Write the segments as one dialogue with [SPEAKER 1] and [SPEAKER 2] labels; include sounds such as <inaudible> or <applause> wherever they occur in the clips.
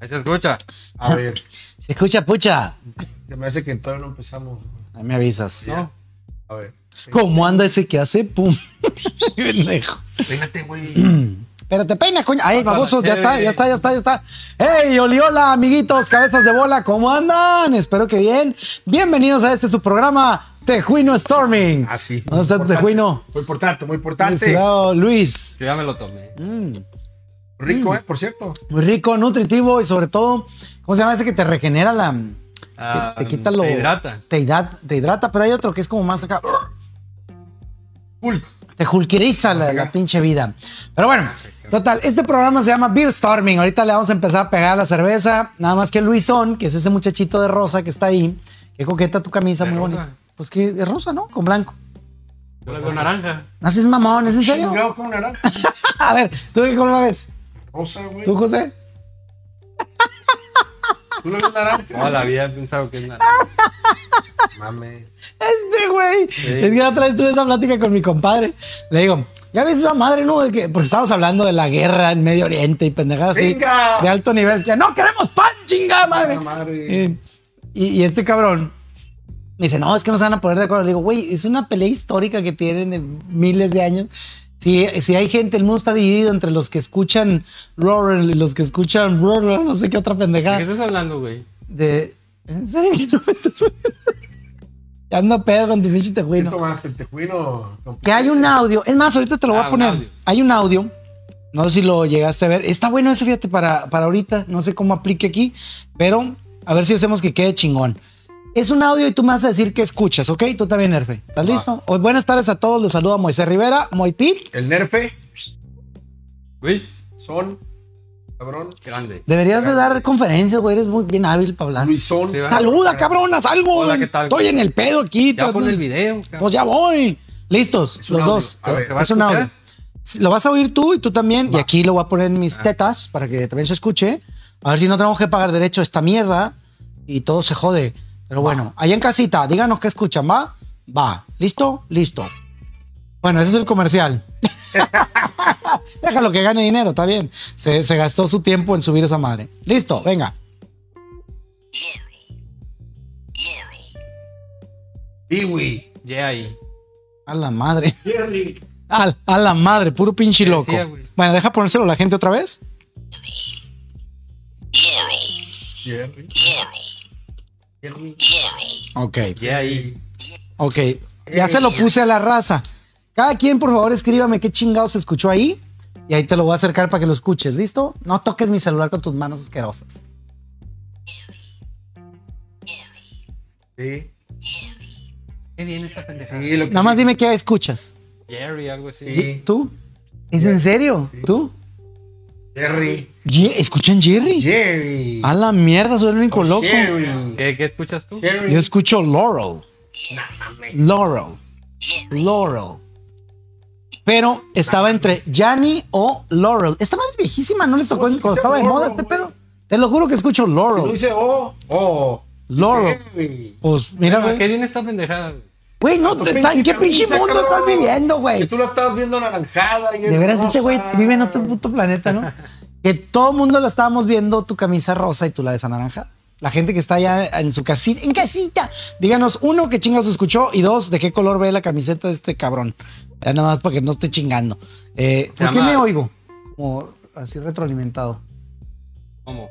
[SPEAKER 1] Ahí se escucha.
[SPEAKER 2] A ver,
[SPEAKER 3] ¿Se escucha, pucha?
[SPEAKER 2] se me hace que todavía no empezamos. güey.
[SPEAKER 3] Ahí me avisas.
[SPEAKER 2] ¿No? A ver.
[SPEAKER 3] ¿Cómo anda ese que hace? Pum. <laughs> Pendejo.
[SPEAKER 2] Peínate, güey. <clears throat>
[SPEAKER 3] Pero te peinas, coño. Ay, babosos,
[SPEAKER 1] eh,
[SPEAKER 3] ya está, ya está, ya está, ya está. ¡Hey, oliola, amiguitos, cabezas de bola! ¿Cómo andan? Espero que bien. Bienvenidos a este su programa, Tejuino Storming.
[SPEAKER 2] Así.
[SPEAKER 3] ¿Dónde está tu
[SPEAKER 2] Ah, Importante,
[SPEAKER 3] Tejuino?
[SPEAKER 2] Muy importante, muy importante.
[SPEAKER 3] Felicidado, Luis.
[SPEAKER 1] Yo ya me lo tomé.
[SPEAKER 3] Mm,
[SPEAKER 2] Rico, ¿eh? Por cierto.
[SPEAKER 3] muy rico, nutritivo y sobre todo, ¿cómo se llama ese que te regenera la. que
[SPEAKER 1] Ah,
[SPEAKER 3] te quita lo.
[SPEAKER 1] Te hidrata.
[SPEAKER 3] Te hidrata, te hidrata, pero hay otro que es como más acá.
[SPEAKER 2] Hulk.
[SPEAKER 3] Te julqueriza la, la pinche vida. Pero bueno, total, este programa se llama Beer Storming. Ahorita le vamos a empezar a pegar la cerveza. Nada más que Luisón, que es ese muchachito de rosa que está ahí. Qué coqueta tu camisa,
[SPEAKER 1] ¿De
[SPEAKER 3] muy
[SPEAKER 1] rosa?
[SPEAKER 3] bonita. Pues que es rosa, ¿no? Con blanco.
[SPEAKER 1] Yo le hago naranja.
[SPEAKER 3] Haces mamón, ¿es en serio?
[SPEAKER 2] Chingado con naranja.
[SPEAKER 3] <laughs> a ver, ¿tú qué color la ves?
[SPEAKER 2] Rosa, güey.
[SPEAKER 3] ¿Tú, José?
[SPEAKER 2] ¿Tú lo ves naranja?
[SPEAKER 1] Toda la vida he pensado que es naranja.
[SPEAKER 2] Mames.
[SPEAKER 3] Este güey. Es que otra vez tuve esa plática con mi compadre. Le digo, ya ves esa madre, ¿no? De que- porque estábamos hablando de la guerra en Medio Oriente y pendejadas así.
[SPEAKER 2] ¡Venga!
[SPEAKER 3] De alto nivel. Que no queremos pan, chingada madre.
[SPEAKER 2] La madre.
[SPEAKER 3] Eh, Y, y este cabrón me dice, no, es que no se van a poner de acuerdo. Le digo, güey, es una pelea histórica que tienen de miles de años. Si, si hay gente, el mundo está dividido entre los que escuchan Roar y los que escuchan Roar, no sé qué otra
[SPEAKER 1] ¿De qué
[SPEAKER 3] pendejada.
[SPEAKER 1] estás hablando, güey?
[SPEAKER 3] De, ¿En serio que no me estás poniendo? <laughs> Ya ando pedo con tu pinche
[SPEAKER 2] ¿Qué
[SPEAKER 3] tejuino.
[SPEAKER 2] tomaste? El tejuino. completo.
[SPEAKER 3] Que hay un audio. Es más, ahorita te lo voy
[SPEAKER 1] Ah,
[SPEAKER 3] a
[SPEAKER 1] un
[SPEAKER 3] poner.
[SPEAKER 1] audio.
[SPEAKER 3] Hay un audio. No sé si lo llegaste a ver. Está bueno eso, fíjate, para, para ahorita. No sé cómo aplique aquí, pero a ver si hacemos que quede chingón. Es un audio y tú me vas a decir qué escuchas, ¿ok? Tú también, Nerfe. ¿Estás
[SPEAKER 2] Va.
[SPEAKER 3] listo? Oh, buenas tardes a todos. Les saluda Moisés Rivera, Moipit.
[SPEAKER 2] El nerfe.
[SPEAKER 1] Luis,
[SPEAKER 2] Son. Cabrón.
[SPEAKER 1] grande.
[SPEAKER 3] Deberías de dar conferencias, güey. Eres muy bien hábil para hablar.
[SPEAKER 2] Luisón.
[SPEAKER 1] Sí, va.
[SPEAKER 3] Saluda, cabrón, haz algo.
[SPEAKER 1] Hola,
[SPEAKER 3] güey.
[SPEAKER 1] ¿qué tal?
[SPEAKER 3] Estoy en el pedo aquí.
[SPEAKER 1] Ya
[SPEAKER 3] tratando-
[SPEAKER 1] pon el video. cabrón.
[SPEAKER 3] Pues ya voy. Listos,
[SPEAKER 2] Es un
[SPEAKER 3] los
[SPEAKER 2] audio.
[SPEAKER 3] dos.
[SPEAKER 2] A ver, ¿se va
[SPEAKER 1] a
[SPEAKER 3] es un
[SPEAKER 1] escuchar?
[SPEAKER 3] audio. Lo vas a oír tú y tú también. Y aquí lo voy a poner en
[SPEAKER 2] Ah.
[SPEAKER 3] mis tetas para que también se escuche. A ver si no tenemos que pagar derecho a esta mierda y todo se jode. Pero bueno, ahí en casita, díganos qué escuchan, ¿va? Va. ¿Listo? Listo. Bueno, ese es
[SPEAKER 2] <laughs>
[SPEAKER 3] el comercial. Déjalo que gane dinero, está bien. Se, se gastó su tiempo en subir esa madre. Listo, venga.
[SPEAKER 2] Piwi.
[SPEAKER 1] Ya ahí.
[SPEAKER 3] A la madre. <laughs>
[SPEAKER 2] Jerry.
[SPEAKER 3] A, a la madre, puro pinche
[SPEAKER 1] Te
[SPEAKER 3] loco.
[SPEAKER 1] decía, güey.
[SPEAKER 3] Bueno, deja ponérselo a la gente otra vez.
[SPEAKER 2] Jerry. Jerry.
[SPEAKER 3] Ok,
[SPEAKER 1] Ya ahí.
[SPEAKER 3] ok. Eh, Ya se lo puse a la raza. Cada quien, por favor, escríbame qué chingados se escuchó ahí. Y ahí te lo voy a acercar para que lo escuches, ¿listo? No toques mi celular con tus manos asquerosas.
[SPEAKER 2] Sí.
[SPEAKER 1] Qué bien esta pendejada.
[SPEAKER 2] Sí, lo que-
[SPEAKER 3] Nada más dime qué escuchas.
[SPEAKER 1] Jerry, algo así.
[SPEAKER 2] Sí.
[SPEAKER 3] Ye- ¿Tú? ¿Es en serio? ¿Tú?
[SPEAKER 2] Jerry.
[SPEAKER 3] Ye- Oh, ¿Escuchan Jerry?
[SPEAKER 2] Jerry.
[SPEAKER 3] A la mierda, suena bien loco.
[SPEAKER 2] Jerry.
[SPEAKER 1] ¿Qué, qué escuchas tú?
[SPEAKER 2] Jerry.
[SPEAKER 3] Yo escucho Laurel. Laurel. Laurel. Pero estaba entre Yanni o Laurel. Esta madre es viejísima, ¿no les tocó
[SPEAKER 2] No,
[SPEAKER 3] cuando estaba de
[SPEAKER 2] Laurel,
[SPEAKER 3] moda este
[SPEAKER 2] güey.
[SPEAKER 3] pedo? Te lo juro que escucho
[SPEAKER 2] Tú
[SPEAKER 3] Laurel.
[SPEAKER 2] dices oh, oh.
[SPEAKER 3] Laurel.
[SPEAKER 2] Jerry.
[SPEAKER 3] Pues mira,
[SPEAKER 1] Ah, ¿Qué
[SPEAKER 3] güey.
[SPEAKER 1] bien esta pendejada? güey?
[SPEAKER 3] Güey, no,
[SPEAKER 2] Tu
[SPEAKER 3] te- ta- ¿en qué
[SPEAKER 2] pinche
[SPEAKER 3] pinche mundo
[SPEAKER 2] cabrón.
[SPEAKER 3] estás viviendo,
[SPEAKER 2] Que
[SPEAKER 3] güey?
[SPEAKER 2] tú la estabas viendo naranjada. Y
[SPEAKER 3] De veras,
[SPEAKER 2] hermosa.
[SPEAKER 3] este güey vive en otro puto
[SPEAKER 2] <laughs>
[SPEAKER 3] planeta, ¿no? Que todo el mundo la estábamos viendo, tu camisa rosa y tú la desanaranja. La gente que está allá en su casita, en casita. Díganos, uno, qué chingados escuchó y dos, de qué color ve la camiseta de este cabrón. Ya nada más para que no esté chingando. Eh, ¿Por qué
[SPEAKER 1] llama-
[SPEAKER 3] me oigo? Como
[SPEAKER 2] <laughs>
[SPEAKER 3] así retroalimentado.
[SPEAKER 1] ¿Cómo?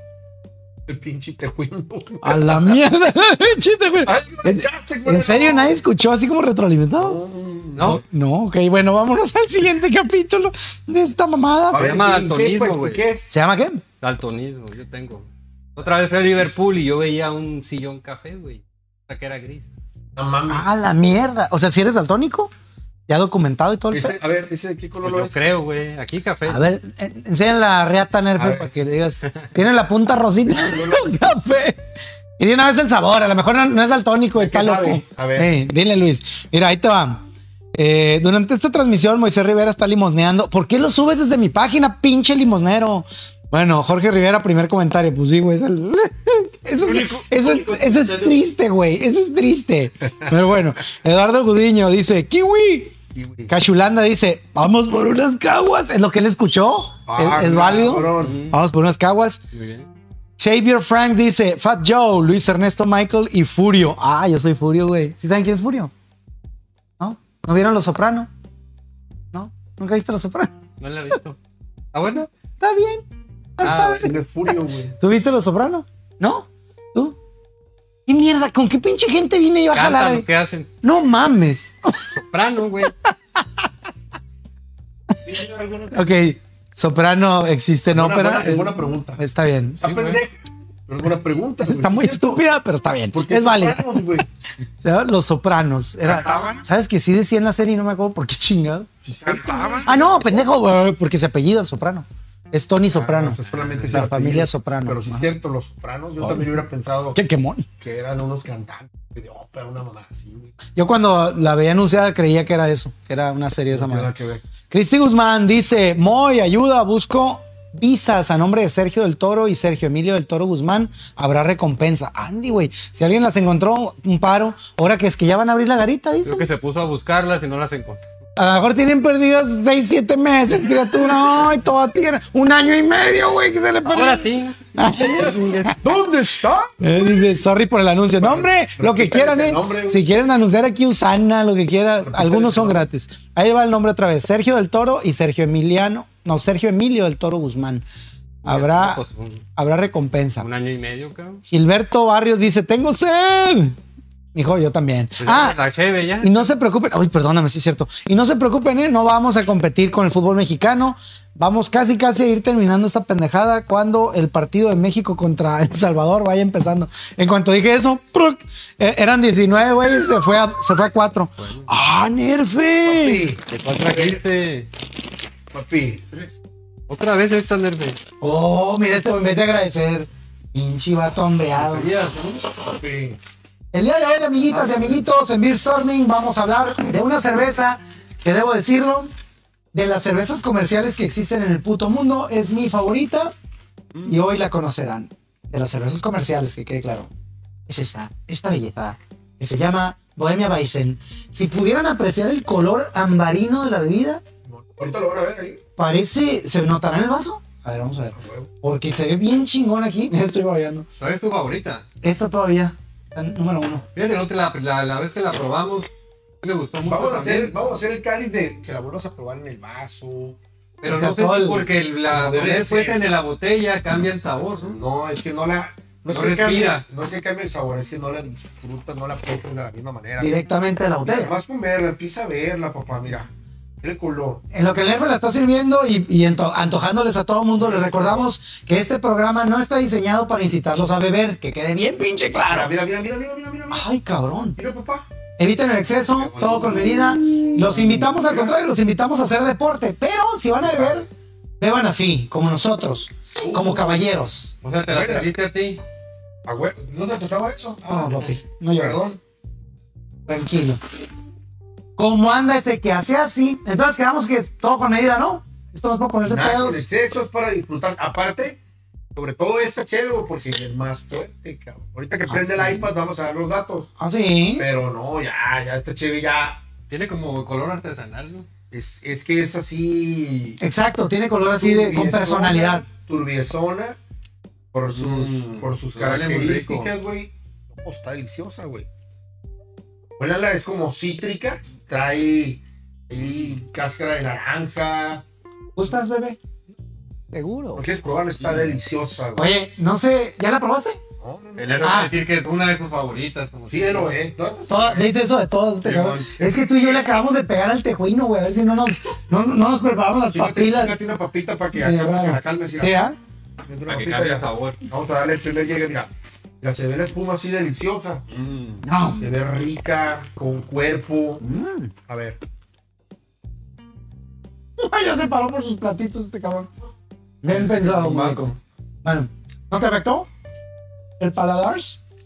[SPEAKER 2] El pinche
[SPEAKER 3] <laughs>
[SPEAKER 2] tejuino.
[SPEAKER 3] A la mierda, <laughs> chiste, güey.
[SPEAKER 2] Ay, una
[SPEAKER 3] ¿En,
[SPEAKER 2] chacha, güey,
[SPEAKER 3] en serio
[SPEAKER 2] no.
[SPEAKER 3] nadie escuchó así como retroalimentado?
[SPEAKER 1] No.
[SPEAKER 3] No, ok, bueno, vámonos al siguiente <laughs> capítulo de esta mamada.
[SPEAKER 2] A ver,
[SPEAKER 1] llama
[SPEAKER 2] ¿y qué,
[SPEAKER 1] daltonismo,
[SPEAKER 2] pues,
[SPEAKER 1] güey.
[SPEAKER 2] ¿Qué es?
[SPEAKER 3] ¿Se llama qué?
[SPEAKER 1] Daltonismo, yo tengo. Otra vez fui a Liverpool y yo veía un sillón café, güey. O sea, que era gris.
[SPEAKER 2] No mames.
[SPEAKER 3] Ah, la mierda. O sea, si eres daltónico, ya documentado y todo el
[SPEAKER 2] Ese- a ver, ese de qué
[SPEAKER 1] Pues
[SPEAKER 2] color lo
[SPEAKER 1] yo
[SPEAKER 2] es.
[SPEAKER 1] creo, güey. Aquí café.
[SPEAKER 3] pe- A ver, en- enseña la reata, Nerfe,
[SPEAKER 2] ver.
[SPEAKER 3] para que le digas. Tiene la
[SPEAKER 2] <laughs>
[SPEAKER 3] punta rosita el <laughs> café. Y de una vez el sabor, a lo mejor no, no es daltónico, está
[SPEAKER 2] ¿Qué sabe?
[SPEAKER 3] loco.
[SPEAKER 2] A ver.
[SPEAKER 3] Eh, dile, Luis. Mira, ahí te va. Eh, durante esta transmisión, Moisés Rivera está limosneando. ¿Por qué lo subes desde mi página, pinche limosnero? Bueno, Jorge Rivera, primer comentario. Pues sí, güey. es el- <laughs> Eso, eso es, eso es triste, güey. Eso es triste. Pero bueno, Eduardo Gudiño dice: Kiwi.
[SPEAKER 2] Kiwi.
[SPEAKER 3] Cachulanda dice, vamos por unas caguas. ¿Es lo que él escuchó?
[SPEAKER 2] Ah,
[SPEAKER 3] ¿Es, es válido?
[SPEAKER 2] cabrón.
[SPEAKER 3] Vamos por unas caguas.
[SPEAKER 1] Mm, Muy bien.
[SPEAKER 3] Xavier Frank dice, Fat Joe, Luis Ernesto Michael y Furio. Ah, yo soy Furio, güey. ¿Sí saben quién es Furio? ¿No? ¿No vieron Los Soprano? ¿No? ¿Nunca viste Los Soprano? <laughs>
[SPEAKER 1] No la he visto. ¿Está bueno?
[SPEAKER 3] Está bien. Está
[SPEAKER 1] Ah,
[SPEAKER 3] padre.
[SPEAKER 2] De furio, güey.
[SPEAKER 3] ¿Tú viste Los Soprano? ¿No? ¿Tú? ¿Y mierda? ¿Con qué pinche gente vine yo a jalar?
[SPEAKER 1] Cantan,
[SPEAKER 3] güey?
[SPEAKER 1] ¿qué hacen?
[SPEAKER 3] No mames.
[SPEAKER 1] Soprano, güey.
[SPEAKER 3] ok, Soprano existe en
[SPEAKER 2] Buena-
[SPEAKER 3] ópera.
[SPEAKER 2] buena- buena pregunta.
[SPEAKER 3] Está bien.
[SPEAKER 2] Está
[SPEAKER 1] Sí, güey.
[SPEAKER 2] pendeja. Pero es buena pregunta. güey.
[SPEAKER 3] eh, Está muy estúpida, pero está bien.
[SPEAKER 2] ¿Por qué
[SPEAKER 3] Es válida.
[SPEAKER 2] sopranos, güey?
[SPEAKER 3] Se llama Los Sopranos. Era,
[SPEAKER 2] ¿Cantaban?
[SPEAKER 3] ¿Sabes que sí decía en la serie? y No me acuerdo por qué chingado.
[SPEAKER 2] Sí, cierto, güey.
[SPEAKER 3] Ah, no, pendejo, güey, porque se apellida Soprano. Es Tony Soprano.
[SPEAKER 2] Ah, O sea, solamente
[SPEAKER 3] La
[SPEAKER 2] se
[SPEAKER 3] familia
[SPEAKER 2] apellida.
[SPEAKER 3] Soprano.
[SPEAKER 2] Pero sí,
[SPEAKER 3] Ajá.
[SPEAKER 2] es cierto, los sopranos. Yo
[SPEAKER 3] Ay.
[SPEAKER 2] también hubiera pensado
[SPEAKER 3] Qué quemón.
[SPEAKER 2] que eran unos cantantes de ópera, una mamá así, güey.
[SPEAKER 3] Yo cuando la veía anunciada creía que era eso, que era una serie de esa
[SPEAKER 2] No tiene
[SPEAKER 3] manera.
[SPEAKER 2] nada que ver.
[SPEAKER 3] Cristi Guzmán dice, Moy, ayuda, busco visas a nombre de Sergio del Toro y Sergio Emilio del Toro Guzmán. Habrá recompensa. Andy, güey, si alguien las encontró, un paro. Ahora que es que ya van a abrir la garita,
[SPEAKER 1] <laughs>
[SPEAKER 3] dice.
[SPEAKER 1] Creo que se puso a buscarlas y no las encontró.
[SPEAKER 3] A lo mejor tienen perdidas 6, 7 meses, criatura. Ay, toda tierra. Un año y medio, güey, que se le perdió.
[SPEAKER 1] Ahora sí.
[SPEAKER 2] ¿Dónde está?
[SPEAKER 3] Eh, dice, sorry por el anuncio. No, hombre, lo que
[SPEAKER 2] repítales
[SPEAKER 3] quieran,
[SPEAKER 2] el
[SPEAKER 3] eh.
[SPEAKER 2] nombre, güey.
[SPEAKER 3] si quieren anunciar aquí Usana, lo que quieran. Algunos son gratis. Ahí va el nombre otra vez. Sergio del Toro y Sergio Emiliano. No, Sergio Emilio del Toro Guzmán. Habrá,
[SPEAKER 1] Pues, un,
[SPEAKER 3] habrá recompensa.
[SPEAKER 1] un año y medio, cabrón.
[SPEAKER 3] Gilberto Barrios dice, tengo sed. Hijo, yo también.
[SPEAKER 1] Pues ya,
[SPEAKER 3] Ah,
[SPEAKER 1] la cheve ya.
[SPEAKER 3] y no se preocupen. Ay, perdóname, sí es cierto. Y no se preocupen, eh, no vamos a competir con el fútbol mexicano. Vamos casi, casi a ir terminando esta pendejada cuando el partido de México contra El Salvador vaya empezando. En cuanto dije eso, ¡pruc! Eh, eran 19, güey, se fue a, se fue a 4. ¡Ah,
[SPEAKER 2] Papi,
[SPEAKER 3] Nerfe!
[SPEAKER 1] ¿Qué cuál trajiste?
[SPEAKER 2] papi.
[SPEAKER 1] Otra vez esta nerve.
[SPEAKER 3] Oh, mira, este en vez de agradecer. Pinche vato hombreado.
[SPEAKER 2] Papi.
[SPEAKER 3] El día de hoy, amiguitas y amiguitos, en Beer Storming vamos a hablar de una cerveza que debo decirlo, de las cervezas comerciales que existen en el puto mundo, es mi favorita y hoy la conocerán. De las cervezas comerciales, que quede claro. Es esta, esta belleza, que se llama Bohemia Weizen. Si pudieran apreciar el color ambarino de la bebida,
[SPEAKER 2] Ahorita lo van a ver ahí.
[SPEAKER 3] parece, ¿se notará en el vaso? A ver, vamos a ver. Porque se ve bien chingón aquí. <laughs> Estoy babeando.
[SPEAKER 1] ¿Cuál es tu favorita?
[SPEAKER 3] Esta todavía, está en número uno.
[SPEAKER 1] Fíjate, que no te la, la, la vez que la probamos, me gustó mucho
[SPEAKER 2] Vamos a, hacer,
[SPEAKER 1] también.
[SPEAKER 2] vamos a hacer el cáliz de que la vuelvas a probar en el vaso.
[SPEAKER 1] Pero
[SPEAKER 3] o sea,
[SPEAKER 1] no sé
[SPEAKER 3] todo
[SPEAKER 1] si
[SPEAKER 3] el-
[SPEAKER 1] porque el- la
[SPEAKER 2] Debe
[SPEAKER 1] poner
[SPEAKER 2] de
[SPEAKER 1] puesta
[SPEAKER 2] ser.
[SPEAKER 1] en la botella cambia el sabor, ¿no?
[SPEAKER 2] No, es que no la.
[SPEAKER 1] No
[SPEAKER 2] No, es que cambie-
[SPEAKER 1] respira.
[SPEAKER 2] no es que cambie el sabor, es que no la disfrutas, no la aprecias de la misma manera.
[SPEAKER 3] Directamente de la botella.
[SPEAKER 2] Vas a comerla, empieza a verla, papá, mira. Mira el color.
[SPEAKER 3] En lo que el Nerfe la está sirviendo y, y ento- antojándoles a todo el mundo, les recordamos que este programa no está diseñado para incitarlos a beber, que quede bien pinche claro.
[SPEAKER 2] Mira, mira, mira, mira, mira, mira, mira.
[SPEAKER 3] Ay, cabrón.
[SPEAKER 2] Mira, papá.
[SPEAKER 3] Eviten el exceso, todo con medida. Los invitamos, al contrario, los invitamos a hacer deporte, pero si van a beber, beban así, como nosotros, como caballeros.
[SPEAKER 1] O sea, te la
[SPEAKER 2] Mira.
[SPEAKER 1] serviste a ti.
[SPEAKER 2] Ah, güey, ¿No te gustaba eso?
[SPEAKER 3] No, papi, no llores.
[SPEAKER 2] Perdón.
[SPEAKER 3] Tranquilo. ¿Cómo anda ese que hace así? Entonces quedamos que es todo con medida, ¿no? Esto no es para ponerse
[SPEAKER 2] Nada,
[SPEAKER 3] pedos.
[SPEAKER 2] con exceso es para disfrutar. Aparte, sobre todo esta chévere, güey, porque es más fuerte, cabrón. Ahorita que
[SPEAKER 3] Ah,
[SPEAKER 2] prende
[SPEAKER 3] sí.
[SPEAKER 2] el iPad, vamos a ver los datos.
[SPEAKER 3] Ah, Así.
[SPEAKER 2] Pero no, ya, ya, esta chévere ya.
[SPEAKER 1] Tiene como color artesanal, ¿no?
[SPEAKER 2] Es, es que es así.
[SPEAKER 3] Exacto, tiene color así de, con
[SPEAKER 2] turbiezona,
[SPEAKER 3] personalidad.
[SPEAKER 2] Turbiezona. Por sus,
[SPEAKER 1] Mm,
[SPEAKER 2] por sus
[SPEAKER 1] pero huele muy
[SPEAKER 2] características, güey. Oh, está deliciosa, güey. Huélala, es como cítrica. Trae ahí cáscara de naranja.
[SPEAKER 3] ¿Gustas, bebé? Seguro.
[SPEAKER 2] ¿No quieres probarla? Está deliciosa, güey.
[SPEAKER 3] Oye, no sé, ¿ya la probaste?
[SPEAKER 2] No, no, no.
[SPEAKER 1] El héroe
[SPEAKER 3] Ah.
[SPEAKER 1] quiere decir que es una de sus favoritas. Como
[SPEAKER 2] Sí,
[SPEAKER 1] si-
[SPEAKER 2] lo es. ¿no?
[SPEAKER 3] Toda- dice eso de todas, este cabrón. Es que tú y yo le acabamos de pegar al tejuino, güey, a ver si no nos, no, no nos preparamos las
[SPEAKER 2] Chíngate,
[SPEAKER 3] papilas.
[SPEAKER 2] chíngate una papita para que,
[SPEAKER 3] Medio
[SPEAKER 2] acá- que
[SPEAKER 3] raro.
[SPEAKER 2] la calmes.
[SPEAKER 3] ¿Sí,
[SPEAKER 2] mira.
[SPEAKER 3] ah?
[SPEAKER 2] Chíngate una
[SPEAKER 1] Para que
[SPEAKER 2] papita
[SPEAKER 1] cambie
[SPEAKER 2] y
[SPEAKER 1] el
[SPEAKER 2] ya.
[SPEAKER 1] sabor.
[SPEAKER 2] Vamos a darle el primer llegue, mira. Ya se ve la espuma así deliciosa.
[SPEAKER 1] Mm.
[SPEAKER 3] ah? No. <laughs>
[SPEAKER 2] Se ve rica, con cuerpo.
[SPEAKER 3] Mm.
[SPEAKER 2] A ver.
[SPEAKER 3] ya se paró por sus platitos este cabrón. Bien pensado, Marco. Bueno, ¿no te afectó? ¿El paladar?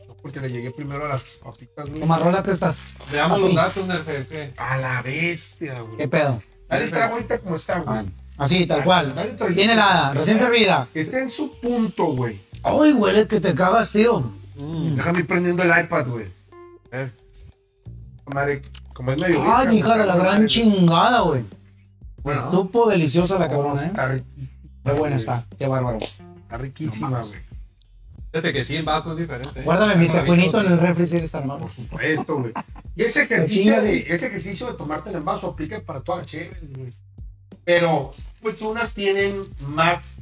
[SPEAKER 2] No, Porque le llegué primero a las papitas, güey.
[SPEAKER 3] ¿O marrólate estas?
[SPEAKER 1] Veamos los
[SPEAKER 3] Papi.
[SPEAKER 1] datos del CFP.
[SPEAKER 2] A la bestia, güey.
[SPEAKER 3] ¿Qué pedo?
[SPEAKER 2] Dale el trago ahorita como está,
[SPEAKER 3] Ah.
[SPEAKER 2] güey.
[SPEAKER 3] Así, tal cual.
[SPEAKER 2] Dale traguito.
[SPEAKER 3] Bien helada, recién servida.
[SPEAKER 2] Que esté en su punto, güey.
[SPEAKER 3] Ay, huele que te cagas, tío.
[SPEAKER 1] Mm.
[SPEAKER 2] Déjame ir prendiendo el iPad, güey.
[SPEAKER 1] Eh.
[SPEAKER 2] Madre, como es medio.
[SPEAKER 3] Ay,
[SPEAKER 2] vieja,
[SPEAKER 3] hija de la
[SPEAKER 2] güey,
[SPEAKER 3] gran
[SPEAKER 2] madre.
[SPEAKER 3] chingada, güey.
[SPEAKER 2] Bueno,
[SPEAKER 3] Estuvo deliciosa la cabrona, ¿eh?
[SPEAKER 2] Está riqui-
[SPEAKER 3] Qué buena está, qué bárbaro.
[SPEAKER 2] Está riquísima,
[SPEAKER 3] No mames.
[SPEAKER 2] güey.
[SPEAKER 1] Fíjate que sí, en vasos diferentes.
[SPEAKER 3] Guárdame mi tacuinito en el refri si eres tan
[SPEAKER 2] Por
[SPEAKER 3] amable.
[SPEAKER 2] supuesto, güey. Y ese ejercicio, de, ese ejercicio de tomarte el envaso aplica para todas las cheves, güey. Pero, pues unas tienen más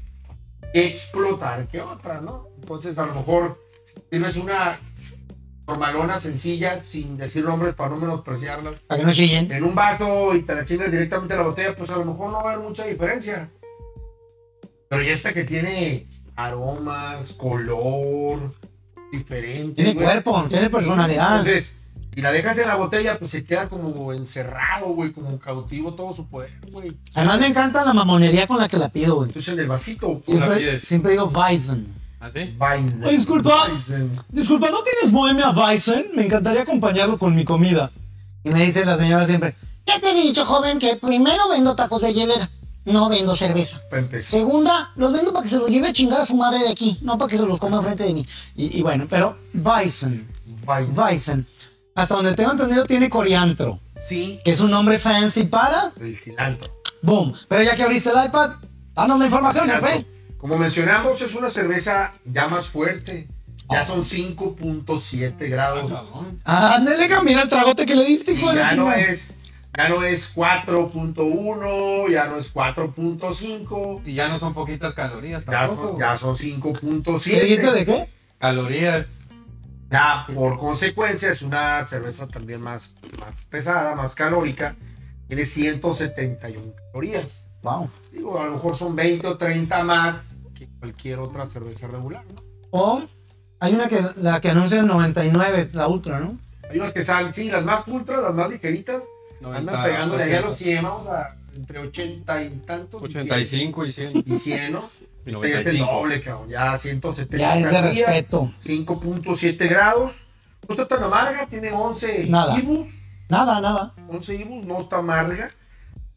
[SPEAKER 2] que explotar que otras, ¿no? Entonces, a lo mejor tienes una normalona sencilla, sin decir nombres para no menospreciarla,
[SPEAKER 3] Para que no chillen.
[SPEAKER 2] en un vaso y te la chingas directamente a la botella, pues a lo mejor no va a haber mucha diferencia. Pero ya esta que tiene aromas, color, diferente.
[SPEAKER 3] Tiene
[SPEAKER 2] güey.
[SPEAKER 3] cuerpo, tiene personalidad.
[SPEAKER 2] Entonces, y la dejas en la botella, pues se queda como encerrado, güey, como cautivo todo su poder, güey.
[SPEAKER 3] Además me encanta la mamonería con la que la pido, güey.
[SPEAKER 2] Entonces en el vasito,
[SPEAKER 1] Sí.
[SPEAKER 2] güey.
[SPEAKER 1] la
[SPEAKER 3] Siempre,
[SPEAKER 1] pides.
[SPEAKER 3] siempre digo Bison.
[SPEAKER 1] ¿Ah, sí?
[SPEAKER 2] Bison.
[SPEAKER 3] Oye, disculpa.
[SPEAKER 2] Bison.
[SPEAKER 3] Disculpa, ¿no tienes bohemia Bison? Me encantaría acompañarlo con mi comida. Y me dice la señora siempre,
[SPEAKER 4] Ya te he dicho, joven, que primero vendo tacos de hielera, no vendo cerveza.
[SPEAKER 2] Para empezar.
[SPEAKER 4] Segunda, los vendo para que se los lleve a chingar a su madre de aquí, no para que se los coma enfrente de mí.
[SPEAKER 3] y, y bueno, pero Bison,
[SPEAKER 2] Bison.
[SPEAKER 3] Bison, hasta donde tengo entendido tiene coriantro,
[SPEAKER 2] Sí,
[SPEAKER 3] que es un nombre fancy para,
[SPEAKER 2] el cilantro.
[SPEAKER 3] boom. Pero ya que abriste el iPad, danos la información, ¿eh,
[SPEAKER 2] Cilantro.
[SPEAKER 3] jefe.
[SPEAKER 2] Como mencionamos, es una cerveza ya más fuerte.
[SPEAKER 3] Ah.
[SPEAKER 2] Ya son 5.7 grados.
[SPEAKER 3] Ándale, camina el tragote que le diste, Ah, hijo de la
[SPEAKER 2] ya no
[SPEAKER 3] chingada.
[SPEAKER 2] es ya no es 4.1, ya no es 4.5,
[SPEAKER 1] Y ya no son poquitas calorías
[SPEAKER 2] ya,
[SPEAKER 1] tampoco.
[SPEAKER 2] ya son 5.7.
[SPEAKER 3] ¿Qué dijiste de qué?
[SPEAKER 1] Calorías.
[SPEAKER 2] Ya, por consecuencia, es una cerveza también más, más pesada, más calórica. Tiene 171 calorías.
[SPEAKER 3] Wow.
[SPEAKER 2] Digo, a lo mejor son 20 o 30 más que cualquier otra cerveza regular, ¿no?
[SPEAKER 3] O hay una que la que anuncia en 99, la ultra, ¿no?
[SPEAKER 2] Hay unas que salen, sí, las más ultras, las más ligeritas, andan pegándole allá a los 100, vamos a entre 80 y tantos. y
[SPEAKER 1] 85 y
[SPEAKER 2] <laughs>
[SPEAKER 1] 100.
[SPEAKER 2] 100, Y 100, ¿no?
[SPEAKER 1] Y
[SPEAKER 2] Este ya Este es el
[SPEAKER 1] 95.
[SPEAKER 2] doble, cabrón. Ya 170
[SPEAKER 3] Ya es de
[SPEAKER 2] calorías,
[SPEAKER 3] respeto.
[SPEAKER 2] 5.7 grados. No está tan amarga, tiene 11
[SPEAKER 3] Nada.
[SPEAKER 2] IBUs.
[SPEAKER 3] Nada, nada.
[SPEAKER 2] 11 IBUs, no está amarga.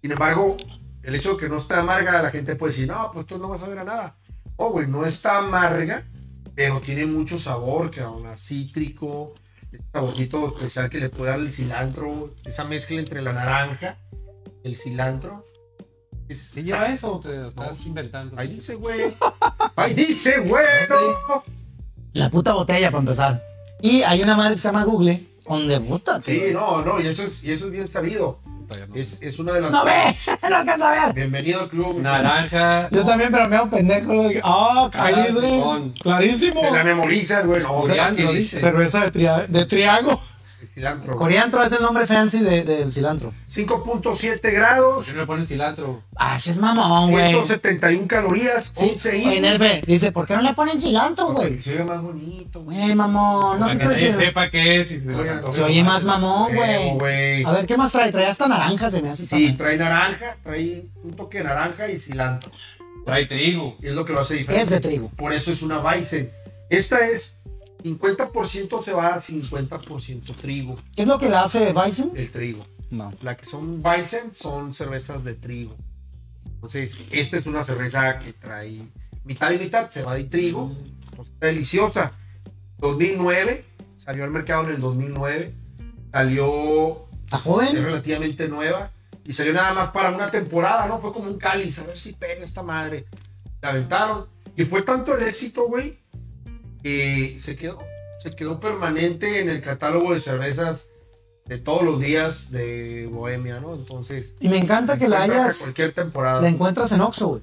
[SPEAKER 2] Sin embargo, el hecho de que no está amarga, la gente puede decir, no, pues tú no vas a ver a nada. Oh, güey, no está amarga, pero tiene mucho sabor, que aún cítrico, ese saborcito especial que le puede dar el cilantro, esa mezcla entre la naranja, el cilantro. Es-
[SPEAKER 1] ¿Sí lleva eso o te lo estás
[SPEAKER 2] No.
[SPEAKER 1] inventando?
[SPEAKER 2] Ahí dice, güey. Ahí dice, güey. no.
[SPEAKER 3] La puta botella, para empezar. Y hay una madre que se llama Google, donde puta,
[SPEAKER 2] Sí,
[SPEAKER 3] tío.
[SPEAKER 2] no, no, y eso es, y eso es bien sabido.
[SPEAKER 1] Todavía no.
[SPEAKER 2] Es, es una de las.
[SPEAKER 3] No ve, no alcanza a ver.
[SPEAKER 2] Bienvenido al club.
[SPEAKER 1] Naranja.
[SPEAKER 3] Yo también, pero me hago pendejo. lo de- Ah, caí, güey.
[SPEAKER 1] perdón.
[SPEAKER 3] Clarísimo.
[SPEAKER 2] Te la memorizas, güey. No,
[SPEAKER 1] Sí,
[SPEAKER 2] ya que
[SPEAKER 1] lo
[SPEAKER 2] dice.
[SPEAKER 3] Cerveza de, tria- de triago.
[SPEAKER 2] El cilantro.
[SPEAKER 3] Coriantro es el nombre fancy de- del cilantro.
[SPEAKER 2] 5.7
[SPEAKER 1] ¿Por qué
[SPEAKER 2] grados,
[SPEAKER 1] no le pones cilantro?
[SPEAKER 3] Ah, sí es mamón, güey.
[SPEAKER 2] 171 calorías,
[SPEAKER 3] Sí,
[SPEAKER 2] 11
[SPEAKER 3] oye, Nerve, dice, ¿por qué no
[SPEAKER 4] No
[SPEAKER 3] le
[SPEAKER 4] le ponen cilantro,
[SPEAKER 2] Para que
[SPEAKER 4] güey.
[SPEAKER 2] Se oiga más bonito,
[SPEAKER 3] Güey, mamón, no
[SPEAKER 1] Para
[SPEAKER 3] te
[SPEAKER 1] que nadie
[SPEAKER 3] puedes
[SPEAKER 1] sepa qué es. y se lo-
[SPEAKER 3] Se oye más mamón,
[SPEAKER 2] Huevo,
[SPEAKER 3] güey.
[SPEAKER 2] Eh, güey.
[SPEAKER 3] A ver, ¿qué más trae? Trae hasta naranja, se me hace esta
[SPEAKER 2] Sí,
[SPEAKER 3] madre.
[SPEAKER 2] trae naranja, trae un toque de naranja y cilantro.
[SPEAKER 1] Trae trigo.
[SPEAKER 2] Y es lo que lo hace diferente.
[SPEAKER 3] Es de trigo.
[SPEAKER 2] Por eso es una Bison. Esta es 50% cebada, 50% trigo.
[SPEAKER 3] ¿Qué es lo que le hace Bison?
[SPEAKER 2] El trigo.
[SPEAKER 3] No.
[SPEAKER 2] La que son Weizen son cervezas de trigo. Entonces, esta es una cerveza que trae mitad y mitad, cebada y trigo. Entonces, está deliciosa. 2009, salió al mercado en el 2009. Salió
[SPEAKER 3] ¿Está
[SPEAKER 2] es
[SPEAKER 3] joven?
[SPEAKER 2] relativamente nueva y salió nada más para una temporada, ¿no? Fue como un cáliz, a ver si pega esta madre. La aventaron y fue tanto el éxito, güey, que se quedó, se quedó permanente en el catálogo de cervezas de todos los días de Bohemia, ¿no? Entonces,
[SPEAKER 3] Y me encanta que la
[SPEAKER 2] encuentras en
[SPEAKER 3] hayas.
[SPEAKER 2] cualquier temporada,
[SPEAKER 3] La encuentras en Oxxo, güey.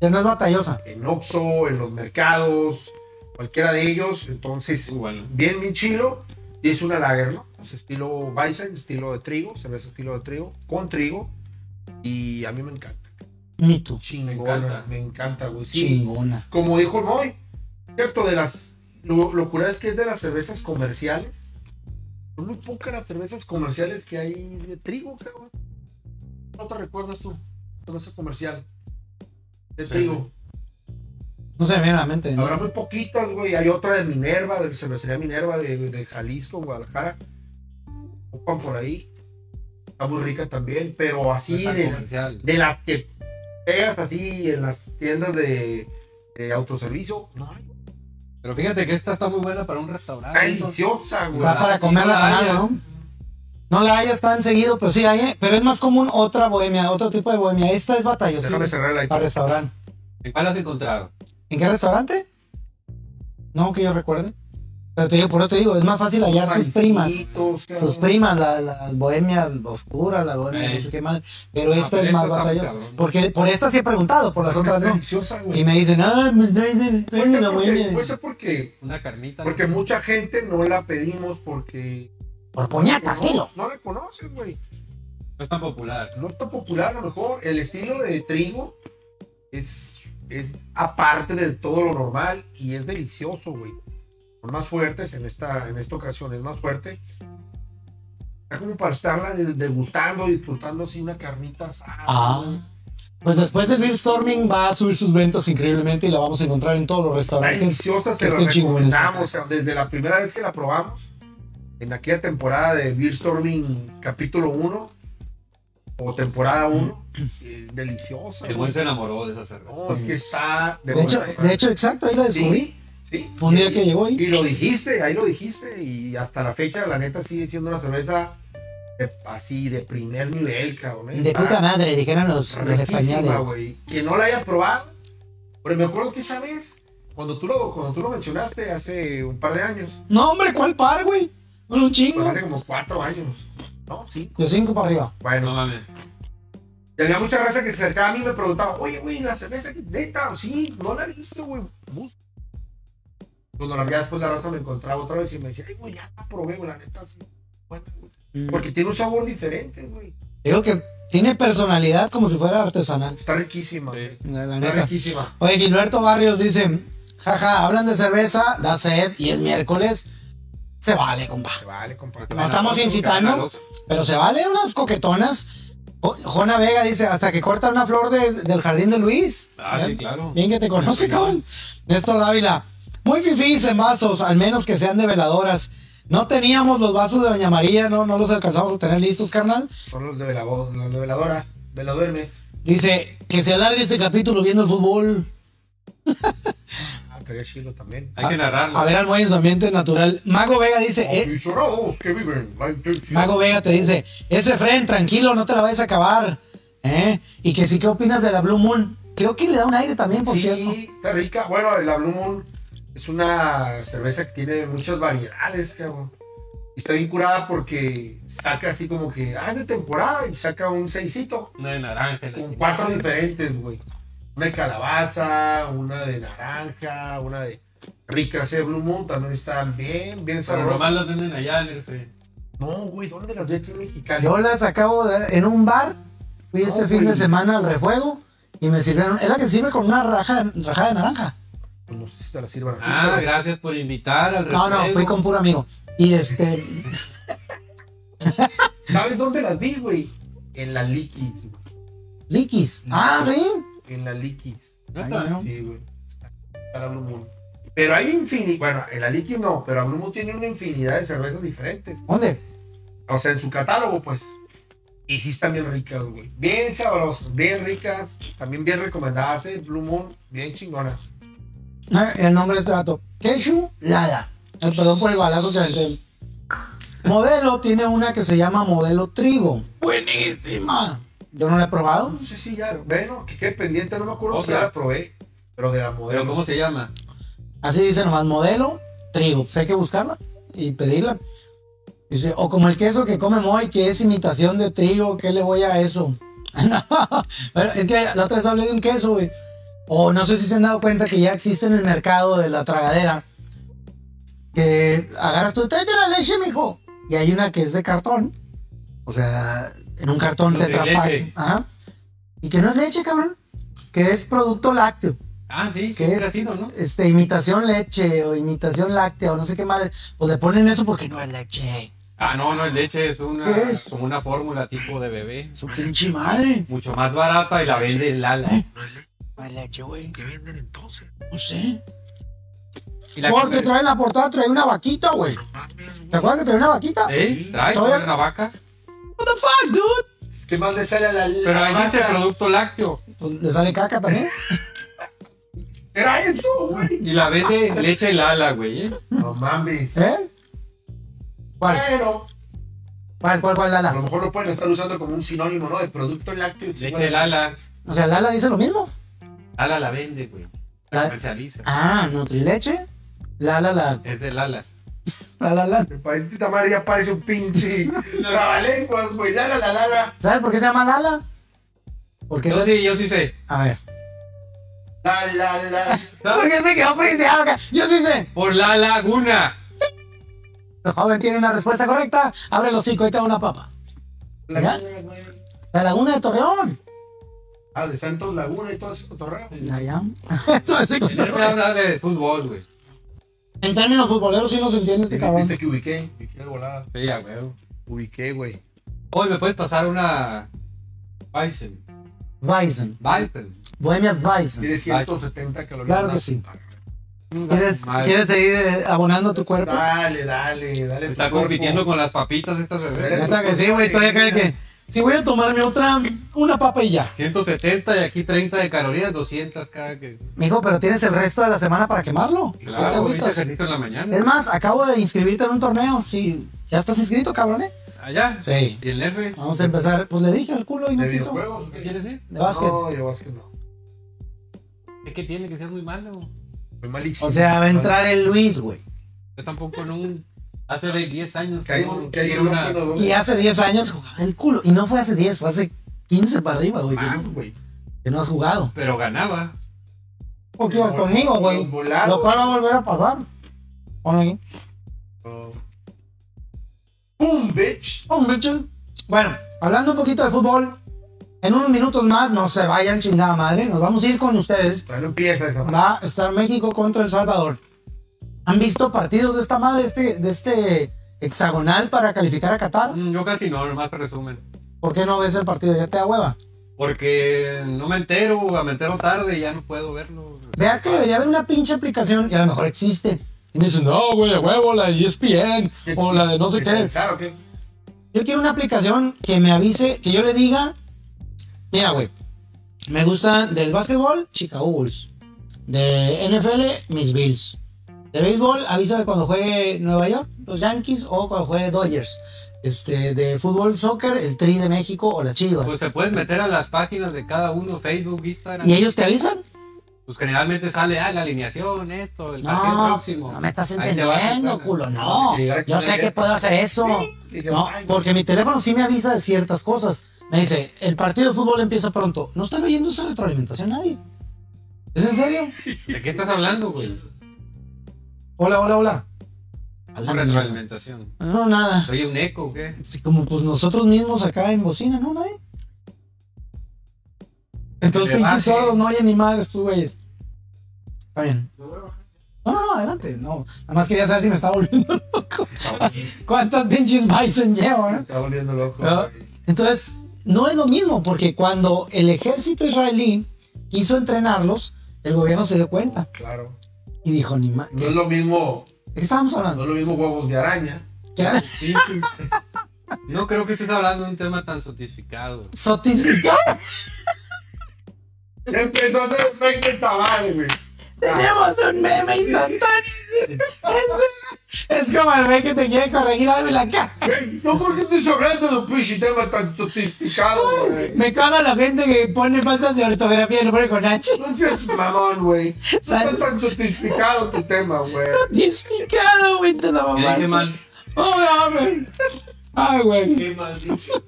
[SPEAKER 3] Ya no es batallosa.
[SPEAKER 2] en Oxxo, en los mercados, cualquiera de ellos, entonces
[SPEAKER 1] Muy bueno.
[SPEAKER 2] bien bien chilo y es una lager, ¿no? Es estilo Bison, estilo de trigo, cerveza estilo de trigo, con trigo y a mí me encanta.
[SPEAKER 3] Ni tú.
[SPEAKER 2] Chingona,
[SPEAKER 1] encanta.
[SPEAKER 2] me encanta, güey. Sí.
[SPEAKER 3] Chingona.
[SPEAKER 2] Como dijo el Moy, cierto, de las lo, lo curado es que es de las cervezas comerciales. Son muy pocas las cervezas comerciales que hay de trigo, cabrón. ¿No te recuerdas tú? Cerveza comercial. De
[SPEAKER 1] Sí.
[SPEAKER 2] trigo.
[SPEAKER 3] No se me viene a la mente. ¿no?
[SPEAKER 2] Habrá muy poquitas, güey. Hay otra de Minerva, de cervecería Minerva de, de Jalisco, Guadalajara. Ocupan por ahí. Está muy rica también, pero así
[SPEAKER 1] No es tan
[SPEAKER 2] de,
[SPEAKER 1] comercial.
[SPEAKER 2] de las que pegas así en las tiendas de, de autoservicio. No, hay.
[SPEAKER 1] Pero fíjate que esta está muy buena para un restaurante.
[SPEAKER 2] está deliciosa, güey.
[SPEAKER 3] Va para comerla con algo, ¿no? No la hayas tan seguido, pero sí hay, ¿eh? pero es más común otra bohemia, otro tipo de bohemia. Esta es batallosa. ¿eh?
[SPEAKER 2] Déjame cerrar la
[SPEAKER 3] Para restaurante.
[SPEAKER 1] ¿En cuál has encontrado?
[SPEAKER 3] ¿En qué restaurante? No, que yo recuerde. Pero te digo, por eso te digo, es más fácil hallar sus primas.
[SPEAKER 2] Maicitos, cabrón.
[SPEAKER 3] Sus primas, la, la bohemia oscura, la bohemia
[SPEAKER 1] Ey.
[SPEAKER 3] no sé qué madre. Pero
[SPEAKER 1] No,
[SPEAKER 3] esta
[SPEAKER 1] Ah, pero
[SPEAKER 3] es más
[SPEAKER 1] pues esta está
[SPEAKER 3] batallosa.
[SPEAKER 1] cabrón.
[SPEAKER 3] Porque por esta sí he preguntado, por las
[SPEAKER 2] Está
[SPEAKER 3] otras
[SPEAKER 2] <laughs>
[SPEAKER 3] no.
[SPEAKER 2] deliciosa, güey.
[SPEAKER 3] Y me dicen, ah, me traen traen
[SPEAKER 2] Puede
[SPEAKER 3] la
[SPEAKER 2] ser porque-
[SPEAKER 3] bohemia.
[SPEAKER 2] puede ser porque
[SPEAKER 1] Una carnita.
[SPEAKER 2] Porque mucha gente no la pedimos porque.
[SPEAKER 5] Por puñatas,
[SPEAKER 2] no,
[SPEAKER 5] dilo.
[SPEAKER 2] no la conoces, güey.
[SPEAKER 1] No es tan popular.
[SPEAKER 2] No está popular, a lo mejor. El estilo de trigo es, es aparte de todo lo normal y es delicioso, güey. Son más fuertes en esta, en esta ocasión, es más fuerte. Está como para estarla de- degustando, disfrutando así una carnita asada.
[SPEAKER 3] Ah. Pues después del Storming va a subir sus ventas increíblemente y la vamos a encontrar en todos los
[SPEAKER 2] Está
[SPEAKER 3] restaurantes.
[SPEAKER 2] deliciosa,
[SPEAKER 3] que
[SPEAKER 2] se la
[SPEAKER 3] estén chingones.
[SPEAKER 2] recomendamos. o sea, desde la primera vez que la probamos, en aquella temporada de Beer Storming capítulo 1 o temporada
[SPEAKER 3] <clears throat>
[SPEAKER 2] 1, deliciosa.
[SPEAKER 1] El
[SPEAKER 2] güey.
[SPEAKER 1] buen se enamoró de esa cerveza.
[SPEAKER 2] No, es que está
[SPEAKER 3] De hecho,
[SPEAKER 2] buena
[SPEAKER 3] de hecho, exacto, ahí la
[SPEAKER 2] Sí,
[SPEAKER 3] descubrí.
[SPEAKER 2] sí.
[SPEAKER 3] Fue un día que llegó ahí.
[SPEAKER 2] Y lo dijiste, ahí lo dijiste, y hasta la fecha, la neta, sigue siendo una cerveza de- así de primer nivel, cabrón. ¿eh?
[SPEAKER 5] De
[SPEAKER 2] Está-
[SPEAKER 5] puta madre, dijeron los, los españoles.
[SPEAKER 2] Riquísima, güey. Que no la haya probado. Pero me acuerdo que esa vez, cuando tú lo, cuando tú lo mencionaste hace un par de años,
[SPEAKER 3] No, hombre, ¿cuál par, güey? Bueno, un
[SPEAKER 2] pues
[SPEAKER 3] chingo.
[SPEAKER 2] hace como cuatro años, ¿no? Sí.
[SPEAKER 3] De cinco para arriba.
[SPEAKER 1] No
[SPEAKER 2] Bueno,
[SPEAKER 1] mames.
[SPEAKER 2] y había mucha raza que se acercaba a mí y me preguntaba, oye, güey, la cerveza que neta, sí, no la he visto, güey. busca". Cuando la había después la raza me encontraba otra vez y me decía, ay, güey, ya la probé, güey, la neta, sí. Bueno, güey".
[SPEAKER 3] Mm.
[SPEAKER 2] Porque tiene un sabor diferente, güey.
[SPEAKER 3] Digo que tiene personalidad como si fuera artesanal.
[SPEAKER 2] Está riquísima.
[SPEAKER 1] Sí.
[SPEAKER 2] güey.
[SPEAKER 3] La, la
[SPEAKER 2] Está
[SPEAKER 3] neta.
[SPEAKER 2] riquísima.
[SPEAKER 3] Oye, Gilberto Barrios dice, jaja, hablan de cerveza, da sed y es miércoles. Se vale, compa.
[SPEAKER 2] Se Vale, compadre.
[SPEAKER 3] No estamos incitando, pero se vale unas coquetonas. Jo- Jona Vega dice, hasta que corta una flor de- del jardín de Luis.
[SPEAKER 1] Ah, sí,
[SPEAKER 3] Bien-
[SPEAKER 1] claro. pues,
[SPEAKER 3] Bien que te conoce, cabrón. Néstor Dávila, muy fifís en vasos, al menos que sean de veladoras. No teníamos los vasos de Doña María, no, no los alcanzamos a tener listos, carnal.
[SPEAKER 2] Son los de velado- los de veladora, veladuermes.
[SPEAKER 3] Dice, que se alargue este capítulo viendo el fútbol.
[SPEAKER 2] Ah, estaría chido también.
[SPEAKER 1] Hay que narrarlo.
[SPEAKER 3] A ver al muelle en su ambiente natural. Mago Vega dice, eh,
[SPEAKER 2] Aficionados que viven la intensidad.
[SPEAKER 3] Mago Vega te dice, ese Fren, tranquilo, no te la vayas a acabar. ¿Eh? Y que sí, ¿qué opinas de la Blue Moon? Creo que le da un aire también, por cierto.
[SPEAKER 2] Sí, está rica. Bueno, la Blue Moon es una cerveza que tiene muchas variedades, cabrón. Y está bien curada porque saca así como que, ah, es de temporada y saca un seisito
[SPEAKER 1] Una de naranja.
[SPEAKER 2] con cuatro diferentes, güey. Una de calabaza, una de naranja, una de rica. Ese Blue Moon también están bien, bien
[SPEAKER 1] Pero nomás
[SPEAKER 2] sabrosas.
[SPEAKER 1] las venden allá en el fe.
[SPEAKER 2] No, güey, ¿dónde las ve aquí en Mexicali?
[SPEAKER 3] Yo las acabo de, en un bar, fui este
[SPEAKER 2] No,
[SPEAKER 3] fin de
[SPEAKER 2] güey.
[SPEAKER 3] semana al refuego y me sirvieron, es la que sirve con una raja de, raja de naranja.
[SPEAKER 2] No sé si te las sirvan así.
[SPEAKER 1] Ah,
[SPEAKER 2] pero-
[SPEAKER 1] gracias por invitar al
[SPEAKER 3] No, no,
[SPEAKER 1] refresco.
[SPEAKER 3] fui con puro amigo. Y este,
[SPEAKER 2] ¿Sabes dónde las vi, güey? En la Liquis, güey.
[SPEAKER 3] Likis. Ah, sí.
[SPEAKER 2] En la Liquis.
[SPEAKER 1] No
[SPEAKER 3] Ay,
[SPEAKER 1] está.
[SPEAKER 3] no.
[SPEAKER 2] Sí, güey. Está la Blue Moon. Pero hay infinidad. Bueno, en la Liquis no, pero la Blue Moon tiene una infinidad de cervezas diferentes.
[SPEAKER 3] ¿Dónde?
[SPEAKER 2] O sea, en su catálogo, pues. Y sí están bien ricas, güey. Bien sabrosas, bien ricas. También bien recomendadas, eh, Blue Moon. Bien chingonas.
[SPEAKER 3] Ah, El nombre de este gato. Keshu Lada. Eh, perdón por el balazo que aventé. Modelo tiene una que se llama Modelo Trigo. Buenísima. Yo no la he probado.
[SPEAKER 2] No sé si ya. Bueno, que quede pendiente, no me acuerdo si
[SPEAKER 1] Otra.
[SPEAKER 2] ya la probé. Pero de la
[SPEAKER 1] Pero
[SPEAKER 2] modelo.
[SPEAKER 1] ¿cómo se llama?
[SPEAKER 3] Así dice nomás Modelo Trigo. Pues hay que buscarla y pedirla. Dice, o como el queso que come Moy, que es imitación de trigo, ¿qué le voy a eso? <laughs> No, pero es que la otra vez hablé de un queso, güey. O no sé si se han dado cuenta que ya existe en el mercado de la tragadera. Que agarras tú, tráete la leche, mijo. Y hay una que es de cartón. O sea, en un cartón
[SPEAKER 1] Los de
[SPEAKER 3] te trapa.
[SPEAKER 1] leche.
[SPEAKER 3] Ajá. Y que no es leche, cabrón. Que es producto lácteo
[SPEAKER 1] Ah, sí,
[SPEAKER 3] que
[SPEAKER 1] siempre
[SPEAKER 3] es
[SPEAKER 1] ha sido, ¿no?
[SPEAKER 3] este, imitación leche o imitación láctea o no sé qué madre, pues le ponen eso porque no es leche.
[SPEAKER 1] Ah, no, no, es leche, es una,
[SPEAKER 3] ¿Qué es?
[SPEAKER 1] como una fórmula tipo de bebé.
[SPEAKER 3] Su pinche madre.
[SPEAKER 1] Mucho más barata y la vende Lala.
[SPEAKER 3] ¿Eh? No es leche, güey.
[SPEAKER 2] ¿Qué venden entonces?
[SPEAKER 3] No sé.
[SPEAKER 1] Y la
[SPEAKER 3] porque
[SPEAKER 1] que-
[SPEAKER 3] trae en la portada, trae una vaquita, güey. ¿Te acuerdas que trae una vaquita?
[SPEAKER 1] ¿Eh? Trae
[SPEAKER 3] Todavía-
[SPEAKER 1] una vaca.
[SPEAKER 3] What the fuck, dude?
[SPEAKER 2] ¿Qué más le sale a la.
[SPEAKER 1] Pero ahí dice
[SPEAKER 2] vaca?
[SPEAKER 1] producto lácteo.
[SPEAKER 3] Pues le sale caca también.
[SPEAKER 2] Era eso, güey.
[SPEAKER 1] Y la vende leche Lala, güey. ¿eh?
[SPEAKER 2] No mames.
[SPEAKER 3] ¿Eh? ¿Cuál?
[SPEAKER 2] Pero
[SPEAKER 3] ¿Cuál, cuál, cuál,
[SPEAKER 2] a lo
[SPEAKER 3] Lala?
[SPEAKER 2] mejor lo pueden estar usando como un sinónimo, ¿no? De producto lácteo.
[SPEAKER 1] Leche Lala.
[SPEAKER 3] O sea, Lala dice lo mismo.
[SPEAKER 1] Lala la vende, güey. La
[SPEAKER 2] Ah.
[SPEAKER 3] La-
[SPEAKER 1] comercializa.
[SPEAKER 3] Ah, Nutrileche. La la la.
[SPEAKER 1] Es de Lala.
[SPEAKER 3] La la la.
[SPEAKER 2] Me parece esta madre ya parece un
[SPEAKER 3] <laughs>
[SPEAKER 2] pinche trabalenguas, güey. La, la, la, la, la.
[SPEAKER 3] ¿Sabes por qué se llama Lala? Porque es
[SPEAKER 1] Yo
[SPEAKER 3] la-
[SPEAKER 1] sí, yo sí sé.
[SPEAKER 3] A ver.
[SPEAKER 2] La, la, la.
[SPEAKER 3] ¿Por qué se quedó friseado acá? Yo sí sé.
[SPEAKER 1] Por la laguna.
[SPEAKER 2] <laughs>
[SPEAKER 3] El joven tiene una respuesta correcta. Abre los cinco, ahí te va una papa. Mira. La laguna de Torreón.
[SPEAKER 2] Ah, de Santos Laguna y todo ese cotorreo.
[SPEAKER 3] Allá. <laughs> Todo ese
[SPEAKER 1] No me
[SPEAKER 3] cotorreo.
[SPEAKER 1] habla de fútbol, güey.
[SPEAKER 3] En términos futboleros sí nos entiende este cabrón.
[SPEAKER 2] Viste que ubiqué, ubiqué de volada.
[SPEAKER 1] Sí, a huevo.
[SPEAKER 2] Ubiqué, güey.
[SPEAKER 1] Hoy me puedes pasar una. Bison.
[SPEAKER 3] Bison.
[SPEAKER 1] Bison.
[SPEAKER 3] Bohemia Bison.
[SPEAKER 2] Tiene 170 calorías.
[SPEAKER 3] Claro que
[SPEAKER 2] más.
[SPEAKER 3] sí. ¿Quieres, quieres seguir eh, abonando tu cuerpo?
[SPEAKER 2] Dale, dale, dale.
[SPEAKER 1] Me
[SPEAKER 2] tu
[SPEAKER 1] Está
[SPEAKER 2] cuerpo.
[SPEAKER 1] compitiendo con las papitas estas bebé.
[SPEAKER 3] Neta que sí, güey. Todavía cae que. Si voy a tomarme otra, una papa y ya.
[SPEAKER 1] 170 y aquí 30 de calorías, 200 cada que.
[SPEAKER 3] Mijo, pero tienes el resto de la semana para quemarlo. ¿Qué te
[SPEAKER 1] Claro, hice
[SPEAKER 3] agüitas?
[SPEAKER 1] ejercicio en la mañana.
[SPEAKER 3] Es más, acabo de inscribirte en un torneo. Sí. ¿Ya estás inscrito, cabrón? eh?
[SPEAKER 1] Allá.
[SPEAKER 3] Sí.
[SPEAKER 1] ¿Y el nerve?
[SPEAKER 2] Ah.
[SPEAKER 3] Vamos a empezar. Pues le dije al culo y no
[SPEAKER 2] ¿De
[SPEAKER 3] quiso.
[SPEAKER 2] videojuegos?
[SPEAKER 1] ¿Qué quieres decir?
[SPEAKER 3] De básquet.
[SPEAKER 2] No, yo básquet no.
[SPEAKER 1] Es que tiene que ser muy malo.
[SPEAKER 2] Soy malísimo.
[SPEAKER 3] O sea, va a entrar el Luis, güey.
[SPEAKER 1] Yo tampoco en un. Hace 10 años
[SPEAKER 2] Que hay
[SPEAKER 1] no
[SPEAKER 2] un, que hay
[SPEAKER 1] tiene
[SPEAKER 2] un
[SPEAKER 1] una.
[SPEAKER 2] loco,
[SPEAKER 3] Y hace 10 años jugaba el culo. Y no fue hace 10, fue hace 15 para arriba, güey. Que,
[SPEAKER 2] Ah,
[SPEAKER 3] no,
[SPEAKER 2] güey.
[SPEAKER 3] que no has jugado.
[SPEAKER 1] Pero ganaba.
[SPEAKER 3] Porque ibas conmigo, güey.
[SPEAKER 2] Los volados.
[SPEAKER 3] Lo cual va a volver a pasar. Ponlo aquí.
[SPEAKER 2] ¡Pum, bitch!
[SPEAKER 3] Hombre, ch- Bueno, hablando un poquito de fútbol, en unos minutos más no se vayan chingada madre, nos vamos a ir con ustedes.
[SPEAKER 2] Todavía no empieza esa madre.
[SPEAKER 3] Va a estar México contra El Salvador. ¿Han visto partidos de esta madre, este, de este hexagonal para calificar a Qatar?
[SPEAKER 1] Mm, Yo casi no, nomás resumen.
[SPEAKER 3] ¿Por qué no ves el partido? Ya te da hueva.
[SPEAKER 1] Porque no me entero, me entero tarde y ya no puedo verlo.
[SPEAKER 3] Vea que debería haber una pinche aplicación y a lo mejor existe. Y me dicen, no, güey, a huevo, la de E ESPN o la de no sé qué.
[SPEAKER 2] Claro, ¿qué?
[SPEAKER 3] Yo quiero una aplicación que me avise, que yo le diga, mira, güey, me gusta del básquetbol, Chicago Bulls. De NFL, mis Bills. De béisbol, avísame cuando juegue Nueva York, los Yankees, o cuando juegue Dodgers. Este, de fútbol, soccer, el Tri de México o las Chivas.
[SPEAKER 1] Pues te puedes meter a las páginas de cada uno, Facebook, Instagram.
[SPEAKER 3] ¿Y ellos te avisan?
[SPEAKER 1] Pues generalmente sale, ah, la alineación, esto, el partido
[SPEAKER 3] No,
[SPEAKER 1] próximo.
[SPEAKER 3] no me estás
[SPEAKER 1] Ahí te vas
[SPEAKER 3] entendiendo,
[SPEAKER 1] entrando.
[SPEAKER 3] culo, no. Yo sé que puedo hacer eso.
[SPEAKER 2] Sí, que
[SPEAKER 3] No,
[SPEAKER 2] ay, güey.
[SPEAKER 3] porque mi teléfono sí me avisa de ciertas cosas. Me dice, el partido de fútbol empieza pronto. ¿No están oyendo esa retroalimentación nadie? ¿Es en serio?
[SPEAKER 1] ¿De qué estás hablando, güey?
[SPEAKER 3] Hola, hola, hola. A la
[SPEAKER 1] Una
[SPEAKER 3] mierda.
[SPEAKER 1] retroalimentación.
[SPEAKER 3] No, nada.
[SPEAKER 1] ¿Soy un eco o qué?
[SPEAKER 3] Así como pues nosotros mismos acá en bocina, ¿no? Nadie. Entonces
[SPEAKER 1] Le
[SPEAKER 3] pinches
[SPEAKER 1] baje.
[SPEAKER 3] sordos no oyen ni madre estos güeyes. Está bien. No, no, no, adelante. No. Nada más quería saber si me estaba volviendo loco. ¿Cuántas pinches bison llevo, no?
[SPEAKER 2] Está volviendo loco.
[SPEAKER 3] Ah.
[SPEAKER 2] güey.
[SPEAKER 3] Entonces, no es lo mismo, porque cuando el ejército israelí quiso entrenarlos, el gobierno se dio cuenta
[SPEAKER 2] Claro.
[SPEAKER 3] y dijo, ni ma-
[SPEAKER 2] No es
[SPEAKER 3] ¿qué,
[SPEAKER 2] lo mismo,
[SPEAKER 3] ¿de qué estábamos
[SPEAKER 2] no
[SPEAKER 3] hablando?
[SPEAKER 2] es lo mismo huevos de araña.
[SPEAKER 3] ¿Qué era?
[SPEAKER 1] Sí, sí. No creo que estés hablando de un tema tan sotificado.
[SPEAKER 3] <laughs> Sotis-
[SPEAKER 2] Ya empezó a hacer efecto el tamal, güey.
[SPEAKER 3] Tenemos un meme instantáneo. es como el güey que te quiere corregir algo en la cara.
[SPEAKER 2] Güey, No porque estoy hablando de un pinche tema tan sofisticado, güey.
[SPEAKER 3] Me caga la gente que pone faltas de ortografía y no pone con H.
[SPEAKER 2] No seas mamón, güey. No
[SPEAKER 3] Sal-
[SPEAKER 2] está tan sofisticado tu tema, güey.
[SPEAKER 3] Dispicado, güey, te la
[SPEAKER 1] ¿Qué
[SPEAKER 3] mamaste.
[SPEAKER 1] dije mal?
[SPEAKER 3] Oh, no, güey. Ay, güey.
[SPEAKER 2] Qué maldito.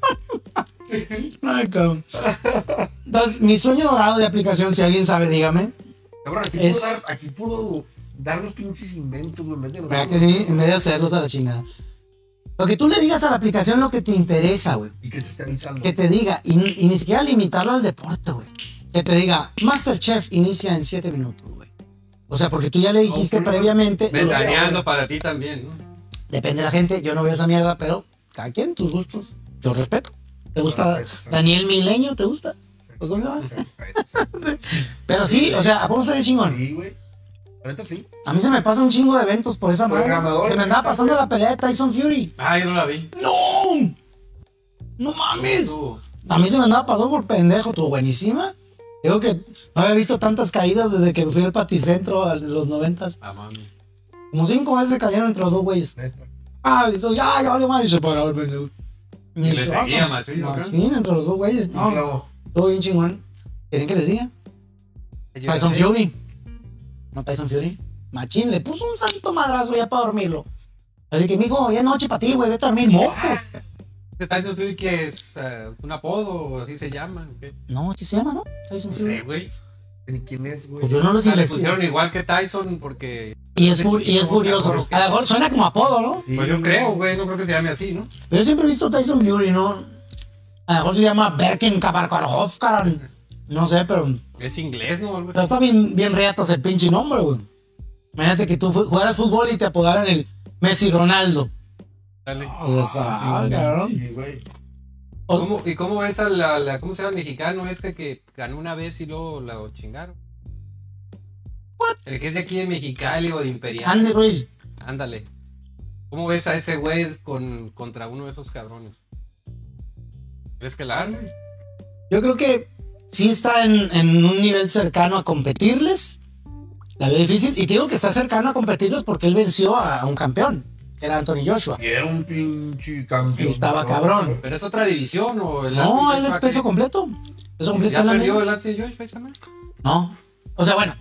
[SPEAKER 3] Ay, cabrón. Entonces, mi sueño dorado de aplicación, si alguien sabe, dígame.
[SPEAKER 2] Cabrón, aquí,
[SPEAKER 3] Es-
[SPEAKER 2] pudo dar, aquí pudo dar los pinches inventos, güey. En vez de los-
[SPEAKER 3] ¿Verdad que sí? En vez de hacerlos a la chingada. Lo que tú le digas a la aplicación lo que te interesa, güey.
[SPEAKER 2] Y que se está avisando.
[SPEAKER 3] Que te diga, y, ni- y ni siquiera limitarlo al deporte, güey. Que te diga, Masterchef inicia en 7 minutos, güey. O sea, porque tú ya le dijiste
[SPEAKER 2] Ok.
[SPEAKER 3] previamente.
[SPEAKER 1] Ventaneando para ti también, ¿no?
[SPEAKER 3] Depende de la gente, yo no veo esa mierda, pero cada quien, tus gustos. Yo respeto. ¿Te gusta
[SPEAKER 2] respeto.
[SPEAKER 3] Daniel Mileño? ¿Te gusta? ¿O ¿Cómo se llama? Pero sí, o sea, ¿a poco sería chingón?
[SPEAKER 2] Sí, güey. Ahorita sí.
[SPEAKER 3] A mí se me pasa un chingo de eventos por esa madre.
[SPEAKER 2] Programador.
[SPEAKER 3] Que me andaba pasando la pelea de Tyson Fury.
[SPEAKER 1] Ah, yo no la vi.
[SPEAKER 3] ¡No! ¡No mames!
[SPEAKER 1] Tú.
[SPEAKER 3] A mí se me andaba pasando por pendejo. Tú, buenísima. Digo que no había visto tantas caídas desde que fui al paticentro a los noventas.
[SPEAKER 1] Ah, mami.
[SPEAKER 3] Como cinco veces se cayeron entre los dos güeyes.
[SPEAKER 2] Neta.
[SPEAKER 3] Ah, y tú, ya, ya vale madre. Y se paró el pendejo.
[SPEAKER 1] Y le
[SPEAKER 3] yo,
[SPEAKER 1] seguía,
[SPEAKER 3] ah,
[SPEAKER 1] Marcelo, ¿no?
[SPEAKER 3] machín, entre los dos güeyes.
[SPEAKER 2] No,
[SPEAKER 3] No,
[SPEAKER 2] no.
[SPEAKER 3] todo bien chingón. ¿Quieren que les diga? Tyson Fury. No, Tyson Fury. Machín, le puso un santo madrazo ya para dormirlo. Así que, mijo, ya es noche para ti, güey, vete a dormir, moco.
[SPEAKER 1] ¿Te está diciendo Fury que es eh, un apodo o así se llama? ¿o qué?
[SPEAKER 3] No, así se llama, ¿no? Tyson
[SPEAKER 1] No
[SPEAKER 3] Fury.
[SPEAKER 1] sé, güey.
[SPEAKER 2] Ni quién es, güey.
[SPEAKER 3] Pues yo no lo
[SPEAKER 1] O sea,
[SPEAKER 3] sé.
[SPEAKER 1] le pusieron igual que Tyson porque.
[SPEAKER 3] Y es, fu- y es furioso. A lo mejor suena como apodo, ¿no?
[SPEAKER 2] Sí,
[SPEAKER 1] Pues yo creo, güey, no creo que se llame así, ¿no?
[SPEAKER 3] Pero yo siempre he visto Tyson Fury, ¿no? A lo mejor se llama Berken Kabarkarhoff, carón. No sé, pero,
[SPEAKER 1] Es inglés, ¿no? Algo
[SPEAKER 3] pero
[SPEAKER 1] así.
[SPEAKER 3] está bien, bien reata ese pinche nombre, güey. Imagínate que tú fu- jugaras fútbol y te apodaran el Messi Ronaldo.
[SPEAKER 1] Dale.
[SPEAKER 3] Pues ya está, cabrón.
[SPEAKER 2] Sí, güey.
[SPEAKER 1] ¿Cómo- ¿Y cómo ves a la, la- ¿Cómo se llama el mexicano este que ganó una vez y luego la chingaron? El que es de aquí de Mexicali o de Imperial.
[SPEAKER 3] Andy Ruiz.
[SPEAKER 1] Ándale. ¿Cómo ves a ese güey con, contra uno de esos cabrones? ¿Crees que la arme?
[SPEAKER 3] Yo creo que sí está en, en un nivel cercano a competirles. La veo difícil. Y te digo que está cercano a competirles porque él venció a, a un campeón, que era Anthony Joshua.
[SPEAKER 2] Y era un pinche campeón.
[SPEAKER 3] Estaba cabrón.
[SPEAKER 1] ¿Pero es otra división o el
[SPEAKER 3] No,
[SPEAKER 1] Atlético
[SPEAKER 3] él es
[SPEAKER 1] Paco?
[SPEAKER 3] peso completo. Peso completo
[SPEAKER 1] ¿Ya
[SPEAKER 3] es la
[SPEAKER 1] perdió
[SPEAKER 3] misma.
[SPEAKER 1] el Atlético Joshua esa madre?
[SPEAKER 3] No. O sea, bueno.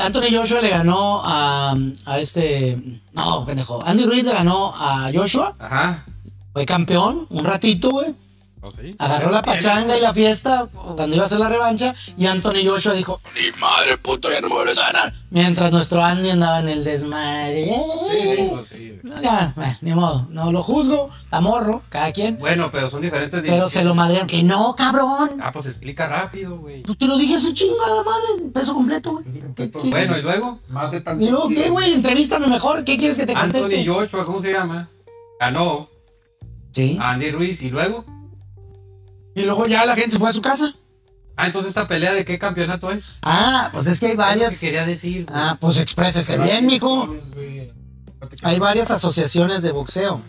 [SPEAKER 3] Anthony Joshua le ganó a, a este. No, pendejo. Andy Ruiz le ganó a Joshua.
[SPEAKER 1] Ajá.
[SPEAKER 3] Fue campeón un ratito, güey.
[SPEAKER 1] ¿O sí?
[SPEAKER 3] Agarró la pachanga y la fiesta cuando iba a hacer la revancha. Y Anthony Joshua dijo: Ni madre, puto, ya no me vuelves a ganar. Mientras nuestro Andy andaba en el desmadre.
[SPEAKER 1] Sí,
[SPEAKER 3] Ah.
[SPEAKER 1] sí, pues sí.
[SPEAKER 3] No, ya, bueno, ni modo. No lo juzgo. Está morro, cada quien.
[SPEAKER 1] Bueno, pero son diferentes
[SPEAKER 3] Pero se lo madrearon. Que no, cabrón.
[SPEAKER 1] Ah, pues explica rápido, güey.
[SPEAKER 3] Pues te lo dije su chingada madre. Peso completo, güey.
[SPEAKER 2] Peso
[SPEAKER 3] ¿Qué-
[SPEAKER 2] completo.
[SPEAKER 3] qué-
[SPEAKER 1] Bueno, y luego,
[SPEAKER 2] Más de tanto.
[SPEAKER 3] ¿Y luego qué,
[SPEAKER 2] tiempo.
[SPEAKER 3] güey? Entrevístame mejor. ¿Qué quieres que te
[SPEAKER 1] Anthony
[SPEAKER 3] conteste?
[SPEAKER 1] Joshua, ¿cómo se llama? Ganó
[SPEAKER 3] Sí.
[SPEAKER 1] a Andy Ruiz y luego.
[SPEAKER 3] Y luego ya la gente se fue a su casa.
[SPEAKER 1] Ah, entonces esta pelea de qué campeonato es?
[SPEAKER 3] Ah, pues es que hay
[SPEAKER 1] ¿Qué
[SPEAKER 3] varias.
[SPEAKER 1] quería decir? güey?
[SPEAKER 3] Ah, pues exprésese bien, mijo.
[SPEAKER 2] Güey.
[SPEAKER 3] Hay varias asociaciones de boxeo.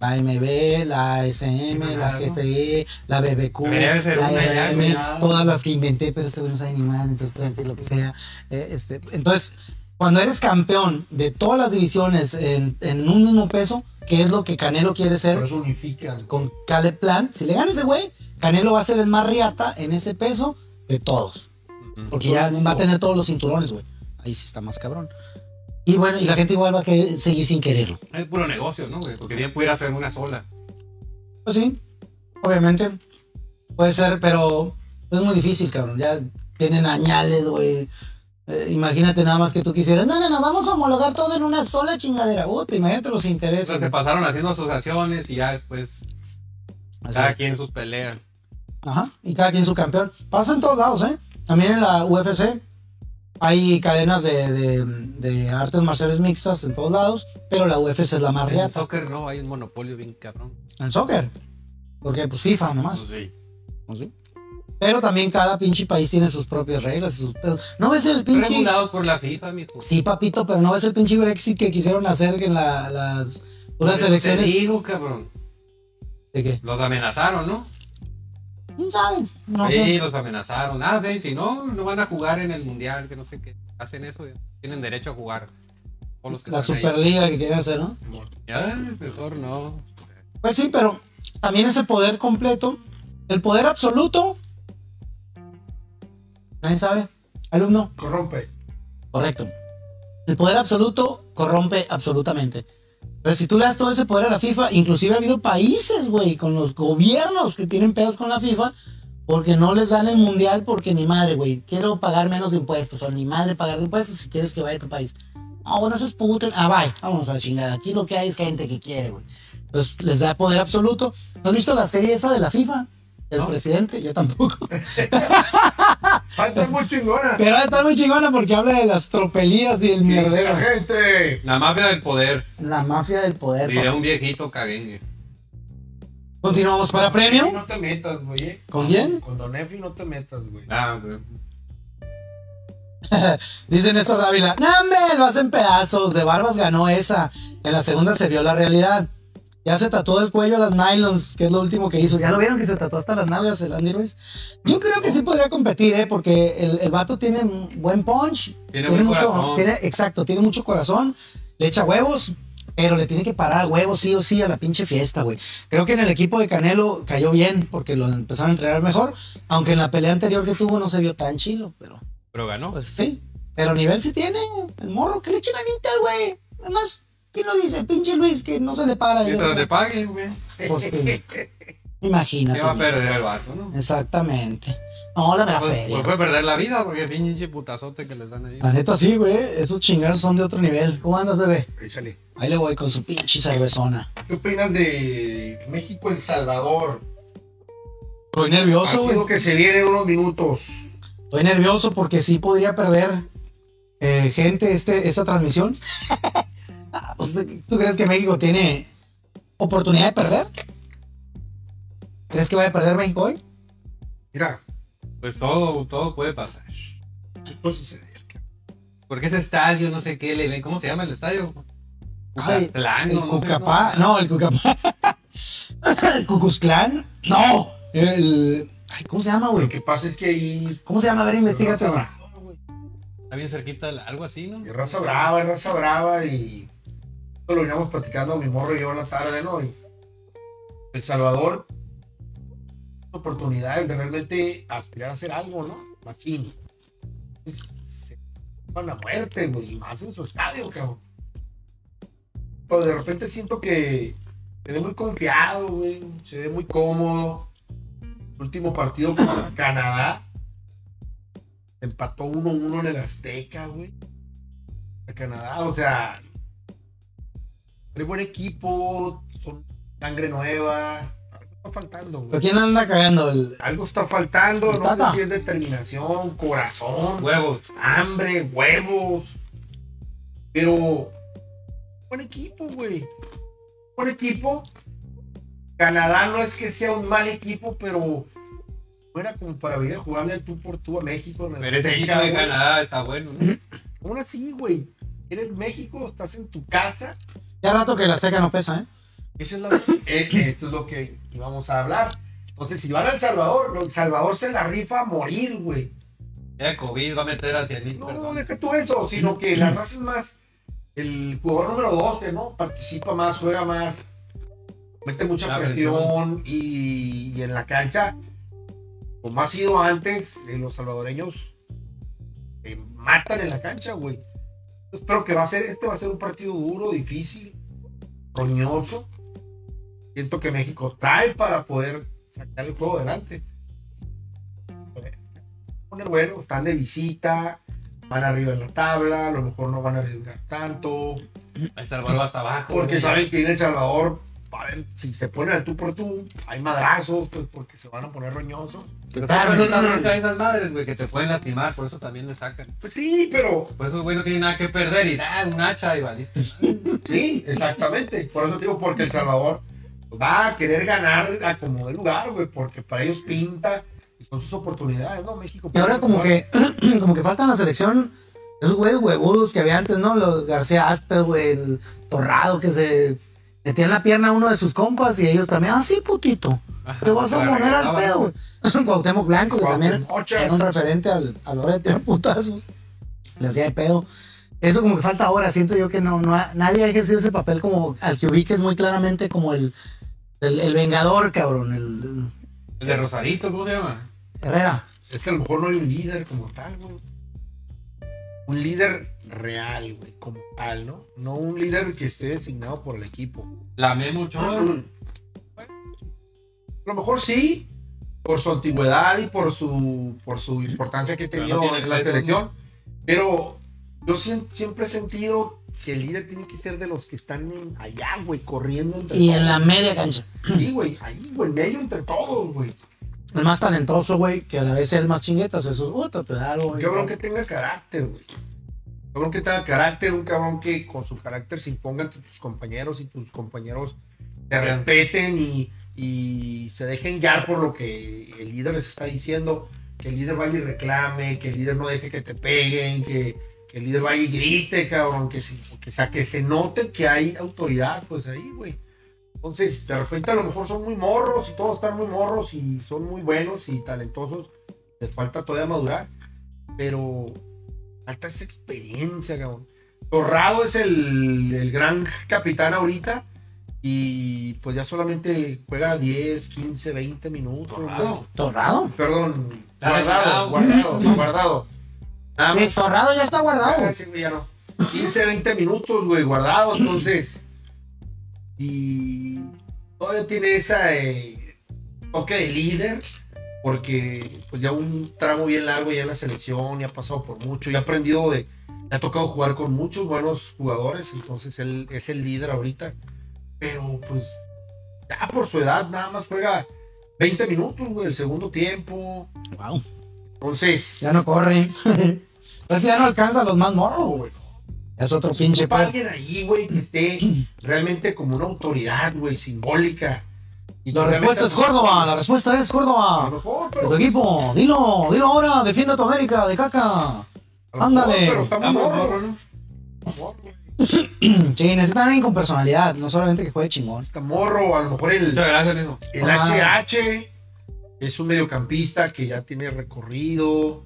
[SPEAKER 3] La AMB, la ASM, la GPE, la BBQ,
[SPEAKER 1] Debería ser
[SPEAKER 3] la
[SPEAKER 1] E una ya,
[SPEAKER 3] RM,
[SPEAKER 1] güey.
[SPEAKER 3] todas las que inventé, pero este güey no sabe ni madre, entonces puede decir lo que sea. Eh, este, entonces, cuando eres campeón de todas las divisiones en, en un mismo peso, que es lo que Canelo quiere ser,
[SPEAKER 2] Por eso unifican.
[SPEAKER 3] con Caleb Plant. Si le gana ese güey, Canelo va a ser el más riata en ese peso de todos. Porque ya va a tener todos los cinturones, güey. Ahí sí está más cabrón. Y bueno, y la gente igual va a querer seguir sin quererlo.
[SPEAKER 1] Es puro negocio, ¿no, güey? Porque bien pudiera hacer una sola.
[SPEAKER 3] Pues sí, obviamente. Puede ser, pero es muy difícil, cabrón. Ya tienen añales, güey. Eh, imagínate nada más que tú quisieras. No, no, no, vamos a homologar todo en una sola chingadera. Puta, imagínate los intereses.
[SPEAKER 1] Entonces se
[SPEAKER 3] güey.
[SPEAKER 1] pasaron haciendo asociaciones y ya después
[SPEAKER 3] Así.
[SPEAKER 1] cada quien sus peleas.
[SPEAKER 3] Ajá, y cada quien su campeón. Pasa en todos lados, ¿eh? También en la UFC hay cadenas de, de- de artes marciales mixtas en todos lados, pero la UFC es la más
[SPEAKER 1] En el
[SPEAKER 3] reata.
[SPEAKER 1] soccer no, hay un monopolio bien cabrón.
[SPEAKER 3] En soccer. Porque pues FIFA nomás.
[SPEAKER 1] Pues sí.
[SPEAKER 3] pues, sí. Pero también cada pinche país tiene sus propias reglas y sus pedos. ¿No ves el pinche...
[SPEAKER 1] Regulados por la FIFA, mijo.
[SPEAKER 3] Sí, papito, pero ¿no ves el pinche Brexit que quisieron hacer en la- las... Unas
[SPEAKER 1] Pues Te
[SPEAKER 3] elecciones...
[SPEAKER 1] digo, cabrón.
[SPEAKER 3] ¿De qué?
[SPEAKER 1] Los amenazaron, ¿no?
[SPEAKER 3] ¿Quién sabe? No
[SPEAKER 1] sí,
[SPEAKER 3] sé.
[SPEAKER 1] los amenazaron. Ah, sí, si no, no van a jugar en el mundial, que no sé qué. Hacen eso, tienen derecho a jugar. O los que
[SPEAKER 3] La
[SPEAKER 1] están ahí.
[SPEAKER 3] Superliga que quieren hacer, ¿no?
[SPEAKER 1] Ya, mejor no.
[SPEAKER 3] Pues sí, pero también ese poder completo, el poder absoluto, nadie sabe, alumno,
[SPEAKER 2] Corrompe.
[SPEAKER 3] correcto. El poder absoluto corrompe absolutamente. Pero si tú le das todo ese poder a la FIFA, inclusive ha habido países, güey, con los gobiernos que tienen pedos con la FIFA, porque no les dan el mundial, porque ni madre, güey, quiero pagar menos de impuestos, o ni madre pagar de impuestos si quieres que vaya a tu país. Ah, bueno, eso es puto. Ah, bye, vamos a la chingada. Aquí lo que hay es gente que quiere, güey. Pues les da poder absoluto. ¿No has visto la serie esa de la FIFA? El
[SPEAKER 1] No.
[SPEAKER 3] presidente, yo tampoco. <laughs>
[SPEAKER 2] Falta muy chingona.
[SPEAKER 3] Pero está muy chingona porque habla de las tropelías y el mierdero.
[SPEAKER 2] La gente.
[SPEAKER 1] La mafia del poder,
[SPEAKER 3] La mafia del poder.
[SPEAKER 1] diría
[SPEAKER 3] papá.
[SPEAKER 1] un viejito caguengue.
[SPEAKER 3] Continuamos para
[SPEAKER 2] Efi,
[SPEAKER 3] premio.
[SPEAKER 2] No te metas, güey. eh.
[SPEAKER 3] ¿Con quién?
[SPEAKER 2] Con Don Efi no te metas, güey.
[SPEAKER 1] Ah, güey.
[SPEAKER 3] Dice Néstor Dávila, ¡Name! Lo hacen pedazos. De barbas ganó esa. En la segunda se vio la realidad. Ya se tatuó del cuello las nylons, que es lo último que hizo. Ya lo vieron que se tatuó hasta las nalgas el Andy Ruiz. Yo creo que sí podría competir, ¿eh? Porque el, el vato tiene un buen punch.
[SPEAKER 1] Tiene buen
[SPEAKER 3] mucho,
[SPEAKER 1] corazón.
[SPEAKER 3] tiene- exacto, tiene mucho corazón. Le echa huevos. Pero le tiene que parar huevos sí o sí a la pinche fiesta, güey. Creo que en el equipo de Canelo cayó bien porque lo empezaron a entrenar mejor. Aunque en la pelea anterior que tuvo no se vio tan chilo, pero
[SPEAKER 1] Pero ganó.
[SPEAKER 3] pues sí, Pero nivel sí tiene. El morro, que le eche ganitas, güey. Además, ¿quién lo dice? Pinche Luis, que no se le para.
[SPEAKER 1] Mientras le paguen, güey.
[SPEAKER 3] Pues, pues,
[SPEAKER 1] Se
[SPEAKER 3] imagínate.
[SPEAKER 1] va a
[SPEAKER 3] amigo.
[SPEAKER 1] perder el barco, ¿no?
[SPEAKER 3] Exactamente. No, la de la
[SPEAKER 1] Pues,
[SPEAKER 3] feria. Ah.
[SPEAKER 1] pues puede perder la vida porque pinche putazote que les dan ahí.
[SPEAKER 3] La neta sí, güey. Esos chingazos son de otro nivel. ¿Cómo andas, bebé?
[SPEAKER 2] Échale.
[SPEAKER 3] Ahí le voy con su pinche cervezona.
[SPEAKER 2] ¿Qué opinas de México El Salvador?
[SPEAKER 3] Estoy nervioso, güey.
[SPEAKER 2] Partido que se viene en unos minutos.
[SPEAKER 3] Estoy nervioso porque sí podría perder eh, gente este, esta <laughs> transmisión. Ah, pues, ¿Tú crees que México tiene oportunidad de perder? ¿Crees que vaya a perder México hoy?
[SPEAKER 2] Mira,
[SPEAKER 1] Pues todo, todo puede pasar.
[SPEAKER 2] ¿qué puede suceder?
[SPEAKER 1] Porque ese estadio, no sé qué, le ven, ¿cómo se llama el estadio?
[SPEAKER 3] Ay,
[SPEAKER 1] Cucatlán,
[SPEAKER 3] El
[SPEAKER 1] no sé
[SPEAKER 3] Cucapá. No, el Cucapá. <laughs> el Cucuzclán. No. El... ay, ¿Cómo se llama,
[SPEAKER 2] Lo
[SPEAKER 3] güey?
[SPEAKER 2] que pasa es que ahí.
[SPEAKER 3] ¿Cómo se llama? A ver, investigate.
[SPEAKER 1] cómo. Está bien cerquita, del- algo así, ¿no?
[SPEAKER 2] Y raza brava, y raza brava y esto lo veníamos platicando mi morro y yo en la tarde, ¿no? Y El Salvador oportunidades de realmente aspirar a hacer algo, ¿no? Machín. Es- Se van a muerte, güey, y más en su estadio, cabrón. Pero de repente siento que se ve muy confiado, güey, se ve muy cómodo. El último partido con Canadá empató 1-1 en el Azteca, güey a Canadá, o sea, hay buen equipo, son sangre nueva, algo está faltando, güey.
[SPEAKER 3] ¿Pero ¿Quién anda cagando? El...
[SPEAKER 2] Algo está faltando,
[SPEAKER 3] El
[SPEAKER 2] no sé
[SPEAKER 3] Tata.
[SPEAKER 2] si es determinación, corazón,
[SPEAKER 1] Huevos.
[SPEAKER 2] hambre, huevos, pero buen equipo, güey, buen equipo. Canadá no es que sea un mal equipo, pero no era como para venir a jugarle al tú por tú a México. en el
[SPEAKER 1] Pero ese
[SPEAKER 2] Azteca,
[SPEAKER 1] hígado de
[SPEAKER 2] güey.
[SPEAKER 1] Canadá está bueno, ¿no?
[SPEAKER 2] Aún así, güey, eres México, estás en tu casa.
[SPEAKER 3] Ya rato que la seca no pesa, ¿eh?
[SPEAKER 2] Eso es lo, <laughs> eh, esto es lo que íbamos a hablar. Entonces, si van a El Salvador, lo- El Salvador se la rifa a morir, güey.
[SPEAKER 1] Ya COVID va a meter hacia mil
[SPEAKER 2] No,
[SPEAKER 1] personas.
[SPEAKER 2] deja tú eso, sino que la raza es más. El jugador número 12, ¿no? Participa más, juega más, mete mucha
[SPEAKER 1] La
[SPEAKER 2] presión y, y en la cancha, como ha sido antes, eh, los salvadoreños eh, matan en la cancha, güey. Yo Espero que va a ser, este va a ser un partido duro, difícil, roñoso. Siento que México trae para poder sacar el juego adelante. Poner bueno, están de visita, van arriba en la tabla, a lo mejor no van a arriesgar tanto,
[SPEAKER 1] El Salvador va hasta abajo.
[SPEAKER 2] porque
[SPEAKER 1] ¿no?
[SPEAKER 2] saben que en El Salvador, a ver, si se ponen al tú por tú, hay madrazos, pues porque se van a poner roñosos.
[SPEAKER 1] Pero saben, no no, no, esas madres, güey, que te pueden lastimar, por eso también le sacan.
[SPEAKER 2] Pues sí, pero
[SPEAKER 1] Por eso, güey, no tienen nada que perder y da un hacha y valiste. madre.
[SPEAKER 2] sí, exactamente. Por eso digo, porque El Salvador va a querer ganar a como de lugar, güey, porque para ellos pinta y son sus oportunidades, ¿no? México.
[SPEAKER 3] Y ahora como que, <clears throat> como que faltan la selección esos güeyes huevudos que había antes, ¿no? Los García Aspe, güey, el Torrado, que se metían la pierna a uno de sus compas y ellos también, ah, sí, putito, te vas a
[SPEAKER 1] Ajá,
[SPEAKER 3] poner al
[SPEAKER 1] regresaba.
[SPEAKER 3] pedo, güey. <laughs> Cuauhtémoc Blanco, que también
[SPEAKER 2] Cuauhtémoc.
[SPEAKER 3] era un referente al, a la hora de tirar putazos, le hacía de pedo. Eso como que falta ahora, siento yo que no, no ha- nadie ha ejercido ese papel como al que ubiques muy claramente como el, el, el vengador, cabrón, el-
[SPEAKER 1] El de Rosarito, ¿cómo se llama?
[SPEAKER 3] el Herrera.
[SPEAKER 2] Es que a lo mejor no hay un líder como tal, güey. Un líder real, güey, como tal, ¿no? No un líder que esté designado por el equipo.
[SPEAKER 1] La Memo Ochoa.
[SPEAKER 2] A lo mejor sí, por su antigüedad y por su, por su importancia que ha
[SPEAKER 1] Pero
[SPEAKER 2] tenido
[SPEAKER 1] no tiene
[SPEAKER 2] en la
[SPEAKER 1] crédito,
[SPEAKER 2] selección. Pero yo sien- siempre he sentido que el líder tiene que ser de los que están en- allá, güey, corriendo entre
[SPEAKER 3] Y
[SPEAKER 2] todos.
[SPEAKER 3] en la media cancha.
[SPEAKER 2] Sí, güey, ahí, güey, en medio entre todos, güey.
[SPEAKER 3] el más talentoso, güey, que a la vez es el más chinguetas, eso puta, te da algo. güey.
[SPEAKER 2] Yo creo que tenga carácter, güey. Cabrón que tenga carácter, un cabrón que con su carácter se imponga ante tus compañeros y tus compañeros te respeten y, y se dejen guiar por lo que el líder les está diciendo. Que el líder vaya y reclame, que el líder no deje que te peguen, que, que el líder vaya y grite, cabrón, que, se- que, o sea, que se note que hay autoridad, pues ahí, güey. Entonces, de repente a lo mejor son muy morros y todos están muy morros y son muy buenos y talentosos. Les falta todavía madurar pero falta esa experiencia, cabrón. Torrado es el, el gran capitán ahorita y pues ya solamente juega 10, 15, 20 minutos. güey.
[SPEAKER 1] Torrado.
[SPEAKER 3] Torrado.
[SPEAKER 2] Perdón,
[SPEAKER 1] Está
[SPEAKER 2] guardado,
[SPEAKER 1] retirado.
[SPEAKER 2] guardado, guardado. Nada
[SPEAKER 3] Sí,
[SPEAKER 2] más.
[SPEAKER 3] torrado ya está guardado.
[SPEAKER 2] Ah,
[SPEAKER 3] güey.
[SPEAKER 2] sí, güey, ya no. 15, 20 minutos, güey, guardado, entonces. Y todavía tiene esa eh, toque de líder, porque pues ya un tramo bien largo ya en la selección, ya ha pasado por mucho, ya ha aprendido de, le ha tocado jugar con muchos buenos jugadores, entonces él es el líder ahorita, pero pues ya por su edad nada más juega 20 minutos, güey, el segundo tiempo,
[SPEAKER 3] Wow.
[SPEAKER 2] entonces...
[SPEAKER 3] Ya no corre. <laughs>
[SPEAKER 6] Es que ya no alcanza a los más morros, güey.
[SPEAKER 3] Es otro
[SPEAKER 2] Se
[SPEAKER 3] pinche
[SPEAKER 2] ocupa
[SPEAKER 3] pedo.
[SPEAKER 2] Pues, alguien ahí, güey, que esté realmente como una autoridad, güey, simbólica. Y
[SPEAKER 3] La
[SPEAKER 2] realmente-
[SPEAKER 3] respuesta es Córdoba. La respuesta es
[SPEAKER 2] A lo
[SPEAKER 3] Córdoba.
[SPEAKER 2] mejor,
[SPEAKER 3] De
[SPEAKER 2] pero.
[SPEAKER 3] tu equipo. Dilo, dilo ahora. Defiende a tu América de caca.
[SPEAKER 2] a lo mejor,
[SPEAKER 3] ándale.
[SPEAKER 2] pero está muy
[SPEAKER 1] Vamos,
[SPEAKER 2] morro,
[SPEAKER 1] morro, ¿no?
[SPEAKER 2] está morro, güey.
[SPEAKER 3] Mm, Sí, necesitan alguien con personalidad. No solamente que juegue chingón.
[SPEAKER 2] Está morro, a lo mejor el,
[SPEAKER 1] Muchas gracias, mijo.
[SPEAKER 2] el
[SPEAKER 3] Ah.
[SPEAKER 2] HH es un mediocampista que ya tiene recorrido,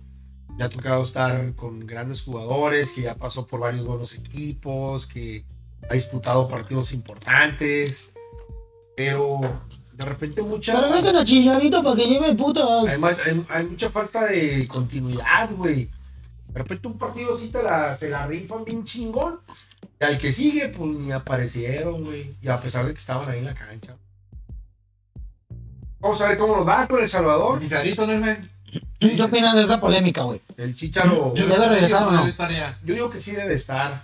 [SPEAKER 2] le ha tocado estar con grandes jugadores, que ya pasó por varios buenos equipos, que ha disputado partidos importantes, pero de repente mucha...
[SPEAKER 3] Pero vete a chillarito para que lleve putas.
[SPEAKER 2] Hay, más- hay- hay mucha falta de continuidad, güey. De repente un partido así te la, te la rifan bien chingón. Y al que sigue, pues ni aparecieron, güey. Y a pesar de que estaban ahí en la cancha. Vamos a ver cómo nos va con El Salvador.
[SPEAKER 1] Chicharito, ¿no, güey?
[SPEAKER 3] ¿Qué opinas de esa polémica, güey?
[SPEAKER 2] El Chicharo.
[SPEAKER 3] Yo- Debe regresar, ¿o no?
[SPEAKER 1] Estaría-
[SPEAKER 2] Yo digo que sí debe estar.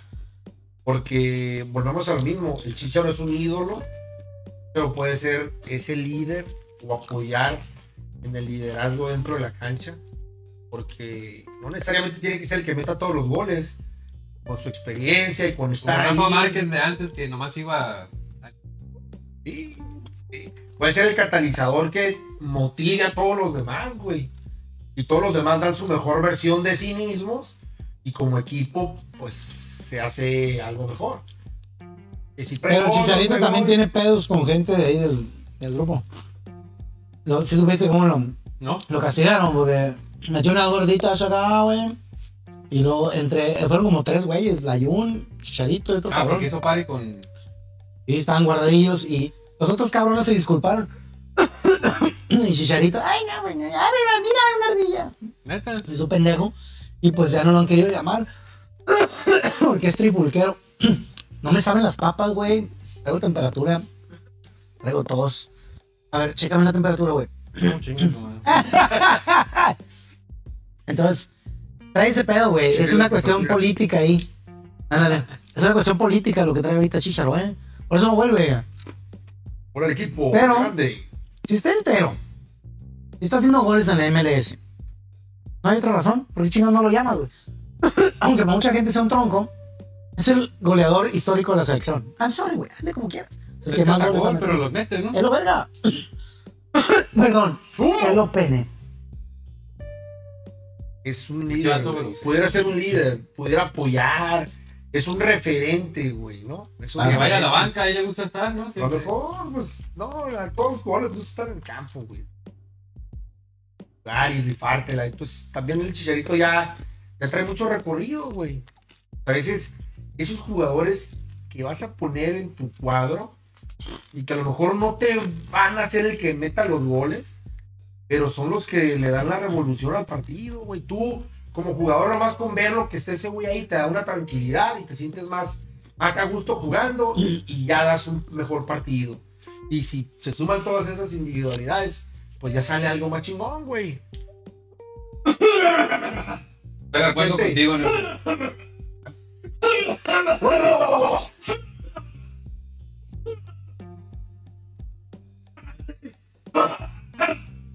[SPEAKER 2] Porque volvemos a lo mismo. El Chicharo es un ídolo. Pero puede ser ese líder o apoyar en el liderazgo dentro de la cancha. Porque no necesariamente tiene que ser el que meta todos los goles. Con su experiencia y con
[SPEAKER 1] Como
[SPEAKER 2] estar
[SPEAKER 1] Rafa
[SPEAKER 2] ahí.
[SPEAKER 1] Márquez de antes que nomás iba.
[SPEAKER 2] Sí, sí. Puede ser el catalizador que motive a todos los demás, güey. Y todos los demás dan su mejor versión de sí mismos. Y como equipo, pues se hace algo mejor. Que si
[SPEAKER 3] Pero
[SPEAKER 2] pregón,
[SPEAKER 3] Chicharito
[SPEAKER 2] pregón,
[SPEAKER 3] también tiene pedos con gente de ahí del, del grupo. Lo, si supiste cómo lo,
[SPEAKER 1] ¿No? Ah,
[SPEAKER 3] lo castigaron, porque metió una gordita hacia acá, güey. Y luego entre, fueron como tres güeyes, Layun, Chicharito y otro
[SPEAKER 1] Ah,
[SPEAKER 3] cabrón.
[SPEAKER 1] porque hizo pari con.
[SPEAKER 3] Y estaban guardadillos y los otros cabrones se disculparon. <coughs> y Chicharito, ay no, güey, no, ábreme, mira una ardilla.
[SPEAKER 1] Neta.
[SPEAKER 3] Se hizo pendejo. Y pues ya no lo han querido llamar. <coughs> porque es tripulquero. <coughs> no me saben las papas, güey. Traigo temperatura. Traigo tos. A ver, chécame la temperatura, güey.
[SPEAKER 1] No, chinga tu madre.
[SPEAKER 3] Ah, Entonces, trae ese pedo, güey.
[SPEAKER 2] Sí,
[SPEAKER 3] Es una
[SPEAKER 2] la
[SPEAKER 3] cuestión
[SPEAKER 2] patología.
[SPEAKER 3] política ahí. Ándale. Es una cuestión política lo que trae ahorita Chicharo, ¿eh? Por eso no vuelve.
[SPEAKER 2] Por el equipo.
[SPEAKER 3] Pero-
[SPEAKER 2] grande.
[SPEAKER 3] Si está entero, si está haciendo goles en la MLS, no hay otra razón. ¿Por qué chingados no lo llamas, güey? <laughs> Aunque para mucha gente sea un tronco, es el goleador histórico de la selección. I'm sorry, güey. Hazle como quieras. Es el que
[SPEAKER 1] Mete
[SPEAKER 3] más
[SPEAKER 1] a
[SPEAKER 3] goles ha
[SPEAKER 1] gol,
[SPEAKER 3] metido.
[SPEAKER 1] pero los mete, ¿no?
[SPEAKER 3] ¡Es lo verga! <coughs> Perdón. ¡Es lo pene!
[SPEAKER 2] Es un
[SPEAKER 1] Muchacho,
[SPEAKER 2] líder.
[SPEAKER 1] pero
[SPEAKER 2] güey.
[SPEAKER 1] sí.
[SPEAKER 2] Pudiera ser un líder. Pudiera apoyar. Es un referente, güey, ¿no? Es un
[SPEAKER 1] Que vaya a
[SPEAKER 2] referente.
[SPEAKER 1] la banca, a ella le gusta estar, ¿no?
[SPEAKER 2] A lo
[SPEAKER 1] Siempre.
[SPEAKER 2] mejor, pues, no, a todos los jugadores les gusta estar en campo, güey. Dar y rifártela. Entonces, pues, también el chicharito ya, ya trae mucho recorrido, güey. A veces, esos jugadores que vas a poner en tu cuadro y que a lo mejor no te van a ser el que meta los goles, pero son los que le dan la revolución al partido, güey. Tú, como jugador, nomás con verlo que esté ese güey ahí, te da una tranquilidad y te sientes más más a gusto jugando y, y ya das un mejor partido. Y si se suman todas esas individualidades, pues ya sale algo más chingón, güey.
[SPEAKER 1] Estoy de acuerdo
[SPEAKER 2] Gente.
[SPEAKER 1] contigo, ¿no?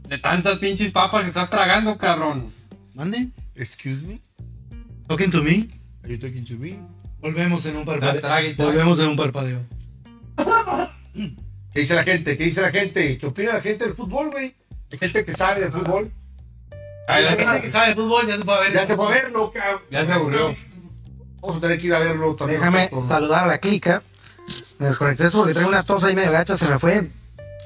[SPEAKER 1] De tantas pinches papas que estás tragando, cabrón.
[SPEAKER 3] ¿Mande?
[SPEAKER 2] Excuse me.
[SPEAKER 3] Talking to me.
[SPEAKER 2] Are you talking to me?
[SPEAKER 3] Volvemos en un
[SPEAKER 1] Tra- traga y traga.
[SPEAKER 3] en un parpadeo.
[SPEAKER 2] ¿Qué dice la gente? ¿Qué dice la gente? ¿Qué opina la gente del fútbol, güey? Hay gente que sabe de fútbol.
[SPEAKER 1] Ay, la gente
[SPEAKER 3] que sabe de fútbol ya no puede
[SPEAKER 2] Ya se fue a verlo, cabrón.
[SPEAKER 1] Ya se aburrió.
[SPEAKER 2] Vamos a tener que ir a verlo también.
[SPEAKER 3] Déjame
[SPEAKER 2] nosotros, ¿no?
[SPEAKER 3] saludar a la clica. Me desconecté porque traigo una tos ahí medio gacha, se me fue.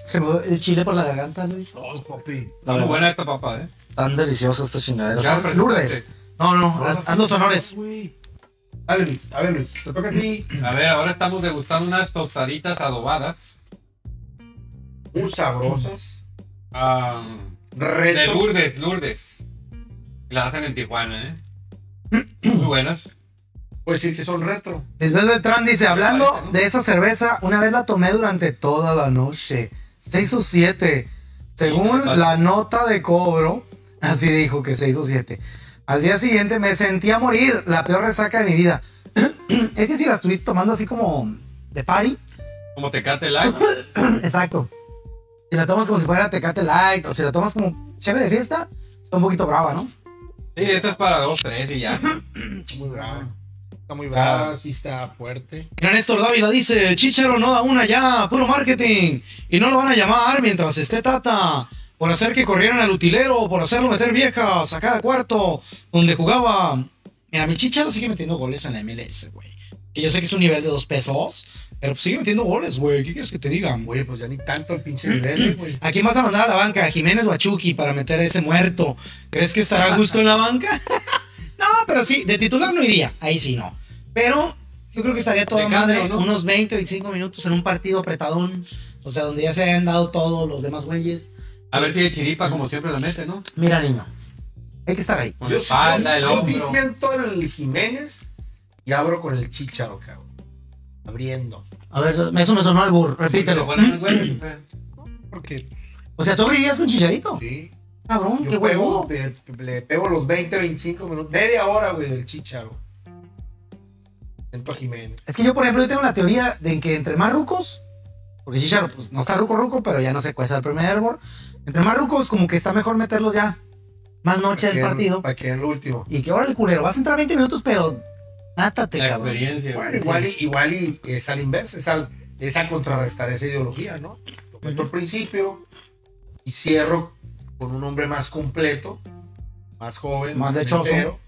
[SPEAKER 3] Se me fue el chile por la garganta, Luis.
[SPEAKER 2] No, papi.
[SPEAKER 3] La
[SPEAKER 1] Muy
[SPEAKER 3] verdad,
[SPEAKER 1] buena esta papa, ¿eh?
[SPEAKER 3] tan deliciosa esta chingadera.
[SPEAKER 1] Ya,
[SPEAKER 3] Son
[SPEAKER 1] pero-
[SPEAKER 3] Lourdes. No, no, haz, haz los honores.
[SPEAKER 2] Güey. A ver, Luis, a ver, Luis, te toca a ti.
[SPEAKER 1] A ver, ahora estamos degustando unas tostaditas adobadas.
[SPEAKER 2] Muy sabrosas.
[SPEAKER 1] Ah, de
[SPEAKER 2] Reto.
[SPEAKER 1] Lourdes, Lourdes. Las hacen en Tijuana, ¿eh? Muy buenas.
[SPEAKER 2] Puedo decir que son retro.
[SPEAKER 6] Lisbeth Beltrán dice, hablando de esa cerveza, una vez la tomé durante toda la noche, seis o siete, según
[SPEAKER 1] Sí,
[SPEAKER 6] la nota de cobro, <laughs> así dijo que seis o siete. Al día siguiente me sentí a morir, la peor resaca de mi vida. <clears throat> es que si la estuviste tomando así como de party, <clears throat>
[SPEAKER 1] Como Tecate Light.
[SPEAKER 6] exacto. Si la tomas como si fuera Tecate Light o si la tomas como cheve de fiesta, está un poquito brava, ¿no?
[SPEAKER 1] Sí, esto es para dos, tres y ya.
[SPEAKER 2] Está muy bravo. Está muy
[SPEAKER 1] Claro.
[SPEAKER 2] bravo. Sí, está fuerte.
[SPEAKER 6] Néstor Dávila dice, Chicharo no da una ya, puro marketing. Y no lo van a llamar mientras esté Tata. Por hacer que corrieran al utilero, por hacerlo meter viejas a cada cuarto donde jugaba. Mira, mi Chicharo sigue metiendo goles en la MLS, güey. Que yo sé que es un nivel de dos pesos, pero pues sigue metiendo goles, güey. ¿Qué quieres que te digan, güey?
[SPEAKER 2] Oye, pues ya ni tanto el pinche nivel, güey.
[SPEAKER 6] ¿A quién vas a mandar a la banca? ¿A Jiménez o a Chucky para meter a ese muerto? ¿Crees que estará a gusto en la banca? <laughs> no, pero sí, de titular no iría. Ahí sí, no. Pero yo creo que estaría toda
[SPEAKER 1] De
[SPEAKER 6] madre
[SPEAKER 1] cambio, ¿no?
[SPEAKER 6] unos 20, 25 minutos en un partido apretadón. O sea, donde ya se hayan dado todos los demás güeyes.
[SPEAKER 1] A ver si de chiripa, como siempre, la mete, ¿no?
[SPEAKER 6] Mira, niño. Hay que estar ahí.
[SPEAKER 1] Con la espalda, el
[SPEAKER 2] yo
[SPEAKER 1] hombro.
[SPEAKER 2] pimiento el Jiménez y abro con el chicharo, cabrón. Abriendo.
[SPEAKER 3] A ver, eso me sonó al burro, repítelo.
[SPEAKER 1] Bueno, no es bueno, pues. fue.
[SPEAKER 2] Porque
[SPEAKER 3] O sea, tú abrirías con chicharito.
[SPEAKER 2] sí.
[SPEAKER 3] Cabrón, qué
[SPEAKER 2] Yo pego,
[SPEAKER 3] huevo.
[SPEAKER 2] le, le pego los 20, 25 minutos. Media hora, güey, del chicharo. Siento a Jiménez.
[SPEAKER 3] Es que yo, por ejemplo, yo tengo la teoría de que entre más rucos, porque Chicharo, pues no está ruco ruco, pero ya no se cuesta el primer árbol. Entre más rucos, como que está mejor meterlos ya. Más noche del
[SPEAKER 2] Para que-
[SPEAKER 3] partido.
[SPEAKER 2] Para que en lo último.
[SPEAKER 3] Y que ahora el culero, vas a entrar 20 minutos, pero mátate,
[SPEAKER 1] La
[SPEAKER 3] cabrón.
[SPEAKER 1] experiencia. güey.
[SPEAKER 2] Bueno, igual, y, igual y es al inverso, es al, es al contrarrestar esa ideología, ¿no? Lo cuento al principio y cierro con un hombre más completo, más joven,
[SPEAKER 3] Más lechoso.
[SPEAKER 2] entero,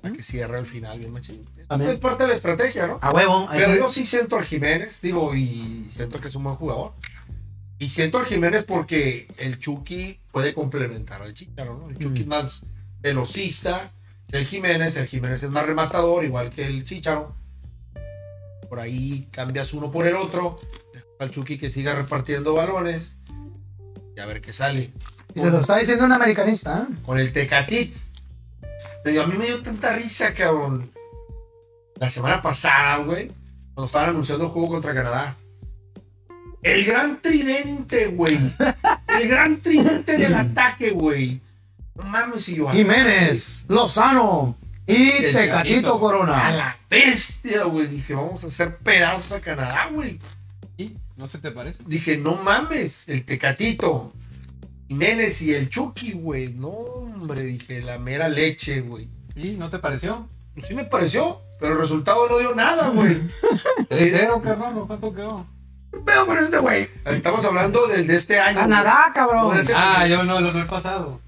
[SPEAKER 2] para que cierre al final bien machín.
[SPEAKER 3] También.
[SPEAKER 2] Es parte de la estrategia, ¿no?
[SPEAKER 3] A huevo. ahí
[SPEAKER 2] Pero
[SPEAKER 3] te-
[SPEAKER 2] yo sí siento al Jiménez, digo, y siento que es un buen jugador. Y siento al Jiménez porque el Chucky puede complementar al Chicharo, ¿no? El Chucky es más velocista que el Jiménez, el Jiménez es más rematador, igual que el Chicharo. Por ahí cambias uno por el otro, al Chucky que siga repartiendo balones y a ver qué sale.
[SPEAKER 3] Y se lo está diciendo un americanista. ¿eh?
[SPEAKER 2] Con el Tecatit. Te digo, a mí me dio tanta risa, cabrón. La semana pasada, güey, cuando estaban anunciando el juego contra Canadá. El gran tridente, güey. El gran tridente del ataque, güey. No mames, y yo. a-
[SPEAKER 3] Jiménez, Lozano y
[SPEAKER 2] El
[SPEAKER 3] Tecatito
[SPEAKER 1] Tecatito. Ah.
[SPEAKER 2] A
[SPEAKER 3] Corona.
[SPEAKER 2] la bestia, güey. Dije, vamos a hacer pedazos a Canadá, güey.
[SPEAKER 1] ¿Y? ¿No se te parece?
[SPEAKER 2] Dije, no mames, el Tecatito. Jiménez y el Chucky, güey. No, hombre, dije, la mera leche, güey.
[SPEAKER 1] ¿Y? ¿No te
[SPEAKER 3] <laughs>
[SPEAKER 1] pareció?
[SPEAKER 2] Pues sí me pareció, pero el resultado no dio nada, güey.
[SPEAKER 1] 3-0, carnal, ¿o ¿cuánto quedó?
[SPEAKER 2] Veo con este güey. Estamos hablando del de este año.
[SPEAKER 3] Canadá, cabrón.
[SPEAKER 2] Puede ser.
[SPEAKER 1] Ah, yo no, lo no el pasado.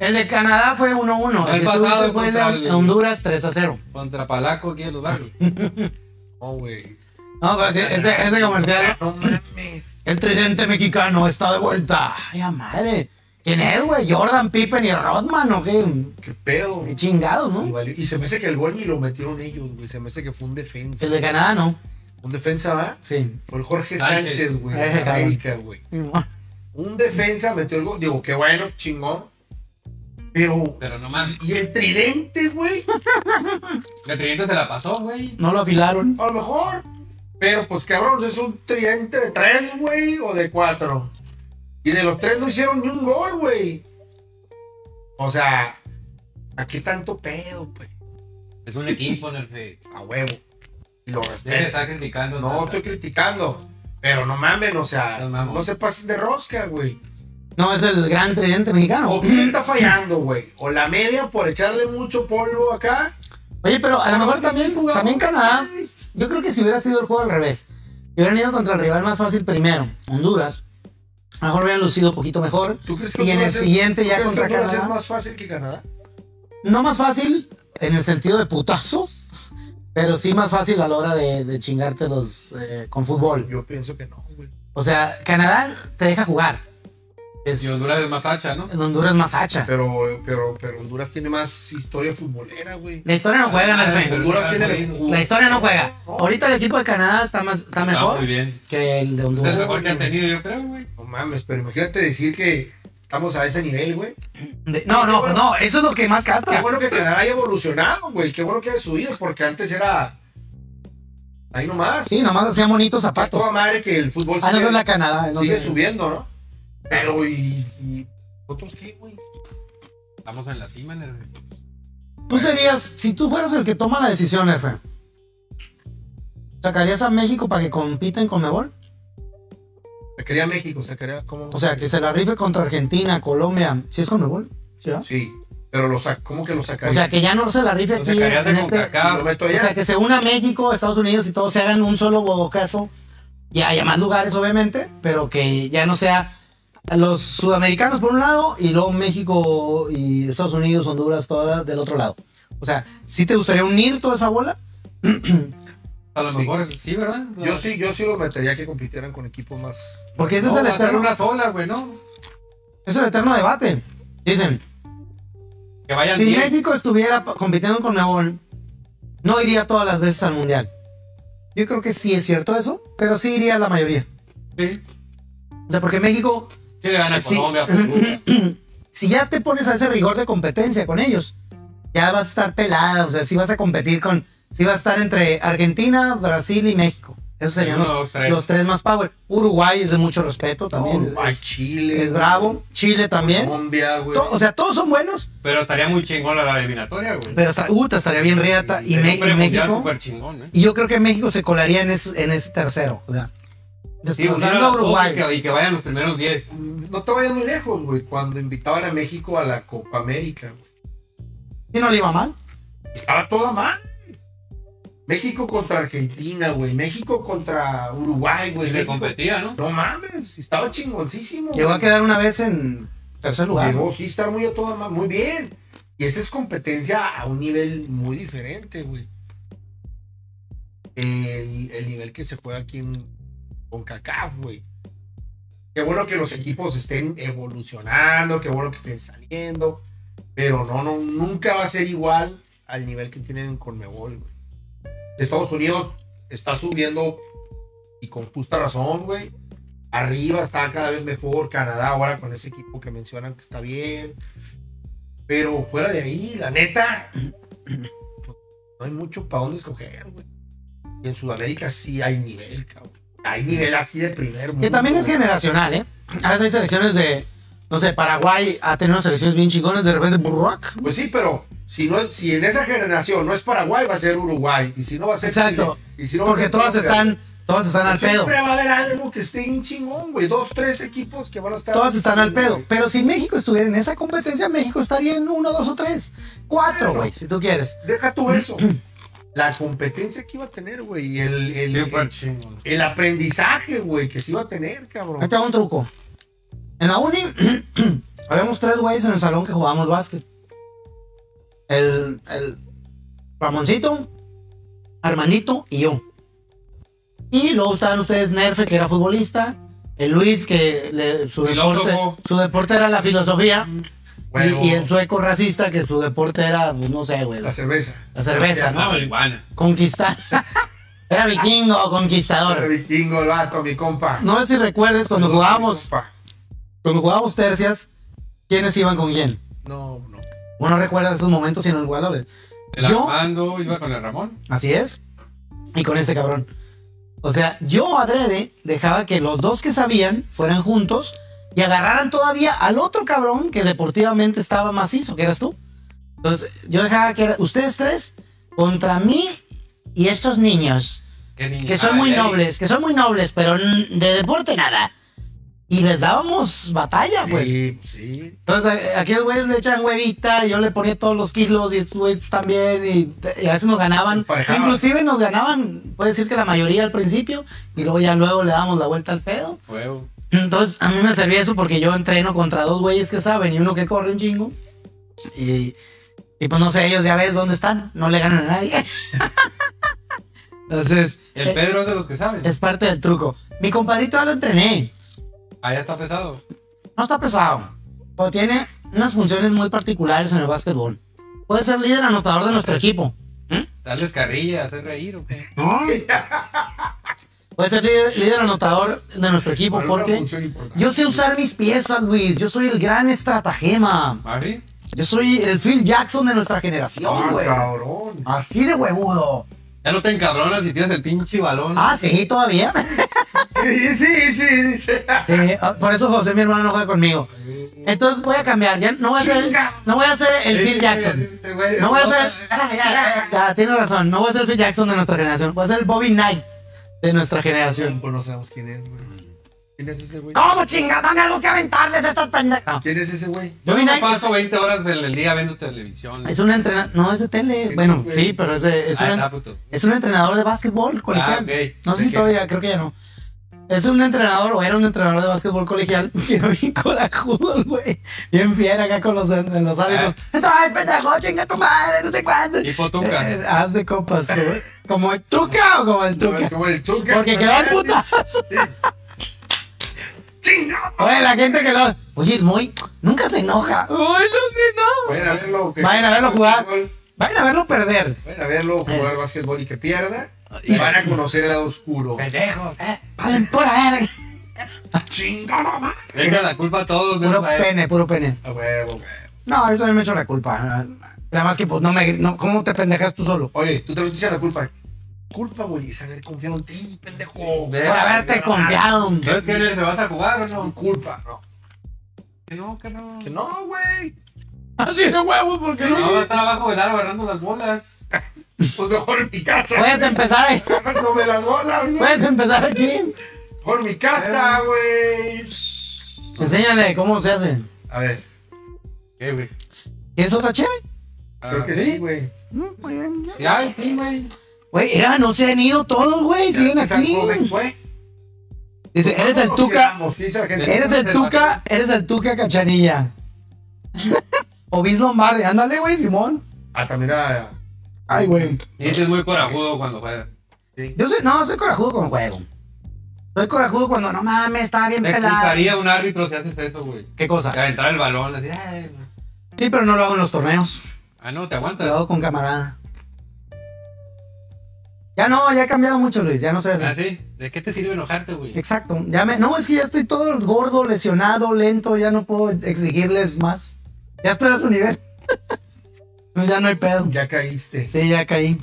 [SPEAKER 3] El de Canadá fue 1-1.
[SPEAKER 1] El
[SPEAKER 3] El, de
[SPEAKER 1] pasado
[SPEAKER 3] Turquía fue el
[SPEAKER 1] contra
[SPEAKER 3] de
[SPEAKER 1] el-
[SPEAKER 3] Honduras 3-0.
[SPEAKER 1] Contra Palaco aquí en los barrios.
[SPEAKER 2] güey. No, güey.
[SPEAKER 3] No, pero sí, ese, ese comercial.
[SPEAKER 2] No mames.
[SPEAKER 3] El tridente mexicano está de vuelta. Ay, a madre. ¿Quién es, güey? Jordan, Pippen y Rodman, ¿o qué?
[SPEAKER 2] Qué pedo.
[SPEAKER 3] Qué chingado,
[SPEAKER 2] Y,
[SPEAKER 3] ¿no?
[SPEAKER 2] valió- y se me hace que el gol ni lo metieron ellos, güey. Se me hace que fue un defensa.
[SPEAKER 3] El de Canadá, no.
[SPEAKER 2] Un defensa, ¿va?
[SPEAKER 3] Sí.
[SPEAKER 2] Fue el Jorge
[SPEAKER 1] Sánchez.
[SPEAKER 2] Sánchez, güey.
[SPEAKER 3] Eh,
[SPEAKER 2] de
[SPEAKER 3] cabrón.
[SPEAKER 2] América, güey. Un defensa metió el gol. Digo, qué bueno, chingón. Pero.
[SPEAKER 1] Pero no mames.
[SPEAKER 2] ¿Y el tridente, güey?
[SPEAKER 1] El tridente se la pasó, güey.
[SPEAKER 3] No lo afilaron.
[SPEAKER 2] A lo mejor. Pero pues cabrón, es un tridente de tres, güey, o de cuatro. Y de los tres no hicieron ni un gol, güey. O sea, ¿a qué tanto pedo, pues?
[SPEAKER 1] Es un equipo en el que
[SPEAKER 2] A huevo. Y lo
[SPEAKER 1] ya se
[SPEAKER 3] Eh,
[SPEAKER 2] respeto.
[SPEAKER 1] está criticando.
[SPEAKER 2] No estoy criticando. Pero no mamen, o sea,
[SPEAKER 1] No mames.
[SPEAKER 2] no se pasen de rosca, güey.
[SPEAKER 3] No, es el gran tridente mexicano.
[SPEAKER 2] O bien está fallando, güey. O la media por echarle mucho polvo acá.
[SPEAKER 3] Oye, pero a lo mejor también,
[SPEAKER 2] Jugador,
[SPEAKER 3] también Canadá.
[SPEAKER 2] güey.
[SPEAKER 3] Yo creo que si hubiera sido el juego al revés, y hubieran ido contra el rival más fácil primero, Honduras, a lo mejor hubieran lucido un poquito mejor.
[SPEAKER 2] ¿Tú crees
[SPEAKER 3] Y en el
[SPEAKER 2] Honduras es-
[SPEAKER 3] siguiente
[SPEAKER 2] tú
[SPEAKER 3] ya
[SPEAKER 2] crees que
[SPEAKER 3] contra
[SPEAKER 2] Honduras
[SPEAKER 3] Canadá.
[SPEAKER 2] es más fácil que Canadá?
[SPEAKER 3] No más fácil en el sentido de putazos, pero sí más fácil a la hora de, de chingártelos eh, con fútbol.
[SPEAKER 2] Yo pienso que no, güey.
[SPEAKER 3] O sea, Canadá te deja jugar. Es,
[SPEAKER 1] Y Honduras es más hacha, ¿no?
[SPEAKER 3] en Honduras más hacha.
[SPEAKER 2] Pero, pero, pero Honduras tiene más historia futbolera, güey.
[SPEAKER 3] La historia no juega, Narfe.
[SPEAKER 1] Pero
[SPEAKER 2] Honduras
[SPEAKER 1] está
[SPEAKER 2] tiene.
[SPEAKER 1] muy-
[SPEAKER 3] La historia no juega. Ahorita el equipo de Canadá está, más, está
[SPEAKER 1] Está
[SPEAKER 3] mejor
[SPEAKER 1] Ah, muy bien.
[SPEAKER 3] que el de
[SPEAKER 1] Es el
[SPEAKER 3] Honduras.
[SPEAKER 1] mejor que han tenido, yo creo, güey.
[SPEAKER 2] No mames, pero imagínate decir que Estamos a ese nivel, güey.
[SPEAKER 3] De- no, no, no, eso es lo que más
[SPEAKER 2] Qué
[SPEAKER 3] castra.
[SPEAKER 2] bueno que Canadá haya evolucionado, güey. Qué bueno que haya subido, porque antes era. Ahí nomás.
[SPEAKER 3] Sí, nomás hacían bonitos
[SPEAKER 2] A
[SPEAKER 3] zapatos.
[SPEAKER 2] toda madre que el fútbol
[SPEAKER 3] Ah, no
[SPEAKER 2] sigue,
[SPEAKER 3] es la Canadá. no
[SPEAKER 2] sigue
[SPEAKER 3] sé.
[SPEAKER 2] subiendo, ¿no? Pero, ¿y, y otros qué, güey?
[SPEAKER 1] Estamos en la cima, Nerve.
[SPEAKER 3] Tú serías, si tú fueras el que toma la decisión, Efe, ¿sacarías a México para que compita en Conmebol?
[SPEAKER 2] Se quería México, se quería. ¿cómo?
[SPEAKER 3] O sea, que se la rife contra Argentina, Colombia. ¿Sí es Conmebol? ¿Sí, va?
[SPEAKER 2] Sí, pero lo sac- ¿cómo que lo sacaría?
[SPEAKER 3] o sea, que ya no se la rife
[SPEAKER 1] Nos
[SPEAKER 3] aquí
[SPEAKER 1] sacarías
[SPEAKER 3] en
[SPEAKER 1] de
[SPEAKER 3] este...
[SPEAKER 1] CONCACAF.
[SPEAKER 2] lo meto
[SPEAKER 3] O sea,
[SPEAKER 2] allá.
[SPEAKER 3] que se una México, Estados Unidos y todos se hagan un solo bodocazo. Y haya más lugares, obviamente, pero que ya no sea los sudamericanos por un lado y luego México y Estados Unidos, Honduras, todas del otro lado. O sea, ¿sí te gustaría unir toda esa bola?
[SPEAKER 1] A lo
[SPEAKER 2] Sí.
[SPEAKER 1] mejor es- sí, ¿verdad?
[SPEAKER 2] Yo sí, yo sí lo metería que compitieran con equipos más.
[SPEAKER 3] Porque ese
[SPEAKER 1] No,
[SPEAKER 3] es el
[SPEAKER 1] va a ser
[SPEAKER 3] eterno,
[SPEAKER 1] una sola, güey, ¿no?
[SPEAKER 3] es el eterno debate. Dicen,
[SPEAKER 1] Que vayan
[SPEAKER 3] si
[SPEAKER 1] 10.
[SPEAKER 3] México estuviera pa- compitiendo con Nebol, no iría todas las veces al Mundial. Yo creo que sí es cierto eso, pero sí iría la mayoría.
[SPEAKER 1] Sí.
[SPEAKER 3] O sea, porque México
[SPEAKER 1] Sí, le gana a
[SPEAKER 3] <laughs> Sí.
[SPEAKER 1] Colombia, a Perú.
[SPEAKER 3] si ya te pones a ese rigor de competencia con ellos, ya vas a estar pelada, o sea, si vas a competir con, si vas a estar entre Argentina, Brasil y México. Esos serían
[SPEAKER 1] Uno,
[SPEAKER 3] los,
[SPEAKER 1] dos, tres.
[SPEAKER 3] los tres más power. Uruguay es de mucho respeto también.
[SPEAKER 2] No, a
[SPEAKER 3] es,
[SPEAKER 2] Chile.
[SPEAKER 3] es bravo. Chile también.
[SPEAKER 2] Colombia, güey.
[SPEAKER 3] To- o sea, todos son buenos,
[SPEAKER 1] Pero estaría muy chingón la eliminatoria, güey.
[SPEAKER 3] pero está, Utah estaría bien riata y, Me- y
[SPEAKER 1] Siempre mundial
[SPEAKER 3] México.
[SPEAKER 1] súper chingón, ¿eh?
[SPEAKER 3] Y yo creo que México se colaría en, es- en ese tercero. O sea,
[SPEAKER 1] Sí, unir
[SPEAKER 3] desplazando
[SPEAKER 1] a
[SPEAKER 3] a
[SPEAKER 1] las dos
[SPEAKER 3] Uruguay.
[SPEAKER 1] Y que, y que vayan los primeros 10.
[SPEAKER 2] No te vayas muy lejos, güey. Cuando invitaban a México a la Copa América, güey.
[SPEAKER 3] ¿Y no le iba mal?
[SPEAKER 2] Estaba toda mal. México contra Argentina, güey. México contra Uruguay,
[SPEAKER 1] Y
[SPEAKER 2] güey.
[SPEAKER 1] le
[SPEAKER 2] México-
[SPEAKER 1] competía, ¿no?
[SPEAKER 2] No mames, estaba chingoncísimo.
[SPEAKER 3] Llegó
[SPEAKER 2] güey.
[SPEAKER 3] a quedar una vez en tercer lugar.
[SPEAKER 2] Llegó, sí, está muy a toda ma- muy bien. Y esa es competencia a un nivel muy diferente, güey. El, el nivel que se juega aquí en con CACAF, güey. Qué bueno que los equipos estén evolucionando, qué bueno que estén saliendo, pero no, no, nunca va a ser igual al nivel que tienen con Mebol, güey. Estados Unidos está subiendo y con justa razón, güey arriba está cada vez mejor. Canadá ahora con ese equipo que mencionan que está bien. Pero fuera de ahí, la neta, pues, no hay mucho para dónde escoger, güey. Y en Sudamérica sí hay nivel, cabrón. Hay nivel así de primer mundo.
[SPEAKER 3] Que también es
[SPEAKER 2] güey.
[SPEAKER 3] generacional, ¿eh? A veces hay selecciones de, no sé, Paraguay ha tenido selecciones bien chingones, de repente, burrac.
[SPEAKER 2] Pues sí, pero si, no, es- si en esa generación no es Paraguay, va a ser Uruguay. Y si no va a ser
[SPEAKER 3] Exacto.
[SPEAKER 2] Chile, y si no va a
[SPEAKER 3] Porque
[SPEAKER 2] ser
[SPEAKER 3] todas
[SPEAKER 2] Colombia.
[SPEAKER 3] están, todas están al pedo.
[SPEAKER 2] Siempre va a haber algo que esté en chingón, güey. Dos, tres equipos que van a estar.
[SPEAKER 3] Todas están al pedo.
[SPEAKER 2] güey.
[SPEAKER 3] Pero si México estuviera en esa competencia, México estaría en uno, dos o tres. Cuatro, güey, si tú quieres.
[SPEAKER 2] Deja
[SPEAKER 3] <clears throat>
[SPEAKER 2] tú eso. La competencia que iba a tener, güey. y El, el,
[SPEAKER 1] Súper
[SPEAKER 2] el,
[SPEAKER 1] chingón.
[SPEAKER 2] el aprendizaje, güey, que se iba a tener,
[SPEAKER 3] Ahí
[SPEAKER 2] cabrón.
[SPEAKER 3] te hago un truco. En la uni, <clears throat> habíamos tres güeyes en el salón que jugábamos básquet. El, el Ramoncito, Armandito y yo. Y luego estaban ustedes Nerfe, que era futbolista. El Luis, que le- su,
[SPEAKER 1] Filósofo.
[SPEAKER 3] deporte, su deporte era la filosofía.
[SPEAKER 2] Bueno,
[SPEAKER 3] Y, y el sueco racista, que su deporte era, pues, no sé, güey,
[SPEAKER 2] la
[SPEAKER 3] la,
[SPEAKER 2] cerveza.
[SPEAKER 3] la cerveza,
[SPEAKER 1] La
[SPEAKER 3] ¿no?
[SPEAKER 1] marihuana.
[SPEAKER 3] Conquistar. <laughs> era vikingo,
[SPEAKER 2] El
[SPEAKER 3] conquistador.
[SPEAKER 2] vikingo, el vato, mi compa.
[SPEAKER 3] No sé si recuerdes cuando
[SPEAKER 2] Mi
[SPEAKER 3] jugábamos
[SPEAKER 2] compa.
[SPEAKER 3] cuando jugábamos tercias, ¿quiénes iban con quién?
[SPEAKER 2] No, no.
[SPEAKER 3] Uno recuerda esos momentos inolvidables.
[SPEAKER 1] El
[SPEAKER 3] Yo-
[SPEAKER 1] Armando iba con el Ramón.
[SPEAKER 3] Así es. Y con este cabrón. O sea, yo adrede dejaba que los dos que sabían fueran juntos y agarraran todavía al otro cabrón que deportivamente estaba macizo, que eras tú. Entonces, yo dejaba que era- ustedes tres contra mí y estos niños.
[SPEAKER 1] Qué niño.
[SPEAKER 3] que son
[SPEAKER 1] Ah,
[SPEAKER 3] muy
[SPEAKER 1] Eric.
[SPEAKER 3] nobles, que son muy nobles, pero n- de deporte nada. Y les dábamos batalla, pues.
[SPEAKER 2] Sí, sí.
[SPEAKER 3] Entonces, a- a aquellos güeyes le echan huevita, y yo le ponía todos los kilos y estos güeyes también, y, y a veces nos ganaban.
[SPEAKER 2] Emparejaban.
[SPEAKER 3] Inclusive nos ganaban, puede decir que la mayoría al principio, y luego ya luego le damos la vuelta al pedo.
[SPEAKER 1] Huevo.
[SPEAKER 3] Entonces, a mí me servía eso porque yo entreno contra dos güeyes que saben y uno que corre un chingo. Y, y pues no sé, ellos ya ves dónde están, no le ganan a nadie. <laughs> Entonces,
[SPEAKER 1] El Pedro es de los que saben.
[SPEAKER 3] Eh, es parte del truco. Mi compadrito ya lo entrené.
[SPEAKER 1] Allá está pesado.
[SPEAKER 3] No está pesado, pero tiene unas funciones muy particulares en el básquetbol. Puede ser líder anotador de nuestro equipo.
[SPEAKER 2] <laughs>
[SPEAKER 1] Darles carrilla, hacer reír o qué.
[SPEAKER 3] ¿no? Voy a ser líder, líder anotador de nuestro equipo
[SPEAKER 2] Para una
[SPEAKER 3] porque
[SPEAKER 2] función importante. Ah,
[SPEAKER 3] yo sé usar mis piezas, Luis. Yo soy el gran estratagema.
[SPEAKER 1] ¿Ah, sí?
[SPEAKER 3] Yo soy el Phil Jackson de nuestra
[SPEAKER 2] Ah,
[SPEAKER 3] generación, güey.
[SPEAKER 2] cabrón. <laughs>
[SPEAKER 3] Así de huevudo.
[SPEAKER 1] Ya no te encabronas si tienes el pinche balón.
[SPEAKER 3] Ah, sí, todavía.
[SPEAKER 2] Sí, sí, sí, dice.
[SPEAKER 3] Sí, ah, por eso José, mi hermano, no juega conmigo. Entonces voy a cambiar. Ya no voy a ser, no voy a ser el Phil Jackson.
[SPEAKER 1] Este güey,
[SPEAKER 3] No voy a ser. Ah, tiene razón. No voy a ser el Phil Jackson de nuestra generación. Voy a ser el Bobby Knight de nuestra generación.
[SPEAKER 2] Tiempo, no sabemos quién es, güey. ¿Quién es ese güey?
[SPEAKER 3] ¿Cómo chingada? Dame algo que aventarles a estos pendejos.
[SPEAKER 2] ¿Quién es ese güey?
[SPEAKER 1] Yo
[SPEAKER 3] Bobby
[SPEAKER 1] no
[SPEAKER 3] Knight
[SPEAKER 1] paso 20 horas en el día viendo televisión.
[SPEAKER 3] es, es una entrenadora. No, es de tele. Bueno, sí, pero es de. Es
[SPEAKER 1] Ah,
[SPEAKER 3] una,
[SPEAKER 1] está, puto.
[SPEAKER 3] Es un entrenador de básquetbol colegial.
[SPEAKER 1] Ah, ok.
[SPEAKER 3] No sé
[SPEAKER 1] ¿De
[SPEAKER 3] si
[SPEAKER 1] qué?
[SPEAKER 3] todavía, creo que ya no. Es un entrenador, o era un entrenador de básquetbol colegial. <laughs> Y era bien corajudo, el güey. Bien fiera acá con los, los árbitros. ¡Ay, pendejo, chinga tu madre! No sé cuándo.
[SPEAKER 1] Y potuca.
[SPEAKER 3] Eh, haz de copas, güey. Como el truca o como el truca.
[SPEAKER 2] Como el Tuca.
[SPEAKER 3] Porque quedó el putazo.
[SPEAKER 2] ¡Chinga!
[SPEAKER 3] Oye, la gente que lo. Oye, el Moy nunca se enoja. Uy, no, que no.
[SPEAKER 2] Vayan a verlo. que-
[SPEAKER 3] Vayan a verlo jugar. Eh. Vayan a verlo perder.
[SPEAKER 2] Vayan a verlo jugar básquetbol y que pierda. Y van
[SPEAKER 3] <laughs>
[SPEAKER 2] a conocer el lado oscuro.
[SPEAKER 3] Pendejo. eh, Valen por ahí.
[SPEAKER 2] ¡Chinga la madre!
[SPEAKER 1] Venga, la culpa a todos.
[SPEAKER 3] Puro
[SPEAKER 1] menos a él.
[SPEAKER 3] pene, puro pene.
[SPEAKER 2] A huevo, güey.
[SPEAKER 3] No, yo también me echo la culpa. Nada más que, pues, no me. No, ¿Cómo te pendejas tú solo?
[SPEAKER 2] Oye, tú también te echas la culpa. Culpa, güey, es haber confiado en ti, pendejo.
[SPEAKER 1] Ve-
[SPEAKER 3] Por haberte confiado.
[SPEAKER 1] <laughs> ¿Sabes qué, Ner? ¿Me vas a jugar o
[SPEAKER 2] No,
[SPEAKER 1] no?
[SPEAKER 2] culpa, no.
[SPEAKER 1] Que no, que no.
[SPEAKER 2] Que no, güey.
[SPEAKER 3] Así de huevo, porque
[SPEAKER 1] Que no, va a estar abajo del árbol agarrando las bolas.
[SPEAKER 2] Pues mejor en mi casa.
[SPEAKER 3] Puedes empezar, ahí-
[SPEAKER 2] No me las bolas, güey.
[SPEAKER 3] puedes empezar aquí.
[SPEAKER 2] Mejor en mi casa, güey.
[SPEAKER 3] Enséñale cómo se hace.
[SPEAKER 2] A ver,
[SPEAKER 1] ¿Qué, güey?
[SPEAKER 3] ¿Quieres otra chévere? Ah.
[SPEAKER 2] creo que sí, güey.
[SPEAKER 3] Mm, Muy bien.
[SPEAKER 1] Sí, ay, sí, güey.
[SPEAKER 3] Güey, era, no se han ido todos, güey. Siguen
[SPEAKER 2] Ya, esa
[SPEAKER 3] aquí.
[SPEAKER 2] joven, güey.
[SPEAKER 3] Dice, eres el
[SPEAKER 2] Nos
[SPEAKER 3] Tuca.
[SPEAKER 2] quedamos, dice la gente.
[SPEAKER 3] Eres el Tuca, eres el Tuca Cachanilla. <laughs> O Vince Lombardi, ándale, güey, Simón.
[SPEAKER 2] Ah, también era.
[SPEAKER 3] Ay, güey.
[SPEAKER 1] Y ese es muy corajudo cuando juega.
[SPEAKER 3] Yo soy, no, soy corajudo con juego. Soy corajudo cuando no mames, estaba bien
[SPEAKER 1] Te
[SPEAKER 3] pelado.
[SPEAKER 1] expulsaría un árbitro si haces eso, güey.
[SPEAKER 3] ¿Qué cosa?
[SPEAKER 1] De aventar el balón, así, ay,
[SPEAKER 3] Sí, pero no lo hago en los torneos.
[SPEAKER 1] ah, no, te
[SPEAKER 3] Lo
[SPEAKER 1] aguantas.
[SPEAKER 3] hago con camarada. Ya no, ya he cambiado mucho, Luis. Ya no soy así.
[SPEAKER 1] Ah, sí. ¿De qué te sirve enojarte, güey?
[SPEAKER 3] Exacto. Ya me... No, es que ya estoy todo gordo, lesionado, lento. Ya no puedo exigirles más. Ya estoy a su nivel. <laughs> Pues ya no hay pedo.
[SPEAKER 2] Ya caíste.
[SPEAKER 3] Sí, ya caí.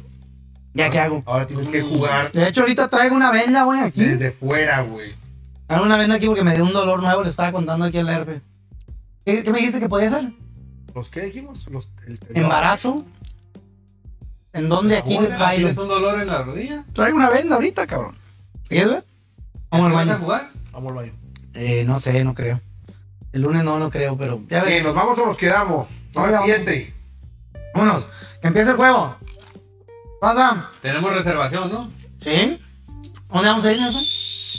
[SPEAKER 3] ¿Ya qué hago?
[SPEAKER 2] Ahora tienes que jugar
[SPEAKER 3] De hecho, ahorita traigo una venda, güey, aquí.
[SPEAKER 2] desde fuera, güey.
[SPEAKER 3] Traigo una venda aquí porque me dio un dolor nuevo. Le estaba contando aquí al herbe. ¿Qué, qué me dijiste que podía ser?
[SPEAKER 2] ¿Los qué dijimos? Los, el- el-
[SPEAKER 3] ¿Embarazo? ¿En dónde aquí les
[SPEAKER 1] Ahora,
[SPEAKER 3] bailo?
[SPEAKER 1] ¿Tienes un dolor en la rodilla?
[SPEAKER 3] Traigo una venda ahorita, cabrón. ¿Quieres ver? Vamos al
[SPEAKER 1] ¿Vas a
[SPEAKER 3] baño.
[SPEAKER 1] jugar?
[SPEAKER 2] Vamos al baño.
[SPEAKER 3] Eh, no sé, no creo. El lunes no, no creo, pero ya
[SPEAKER 2] Eh,
[SPEAKER 3] ves.
[SPEAKER 2] ¿Nos vamos o nos quedamos?
[SPEAKER 3] Ahora
[SPEAKER 2] Ahora
[SPEAKER 3] vamos.
[SPEAKER 2] siguiente.
[SPEAKER 3] Eh, Vámonos, que empiece el juego. ¿Pasa?
[SPEAKER 1] Tenemos reservación, ¿no?
[SPEAKER 3] ¿Sí? ¿Dónde vamos a ir, Nelson?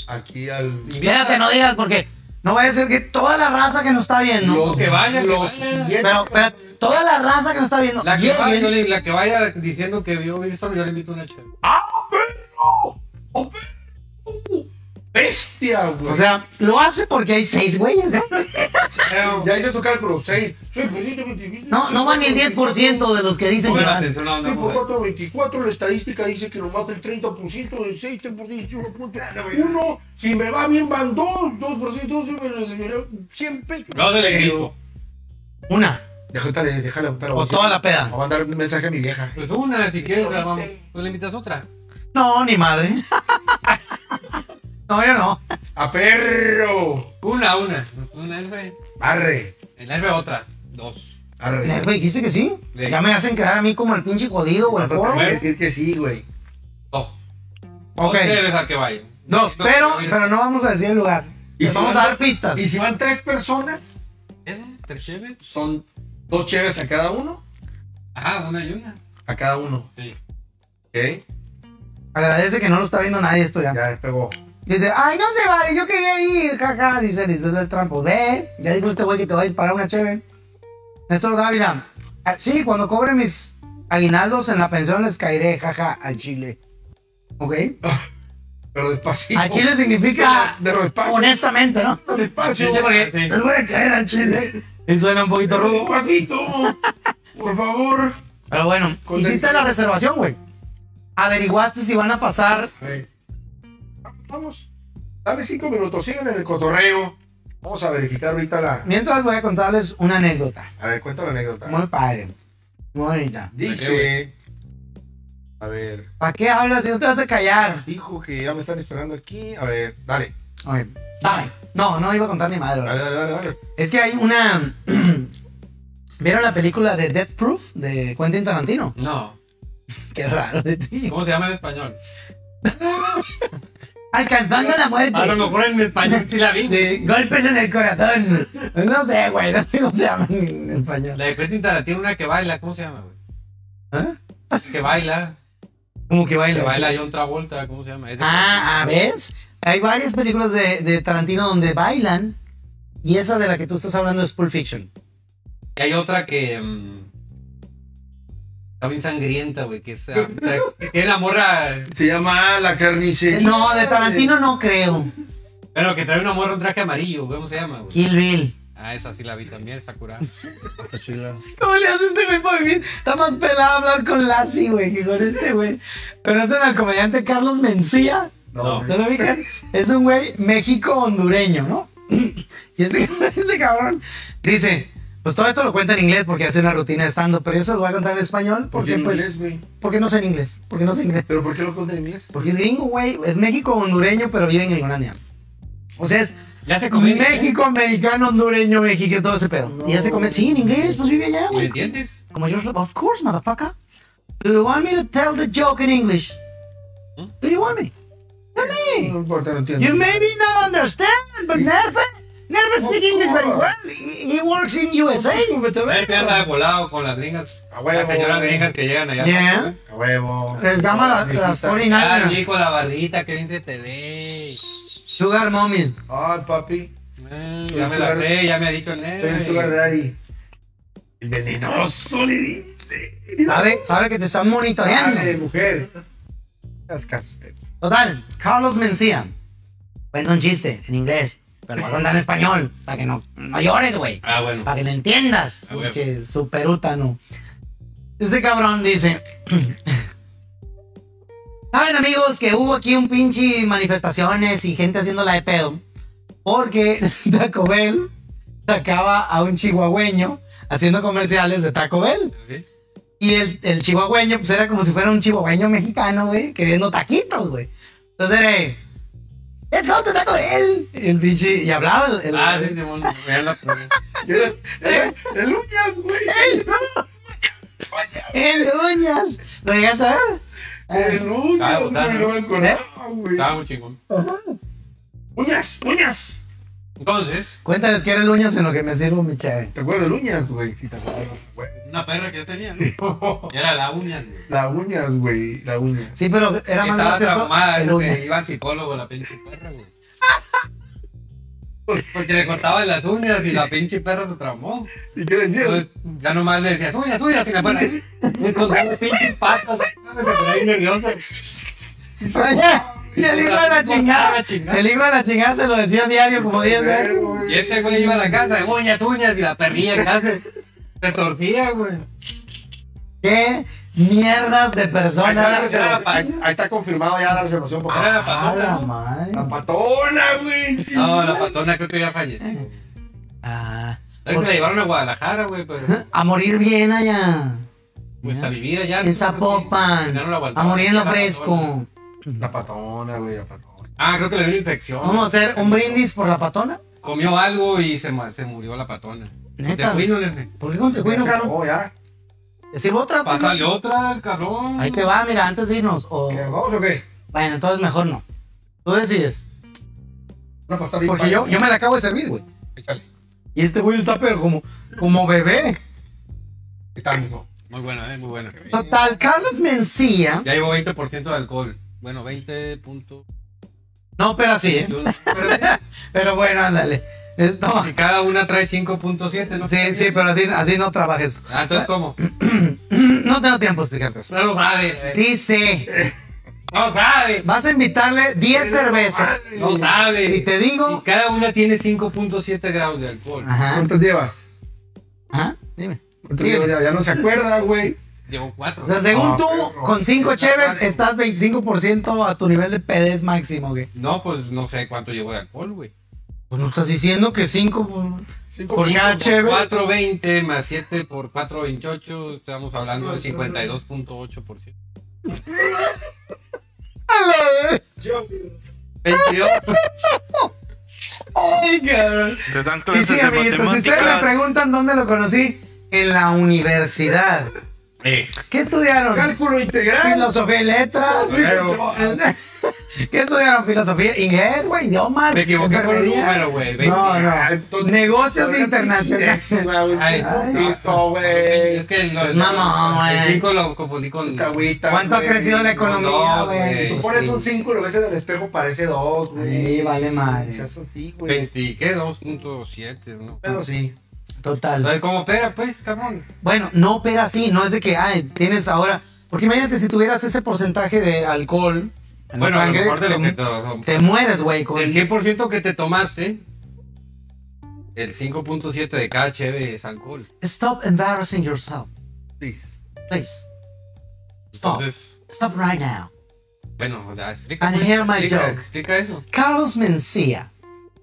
[SPEAKER 2] Aquí al.
[SPEAKER 3] Espérate, no digas porque no vaya a ser que toda la raza que nos está viendo.
[SPEAKER 1] Lo que vaya, que
[SPEAKER 2] Los
[SPEAKER 1] vaya.
[SPEAKER 2] siguientes.
[SPEAKER 3] Pero, espérate, toda la raza que nos está viendo.
[SPEAKER 1] La que,
[SPEAKER 3] lleguen.
[SPEAKER 1] vaya, yo le- la que vaya diciendo que vio Wilson, yo le invito una chévere.
[SPEAKER 2] ¡Oh, pero! ¡Bestia, güey!
[SPEAKER 3] O sea, lo hace porque hay seis güeyes, ¿no?
[SPEAKER 2] ya hice su cálculo, pues, 6.
[SPEAKER 3] No, no va ni el 10% de los que dicen que
[SPEAKER 1] Pongan
[SPEAKER 3] van.
[SPEAKER 1] atención a donde
[SPEAKER 2] 3 por
[SPEAKER 1] voy.
[SPEAKER 2] 4, 24. La estadística dice que nomás el 30% del 6, 3%, 1.1. Si me va bien, van 2, 2%, si me lo 100 pesos.
[SPEAKER 1] No del equipo.
[SPEAKER 3] Una,
[SPEAKER 2] Déjale, déjale apuntar.
[SPEAKER 3] o toda la peda.
[SPEAKER 2] Voy a mandar un mensaje a mi vieja.
[SPEAKER 1] Pues una, si quieres, la vamos. Pues le invitas otra.
[SPEAKER 3] No, ni madre. <laughs> No, yo no.
[SPEAKER 2] ¡A perro!
[SPEAKER 1] Una, una. Una herbe.
[SPEAKER 2] ¡Arre!
[SPEAKER 1] El herbe otra. Dos.
[SPEAKER 2] ¡Arre!
[SPEAKER 3] Güey, dijiste que sí.
[SPEAKER 1] Sí.
[SPEAKER 3] Ya me hacen quedar a mí como el pinche jodido o el
[SPEAKER 2] Vas a
[SPEAKER 3] foro.
[SPEAKER 2] tener que decir que sí, güey.
[SPEAKER 1] Dos.
[SPEAKER 3] Ok.
[SPEAKER 1] Dos debes a que vaya.
[SPEAKER 3] Dos,
[SPEAKER 1] No,
[SPEAKER 3] pero,
[SPEAKER 1] mira.
[SPEAKER 3] pero no vamos a decir el lugar.
[SPEAKER 2] Y
[SPEAKER 3] Les
[SPEAKER 2] si
[SPEAKER 3] vamos
[SPEAKER 2] van-
[SPEAKER 3] a dar pistas.
[SPEAKER 2] Y si van tres personas,
[SPEAKER 1] ¿Eh? ¿Tres cheves?
[SPEAKER 2] son dos cheves a cada uno.
[SPEAKER 1] Ajá, una y una.
[SPEAKER 2] A cada uno.
[SPEAKER 1] Sí.
[SPEAKER 2] ¿Ok?
[SPEAKER 3] Agradece que no lo está viendo nadie esto ya.
[SPEAKER 2] Ya despegó.
[SPEAKER 3] Dice, ay, no se vale, yo quería ir, jaja. Dice Lisbeth del Trampo. Ve, ya dijo este güey que te va a disparar una cheve. Néstor Dávila. "Ah, Sí, cuando cobre mis aguinaldos en la pensión les caeré, jaja, al chile. ¿Ok?
[SPEAKER 2] Pero despacito.
[SPEAKER 3] Al chile significa
[SPEAKER 2] De los espacios.
[SPEAKER 3] honestamente, ¿no?
[SPEAKER 2] Despacio.
[SPEAKER 1] Sí.
[SPEAKER 3] Les voy a caer al chile. Y suena un poquito rudo.
[SPEAKER 2] Despacito. Por favor.
[SPEAKER 3] Pero bueno,
[SPEAKER 2] Con
[SPEAKER 3] hiciste
[SPEAKER 2] el-
[SPEAKER 3] la reservación, güey. Averiguaste si van a pasar
[SPEAKER 2] Vamos, dame cinco minutos, sigan en el cotorreo. Vamos a verificar ahorita la.
[SPEAKER 3] Mientras voy a contarles una anécdota.
[SPEAKER 2] A ver, cuenta la anécdota.
[SPEAKER 3] Muy padre. Muy bonita.
[SPEAKER 2] Dice. A ver.
[SPEAKER 3] ¿Para qué hablas si no te vas a callar?
[SPEAKER 2] Dijo que ya me están esperando aquí. A ver, dale.
[SPEAKER 3] Ok, dale. No, no iba a contar ni madre.
[SPEAKER 2] Dale, dale, dale, dale.
[SPEAKER 3] Es que hay una... <clears throat> ¿Vieron la película de Death Proof de Quentin Tarantino?
[SPEAKER 1] No.
[SPEAKER 3] Qué raro de ti.
[SPEAKER 1] ¿Cómo se llama en español?
[SPEAKER 3] Alcanzando la muerte.
[SPEAKER 1] A lo mejor en español sí la vi.
[SPEAKER 3] Sí, golpes en el corazón. No sé, güey, no sé cómo se llama en español.
[SPEAKER 1] La de Quentin Tarantino, una que baila, ¿cómo se llama, güey?
[SPEAKER 3] ¿Eh?
[SPEAKER 1] Que baila,
[SPEAKER 3] Como que
[SPEAKER 1] que
[SPEAKER 3] baila.
[SPEAKER 1] baila John Travolta, ¿cómo se llama? Es de-
[SPEAKER 3] Ah, ¿a ¿ves? Hay varias películas de, de Tarantino donde bailan. Y esa de la que tú estás hablando es Pulp Fiction.
[SPEAKER 1] Y hay otra que. mm, también sangrienta, güey, que es. ah, tra- que tiene la morra.
[SPEAKER 2] Se llama La Carnicería.
[SPEAKER 3] Eh, No, de Tarantino no creo.
[SPEAKER 1] Bueno, que trae una morra un traje amarillo, ¿cómo se llama, güey?
[SPEAKER 3] Kill Bill.
[SPEAKER 1] Ah, esa sí la vi también, está
[SPEAKER 3] <laughs>
[SPEAKER 1] curada.
[SPEAKER 3] ¿Cómo le haces este güey para vivir? Está más pelado hablar con Lassie, güey, que con este güey. ¿Conocen al comediante Carlos Mencía?
[SPEAKER 2] No.
[SPEAKER 3] ¿No lo ubican? Es un güey México-hondureño, ¿no? <clears throat> Y este, <laughs> este cabrón dice, pues todo esto lo cuenta en inglés porque hace una rutina estando, pero yo se lo voy a contar en español porque
[SPEAKER 2] en
[SPEAKER 3] pues,
[SPEAKER 2] inglés, güey?
[SPEAKER 3] porque no sé en inglés, porque no sé inglés.
[SPEAKER 2] ¿Pero por qué lo conté en inglés?
[SPEAKER 3] Porque es gringo, güey, es México-hondureño, pero vive en Gringolandia. O sea, es
[SPEAKER 1] Ya se comedia.
[SPEAKER 3] México, americano, hondureño, mexicano, todo ese pedo. y ya se come, sí, en inglés, pues vive allá,
[SPEAKER 1] ¿Y ¿Me
[SPEAKER 3] güey.
[SPEAKER 1] entiendes?
[SPEAKER 3] Como George Love, of course, motherfucker. Do you want me to tell the joke in English?
[SPEAKER 1] ¿Mm?
[SPEAKER 3] Do you want me? Tell me.
[SPEAKER 2] No importa, no entiendo.
[SPEAKER 3] You maybe not understand, but Nerva, Nerva speaks English very well. He he works in
[SPEAKER 2] Pues,
[SPEAKER 3] USA.
[SPEAKER 1] A ver, que anda de volado con las gringas.
[SPEAKER 2] A huevo.
[SPEAKER 1] Las señoras gringas que llegan allá.
[SPEAKER 3] Yeah.
[SPEAKER 2] A huevo.
[SPEAKER 3] Les llama la- las
[SPEAKER 1] Ah,
[SPEAKER 3] 49
[SPEAKER 1] bien con la barrita, que bien se te ve.
[SPEAKER 3] Sugar Mommy.
[SPEAKER 2] Ay, papi.
[SPEAKER 1] Ah, Ya me la ve, ya me ha dicho el
[SPEAKER 2] Estoy en lugar
[SPEAKER 1] negro.
[SPEAKER 2] de Daddy. El venenoso le dice.
[SPEAKER 3] Sabe, sabe que te están
[SPEAKER 2] Dale,
[SPEAKER 3] monitoreando.
[SPEAKER 2] mujer. Las casas. eh.
[SPEAKER 3] Total, Carlos Mencía. Cuenta un chiste en inglés, pero va a contar en español, para que no, no llores, güey.
[SPEAKER 1] Ah, bueno.
[SPEAKER 3] Para que le entiendas.
[SPEAKER 1] A huevo.
[SPEAKER 3] Che, superútano. Este cabrón dice. <clears throat> Saben amigos que hubo aquí un pinche manifestaciones y gente haciéndola de pedo. Porque <laughs> Taco Bell sacaba a un chihuahueño haciendo comerciales de Taco Bell.
[SPEAKER 1] pues ¿Sí?
[SPEAKER 3] Y el, el chihuahueño, pues era como si fuera un chihuahueño mexicano, güey, queriendo taquitos, güey. Entonces era, eh, let's go to Taco Bell. Y el pinche, y hablaba el, el-
[SPEAKER 1] Ah, sí, Simón. vean la-
[SPEAKER 2] Era- era- El uñas, güey.
[SPEAKER 3] El uñas. ¿Lo llegaste a ver?
[SPEAKER 2] El
[SPEAKER 1] Ah,
[SPEAKER 2] uñas,
[SPEAKER 1] botana.
[SPEAKER 2] güey. No me acordaba,
[SPEAKER 3] ¿Eh?
[SPEAKER 2] güey.
[SPEAKER 1] Estaba muy chingón.
[SPEAKER 2] Uñas, uñas.
[SPEAKER 1] Entonces,
[SPEAKER 3] Cuéntales que era el uñas en lo que me sirvo mi chave.
[SPEAKER 2] ¿Te acuerdas del uñas, güey? Sí, te acuerdas, güey.
[SPEAKER 1] una perra que yo tenía, ¿no?
[SPEAKER 2] <laughs>
[SPEAKER 1] Y era la uña. ¿no?
[SPEAKER 2] La uñas, güey. La uñas.
[SPEAKER 3] Sí, pero era más
[SPEAKER 1] Estaba traumada,
[SPEAKER 3] gracioso el
[SPEAKER 1] dijo que
[SPEAKER 3] uñas.
[SPEAKER 1] iba al psicólogo la pinche perra, güey. <laughs> Porque le cortaban las uñas y la pinche perra se traumó.
[SPEAKER 2] ¿Y qué decías?
[SPEAKER 1] Entonces, ya nomás le decías, uñas, uñas, y la perra. Y con las pinches patas, ¿sabes? se ponía ahí nerviosa.
[SPEAKER 3] <laughs> Oye, Y el hijo de la chingada.
[SPEAKER 1] La chingada.
[SPEAKER 3] El hijo de la chingada se lo decía diario como 10 veces.
[SPEAKER 1] Y este güey iba a la casa de uñas, uñas, y la perrilla en casa se torcía, güey.
[SPEAKER 3] ¿Qué mierdas de
[SPEAKER 2] Ahí
[SPEAKER 3] persona?
[SPEAKER 2] está,
[SPEAKER 1] Ahora,
[SPEAKER 2] la Ah. reserva-
[SPEAKER 1] ahora,
[SPEAKER 2] ahí- ahí está confirmado ya la reservación. papá.
[SPEAKER 1] Era la
[SPEAKER 3] A la
[SPEAKER 1] patona.
[SPEAKER 3] madre.
[SPEAKER 2] La patona, güey.
[SPEAKER 1] No, la patona creo que ya falleció.
[SPEAKER 3] Ah,
[SPEAKER 1] Es que la llevaron a Guadalajara, güey, pero
[SPEAKER 3] a morir bien allá.
[SPEAKER 1] pues a vivir allá. ¿no?
[SPEAKER 3] En
[SPEAKER 1] Porque
[SPEAKER 3] Zapopan.
[SPEAKER 1] ya no la
[SPEAKER 3] A
[SPEAKER 1] aguantaban.
[SPEAKER 3] morir en lo
[SPEAKER 1] La
[SPEAKER 3] fresco.
[SPEAKER 2] La patona, güey, la patona.
[SPEAKER 1] Ah, creo que le dio una infección.
[SPEAKER 3] Vamos a hacer un brindis por la patona.
[SPEAKER 1] Comió algo y se, ma- se murió la patona.
[SPEAKER 3] Neta.
[SPEAKER 1] Te cuido, nene.
[SPEAKER 3] ¿Por qué con te cuido, cabrón?
[SPEAKER 2] Oh, ya.
[SPEAKER 3] ¿Te sirvo otra? pues?
[SPEAKER 1] Pásale otra, el cabrón.
[SPEAKER 3] Ahí te va, mira, antes de irnos. o-
[SPEAKER 2] ¿Ya ¿Vamos o qué?
[SPEAKER 3] Bueno, entonces mejor no. Tú decides.
[SPEAKER 2] Una pastora
[SPEAKER 3] Porque yo, yo me la acabo de servir, güey. Y este güey está pero como, como bebé.
[SPEAKER 2] ¿Qué tal, mijo?
[SPEAKER 1] Muy buena, eh, muy buena.
[SPEAKER 3] Total, Carlos Mencía.
[SPEAKER 1] Ya llevo 20% de alcohol. Bueno, 20 punto.
[SPEAKER 3] No, pero así, ¿eh?
[SPEAKER 1] Yo- pero-
[SPEAKER 3] Pero bueno, ándale. Es- no.
[SPEAKER 1] si cada una trae 5.7, ¿no?
[SPEAKER 3] Sí, sí, pero así, así no trabajes. <clears throat>
[SPEAKER 1] Ah, entonces, ¿cómo?
[SPEAKER 3] No tengo tiempo de explicarte eso.
[SPEAKER 1] No lo sabe. eh.
[SPEAKER 3] Sí, sí.
[SPEAKER 1] No sabe.
[SPEAKER 3] Vas a invitarle 10 cervezas.
[SPEAKER 1] No sabe.
[SPEAKER 3] Y te
[SPEAKER 1] Y
[SPEAKER 3] digo.
[SPEAKER 1] cada una tiene 5.7 grados de alcohol.
[SPEAKER 3] Ajá.
[SPEAKER 2] ¿Cuántos llevas?
[SPEAKER 3] Ajá. ¿Ah? Dime.
[SPEAKER 2] ¿Cuántos
[SPEAKER 3] Sí.
[SPEAKER 2] llevas? Ya, ya no se acuerda, güey.
[SPEAKER 1] Llevo cuatro.
[SPEAKER 3] O sea, según
[SPEAKER 2] Ah,
[SPEAKER 3] tú,
[SPEAKER 2] perro.
[SPEAKER 3] con cinco
[SPEAKER 2] Está
[SPEAKER 3] cheves
[SPEAKER 2] claro.
[SPEAKER 3] estás 25% a tu nivel de pedez máximo, güey.
[SPEAKER 1] No, pues no sé cuánto llevo de alcohol, güey.
[SPEAKER 3] Pues no estás diciendo que cinco. güey.
[SPEAKER 2] Cinco
[SPEAKER 3] Por
[SPEAKER 2] minutos.
[SPEAKER 3] cada cheve.
[SPEAKER 1] 420 más 7 por 428, estamos hablando de 52.8%.
[SPEAKER 3] <laughs>
[SPEAKER 1] 22.
[SPEAKER 3] Ay, cabrón.
[SPEAKER 7] Te dan
[SPEAKER 3] Y
[SPEAKER 7] clases
[SPEAKER 3] sí,
[SPEAKER 7] de
[SPEAKER 3] amiguitos, si ustedes me
[SPEAKER 7] matemáticas.
[SPEAKER 3] preguntan dónde lo conocí, en la universidad.
[SPEAKER 1] Eh,
[SPEAKER 3] ¿Qué estudiaron?
[SPEAKER 2] Cálculo integral.
[SPEAKER 3] Filosofía y letras.
[SPEAKER 2] Pero-
[SPEAKER 3] ¿Qué estudiaron? Filosofía, inglés, güey, idiomas,
[SPEAKER 1] me equivoqué con el
[SPEAKER 3] enfermería.
[SPEAKER 1] número, güey.
[SPEAKER 3] No,
[SPEAKER 1] 20.
[SPEAKER 3] no.
[SPEAKER 2] Entonces-
[SPEAKER 3] Negocios internacionales.
[SPEAKER 2] Eso, güey,
[SPEAKER 1] Ay,
[SPEAKER 2] poquito, güey.
[SPEAKER 1] Es que no,
[SPEAKER 3] Pues mamá, güey.
[SPEAKER 1] el 5 lo confundí con.
[SPEAKER 2] Agüita,
[SPEAKER 3] ¿Cuánto ha
[SPEAKER 2] güey.
[SPEAKER 3] crecido la economía,
[SPEAKER 1] no,
[SPEAKER 3] güey?
[SPEAKER 1] güey.
[SPEAKER 2] Tú pones un 5 y lo ves en el espejo, parece 2, güey.
[SPEAKER 3] Sí, vale madre.
[SPEAKER 2] Seas así, güey.
[SPEAKER 1] 20, ¿qué? 2.7, ¿no?
[SPEAKER 2] Pero sí.
[SPEAKER 3] Total.
[SPEAKER 1] ¿Sabes cómo opera, pues, cabrón?
[SPEAKER 3] Bueno, no opera así, no es de que, ay, tienes ahora. Porque imagínate si tuvieras ese porcentaje de alcohol en
[SPEAKER 1] Bueno,
[SPEAKER 3] la
[SPEAKER 1] a lo
[SPEAKER 3] sangre,
[SPEAKER 1] mejor de lo que
[SPEAKER 3] te,
[SPEAKER 1] to-
[SPEAKER 3] te mueres, güey. con-
[SPEAKER 1] Del 100% que te tomaste, el 5.7 de cada cheve es alcohol.
[SPEAKER 3] Stop embarrassing yourself,
[SPEAKER 2] Please.
[SPEAKER 3] please. Stop.
[SPEAKER 1] Entonces,
[SPEAKER 3] Stop right now.
[SPEAKER 1] bueno, ya, explica.
[SPEAKER 3] And
[SPEAKER 1] pues,
[SPEAKER 3] hear my
[SPEAKER 1] explica,
[SPEAKER 3] joke.
[SPEAKER 1] Explica eso.
[SPEAKER 3] Carlos Mencía.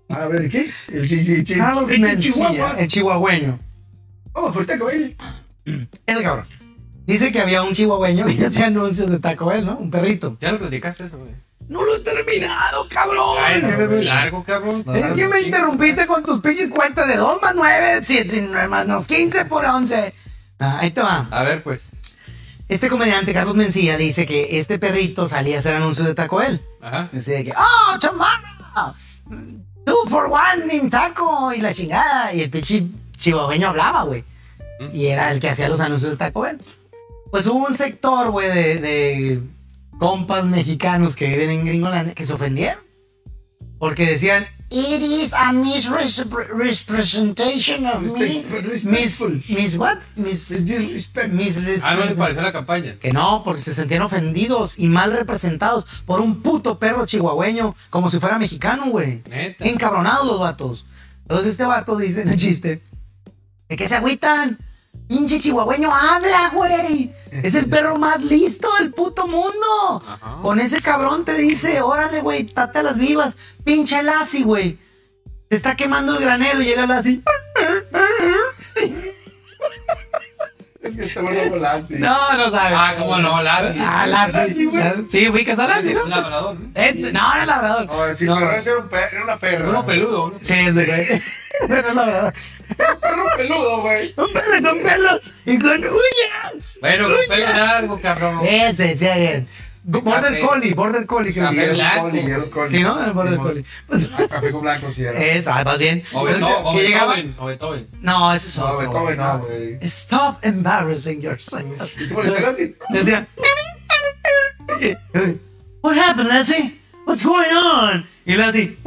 [SPEAKER 2] A ver, ¿qué? El chi, chi, chi.
[SPEAKER 3] Carlos
[SPEAKER 2] El
[SPEAKER 3] Mencía,
[SPEAKER 2] Chihuahua.
[SPEAKER 3] el chihuahueño.
[SPEAKER 2] Vamos, ahorita con él.
[SPEAKER 3] El cabrón. Dice que había un chihuahueño <laughs> que hacía anuncios de Taco Bell, ¿no? Un perrito.
[SPEAKER 1] Ya lo platicaste eso, güey.
[SPEAKER 3] No lo he terminado, cabrón.
[SPEAKER 1] Ah, es que es muy
[SPEAKER 3] Es
[SPEAKER 1] largo, cabrón.
[SPEAKER 3] que me
[SPEAKER 1] Sí.
[SPEAKER 3] interrumpiste con tus pinches cuentas de 2 más 9, 7 más no, 15 por 11. Ah, ahí te va.
[SPEAKER 1] A ver, pues.
[SPEAKER 3] Este comediante, Carlos Mencía, dice que este perrito salía a hacer anuncios de Taco Bell.
[SPEAKER 1] Ajá. Ah,
[SPEAKER 3] Así de que, ¡oh, chamarra! ¡Two for one in taco! Y la chingada. Y el pinche chihuahueño hablaba, güey.
[SPEAKER 1] Mm.
[SPEAKER 3] Y era el que hacía los anuncios del Taco Bell. Pues hubo un sector, güey, de, de compas mexicanos que viven en Gringolandia que se ofendieron. Porque decían, It is a misrepresentation
[SPEAKER 1] <laughs>
[SPEAKER 3] of me.
[SPEAKER 2] Respect-
[SPEAKER 3] Mis,
[SPEAKER 2] respectful.
[SPEAKER 3] mis what? Mis,
[SPEAKER 2] Disrespect.
[SPEAKER 1] Ah, no
[SPEAKER 3] misrepresentation.
[SPEAKER 1] les pareció la campaña.
[SPEAKER 3] Que no, porque se sentían ofendidos y mal representados por un puto perro chihuahueño, como si fuera mexicano, güey.
[SPEAKER 1] Neta.
[SPEAKER 3] Encabronados los vatos. Entonces este vato dice en el chiste, ¿de qué se agüitan? Pinche chihuahueño habla, güey. Es el perro más listo del puto mundo.
[SPEAKER 1] Ajá.
[SPEAKER 3] Con ese cabrón te dice, órale, güey, tate a las vivas. Pinche Lassi, güey. Se está quemando el granero y era <laughs> Lassi.
[SPEAKER 2] Es que está bueno volar, sí.
[SPEAKER 3] No, no sabes.
[SPEAKER 1] Ah, cómo no, la.
[SPEAKER 3] Ah, Lassi. Sí, ubicas a Lassi, ¿no?
[SPEAKER 1] Un labrador. ¿no?
[SPEAKER 3] Este- no, era el labrador.
[SPEAKER 2] Ah, sí, pero ese era un per- era una perra.
[SPEAKER 1] Uno peludo, ¿no?
[SPEAKER 3] Sí, es de que- Era el labrador.
[SPEAKER 2] Un perro peludo, güey.
[SPEAKER 3] Un perro con pelos y con uñas.
[SPEAKER 1] Bueno, con pelo largo, cabrón.
[SPEAKER 3] Ese, sí, bien. Border
[SPEAKER 1] Café.
[SPEAKER 3] Collie, Border Collie. creo que
[SPEAKER 1] Café
[SPEAKER 3] se
[SPEAKER 1] blanco,
[SPEAKER 3] llama.
[SPEAKER 2] Collie, era un
[SPEAKER 1] güey.
[SPEAKER 2] collie.
[SPEAKER 3] Sí, ¿no? El Border
[SPEAKER 2] Sí,
[SPEAKER 3] Collie.
[SPEAKER 2] Ah, Café con blanco, sí. era.
[SPEAKER 3] Es, ah, más bien.
[SPEAKER 1] O Beethoven, o
[SPEAKER 3] Que llegaba-
[SPEAKER 1] Beethoven, o Beethoven.
[SPEAKER 3] No, ese es
[SPEAKER 2] No,
[SPEAKER 3] otro.
[SPEAKER 2] güey,
[SPEAKER 3] güey.
[SPEAKER 2] Kobe no, güey.
[SPEAKER 3] Stop embarrassing yourself.
[SPEAKER 2] ¿Y tú le estás así?
[SPEAKER 3] Decía. What happened, Lassie? What's going on? Y Lassie.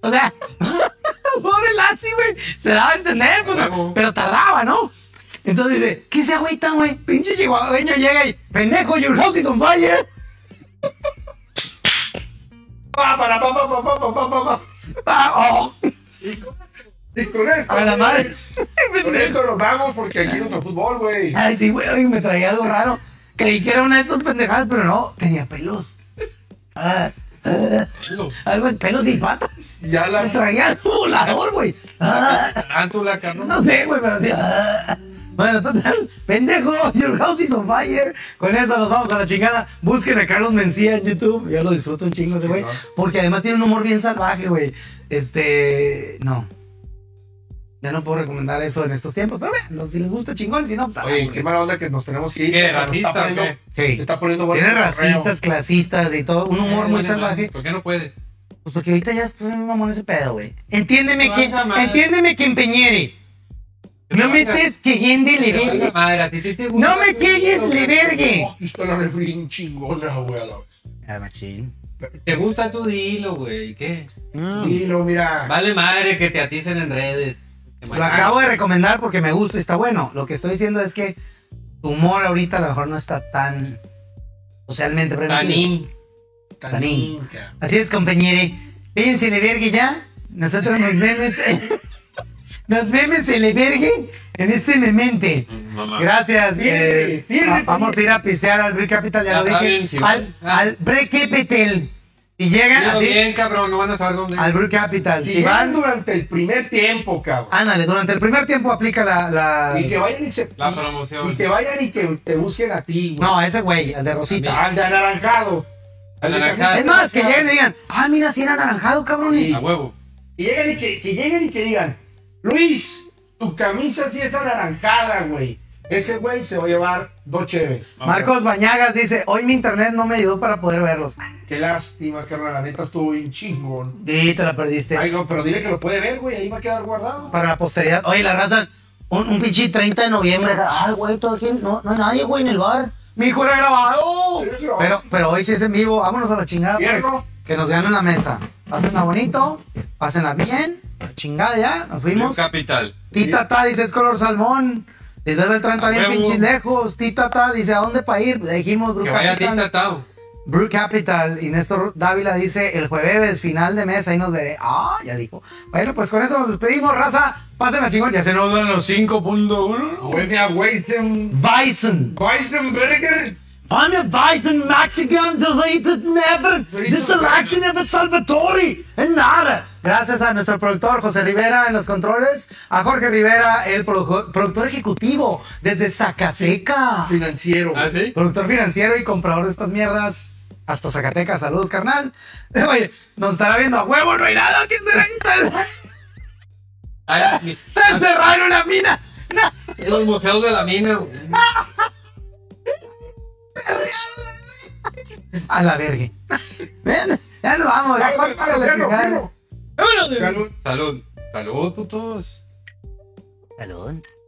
[SPEAKER 3] O sea, pobre Lassie, güey. Se daba a entender, pues,
[SPEAKER 1] Bravo.
[SPEAKER 3] pero tardaba, ¿no? Entonces dice, ¿qué se agüitan, güey? Pinche chihuahueño llega y, pendejo, your house is on fire.
[SPEAKER 2] Pa, para, pa, pa, pa, pa, pa, pa, pa, pa.
[SPEAKER 3] Ah, oh,
[SPEAKER 2] Y con esto,
[SPEAKER 3] a la
[SPEAKER 2] güey, <laughs>
[SPEAKER 3] madre.
[SPEAKER 2] Con esto nos vamos porque aquí no está fútbol, güey.
[SPEAKER 3] Ay, sí, güey, ay, me traía algo raro. Creí que era una de estas pendejadas, pero no, tenía pelos. Ah, ah,
[SPEAKER 1] Pelo.
[SPEAKER 3] algo de pelos y patas.
[SPEAKER 2] Y ya
[SPEAKER 3] Me
[SPEAKER 2] la.
[SPEAKER 3] traía el volador, güey. Ah,
[SPEAKER 1] Tarántula, cabrón.
[SPEAKER 3] no sé, güey, pero sí. ah. Bueno, total, pendejo, your house is on fire. Con eso nos vamos a la chingada. Busquen a Carlos Mencía en YouTube. Yo lo disfruto un chingo ese güey. Porque además tiene un humor bien salvaje, güey. Este. No. Ya no puedo recomendar eso en estos tiempos. Pero bueno, si les gusta, chingón. Si no, pues, está
[SPEAKER 2] Oye, qué mala onda que nos tenemos que ir.
[SPEAKER 1] ¿Qué,
[SPEAKER 2] Nos
[SPEAKER 1] racista
[SPEAKER 2] está
[SPEAKER 1] o
[SPEAKER 2] poniendo,
[SPEAKER 1] qué?
[SPEAKER 3] Sí.
[SPEAKER 2] se está poniendo bueno
[SPEAKER 3] Tiene
[SPEAKER 2] el correo.
[SPEAKER 3] racistas, clasistas y todo. Un humor muy
[SPEAKER 1] Eh,
[SPEAKER 3] salvaje.
[SPEAKER 1] ¿Por qué no puedes?
[SPEAKER 3] Pues porque ahorita ya estoy muy mamón ese pedo, güey. Entiéndeme
[SPEAKER 1] Te
[SPEAKER 3] que,
[SPEAKER 1] valga madre.
[SPEAKER 3] entiéndeme que empeñere. No me estés queriendo le vergue.
[SPEAKER 1] Madre, a ti te gusta.
[SPEAKER 3] No me quejes le vergue.
[SPEAKER 2] Oh, Esto la es bien chingona, güey, a la vez.
[SPEAKER 3] Ah, machín.
[SPEAKER 1] Te gusta tu dilo, güey. ¿Qué?
[SPEAKER 3] Mm.
[SPEAKER 2] Y lo mira.
[SPEAKER 1] Vale madre que te aticen en redes. Te
[SPEAKER 3] Lo
[SPEAKER 1] matan.
[SPEAKER 3] acabo de recomendar porque me gusta y está bueno. Lo que estoy diciendo es que tu humor ahorita a lo mejor no está tan socialmente permitido.
[SPEAKER 1] Tanín.
[SPEAKER 3] Tanín.
[SPEAKER 2] ninja.
[SPEAKER 3] Así es, compañere. Péguense le vergue ya. Nosotros nos memes. <laughs> Nos vemos en el vergue en este memente.
[SPEAKER 7] Mamá.
[SPEAKER 3] Gracias.
[SPEAKER 2] Firme,
[SPEAKER 3] eh,
[SPEAKER 2] firme,
[SPEAKER 3] va-
[SPEAKER 2] firme.
[SPEAKER 3] vamos a ir a pistear al Break Capital, ya,
[SPEAKER 1] Ya
[SPEAKER 3] lo
[SPEAKER 1] está
[SPEAKER 3] dije.
[SPEAKER 1] bien, sí.
[SPEAKER 3] al al Break Capital. Si llegan
[SPEAKER 1] Míralo
[SPEAKER 3] así,
[SPEAKER 1] bien, cabrón, no van a saber dónde. es.
[SPEAKER 3] al Break Capital.
[SPEAKER 2] Si
[SPEAKER 3] Si
[SPEAKER 2] van
[SPEAKER 3] van,
[SPEAKER 2] durante el primer tiempo, cabrón.
[SPEAKER 3] ándale, durante el primer tiempo aplica la. la-
[SPEAKER 2] Y que vayan y se.
[SPEAKER 7] La
[SPEAKER 2] y-
[SPEAKER 7] promoción.
[SPEAKER 2] Y que vayan y que te busquen a ti, güey.
[SPEAKER 3] No, ese güey, al de Rosita.
[SPEAKER 2] Al de anaranjado. Al de
[SPEAKER 7] Anaranjado.
[SPEAKER 2] camisa
[SPEAKER 3] Es más, que
[SPEAKER 2] blanca.
[SPEAKER 3] lleguen y digan, ah, mira, si era naranjado, cabrones.
[SPEAKER 7] A huevo.
[SPEAKER 2] Que lleguen y que, que lleguen y que digan, Luis, tu camisa sí es anaranjada, güey. Ese güey se va a llevar dos cheves.
[SPEAKER 7] Vamos.
[SPEAKER 3] Marcos Bañagas dice, hoy mi internet no me ayudó para poder verlos.
[SPEAKER 2] Qué lástima, carnal. La neta estuvo bien chingón.
[SPEAKER 3] Sí, Ah, pues. te la perdiste.
[SPEAKER 2] Ay, no, pero dile que lo puede ver, güey. Ahí va a quedar guardado.
[SPEAKER 3] para la posteridad. Oye, la raza, un, un pinche 30 de noviembre. Ay, güey, todo aquí, no, no hay nadie, güey, en el bar. Mi cura grabado. Pero, pero hoy sí es en vivo, vámonos a la chingada. pues.
[SPEAKER 2] Fierro.
[SPEAKER 3] que nos ganen la mesa. Pásenla bonito, pásenla bien. La chingada ya,
[SPEAKER 7] Club
[SPEAKER 3] nos fuimos.
[SPEAKER 7] Capital.
[SPEAKER 3] Tita Ta dice, es color salmón. Lisbeth Beltrán también,
[SPEAKER 7] huevo.
[SPEAKER 3] pinches lejos. Tita Ta dice, ¿a dónde para ir? Le dijimos, Brew
[SPEAKER 1] Que vaya a ti
[SPEAKER 3] Capital.
[SPEAKER 1] tratado.
[SPEAKER 3] Brew Capital. Y Néstor Dávila dice, el jueves, final de mes, ahí nos veré. Ah, ya dijo. Bueno, pues con eso nos despedimos, raza. Pásenla chingón. Ya se nos dan los 5.1.
[SPEAKER 2] Huele a Weizen.
[SPEAKER 3] Bison.
[SPEAKER 2] Weizenberger.
[SPEAKER 7] Ah,
[SPEAKER 3] I'm a bison Mexican deleted never. The selection of a Salvatore and nada. Gracias a nuestro productor José Rivera en los controles, a Jorge Rivera, el produ- productor ejecutivo desde Zacateca.
[SPEAKER 2] Financiero.
[SPEAKER 7] ¿Ah, sí?
[SPEAKER 3] Productor financiero y comprador de estas mierdas. Hasta Zacatecas, saludos, carnal. <laughs> Oye, nos estará viendo a huevo, no hay nada que hacer ahí.
[SPEAKER 1] Ah, mi-
[SPEAKER 3] Está encerrado en una mina. <laughs>
[SPEAKER 1] Los museos de la mina. güey.
[SPEAKER 3] A la verga. <laughs> Ven, ya nos vamos, ya córtale la
[SPEAKER 2] Fierro,
[SPEAKER 3] chingada.
[SPEAKER 2] fierro. Salud.
[SPEAKER 1] Salud. Salud, putos.
[SPEAKER 3] Salud.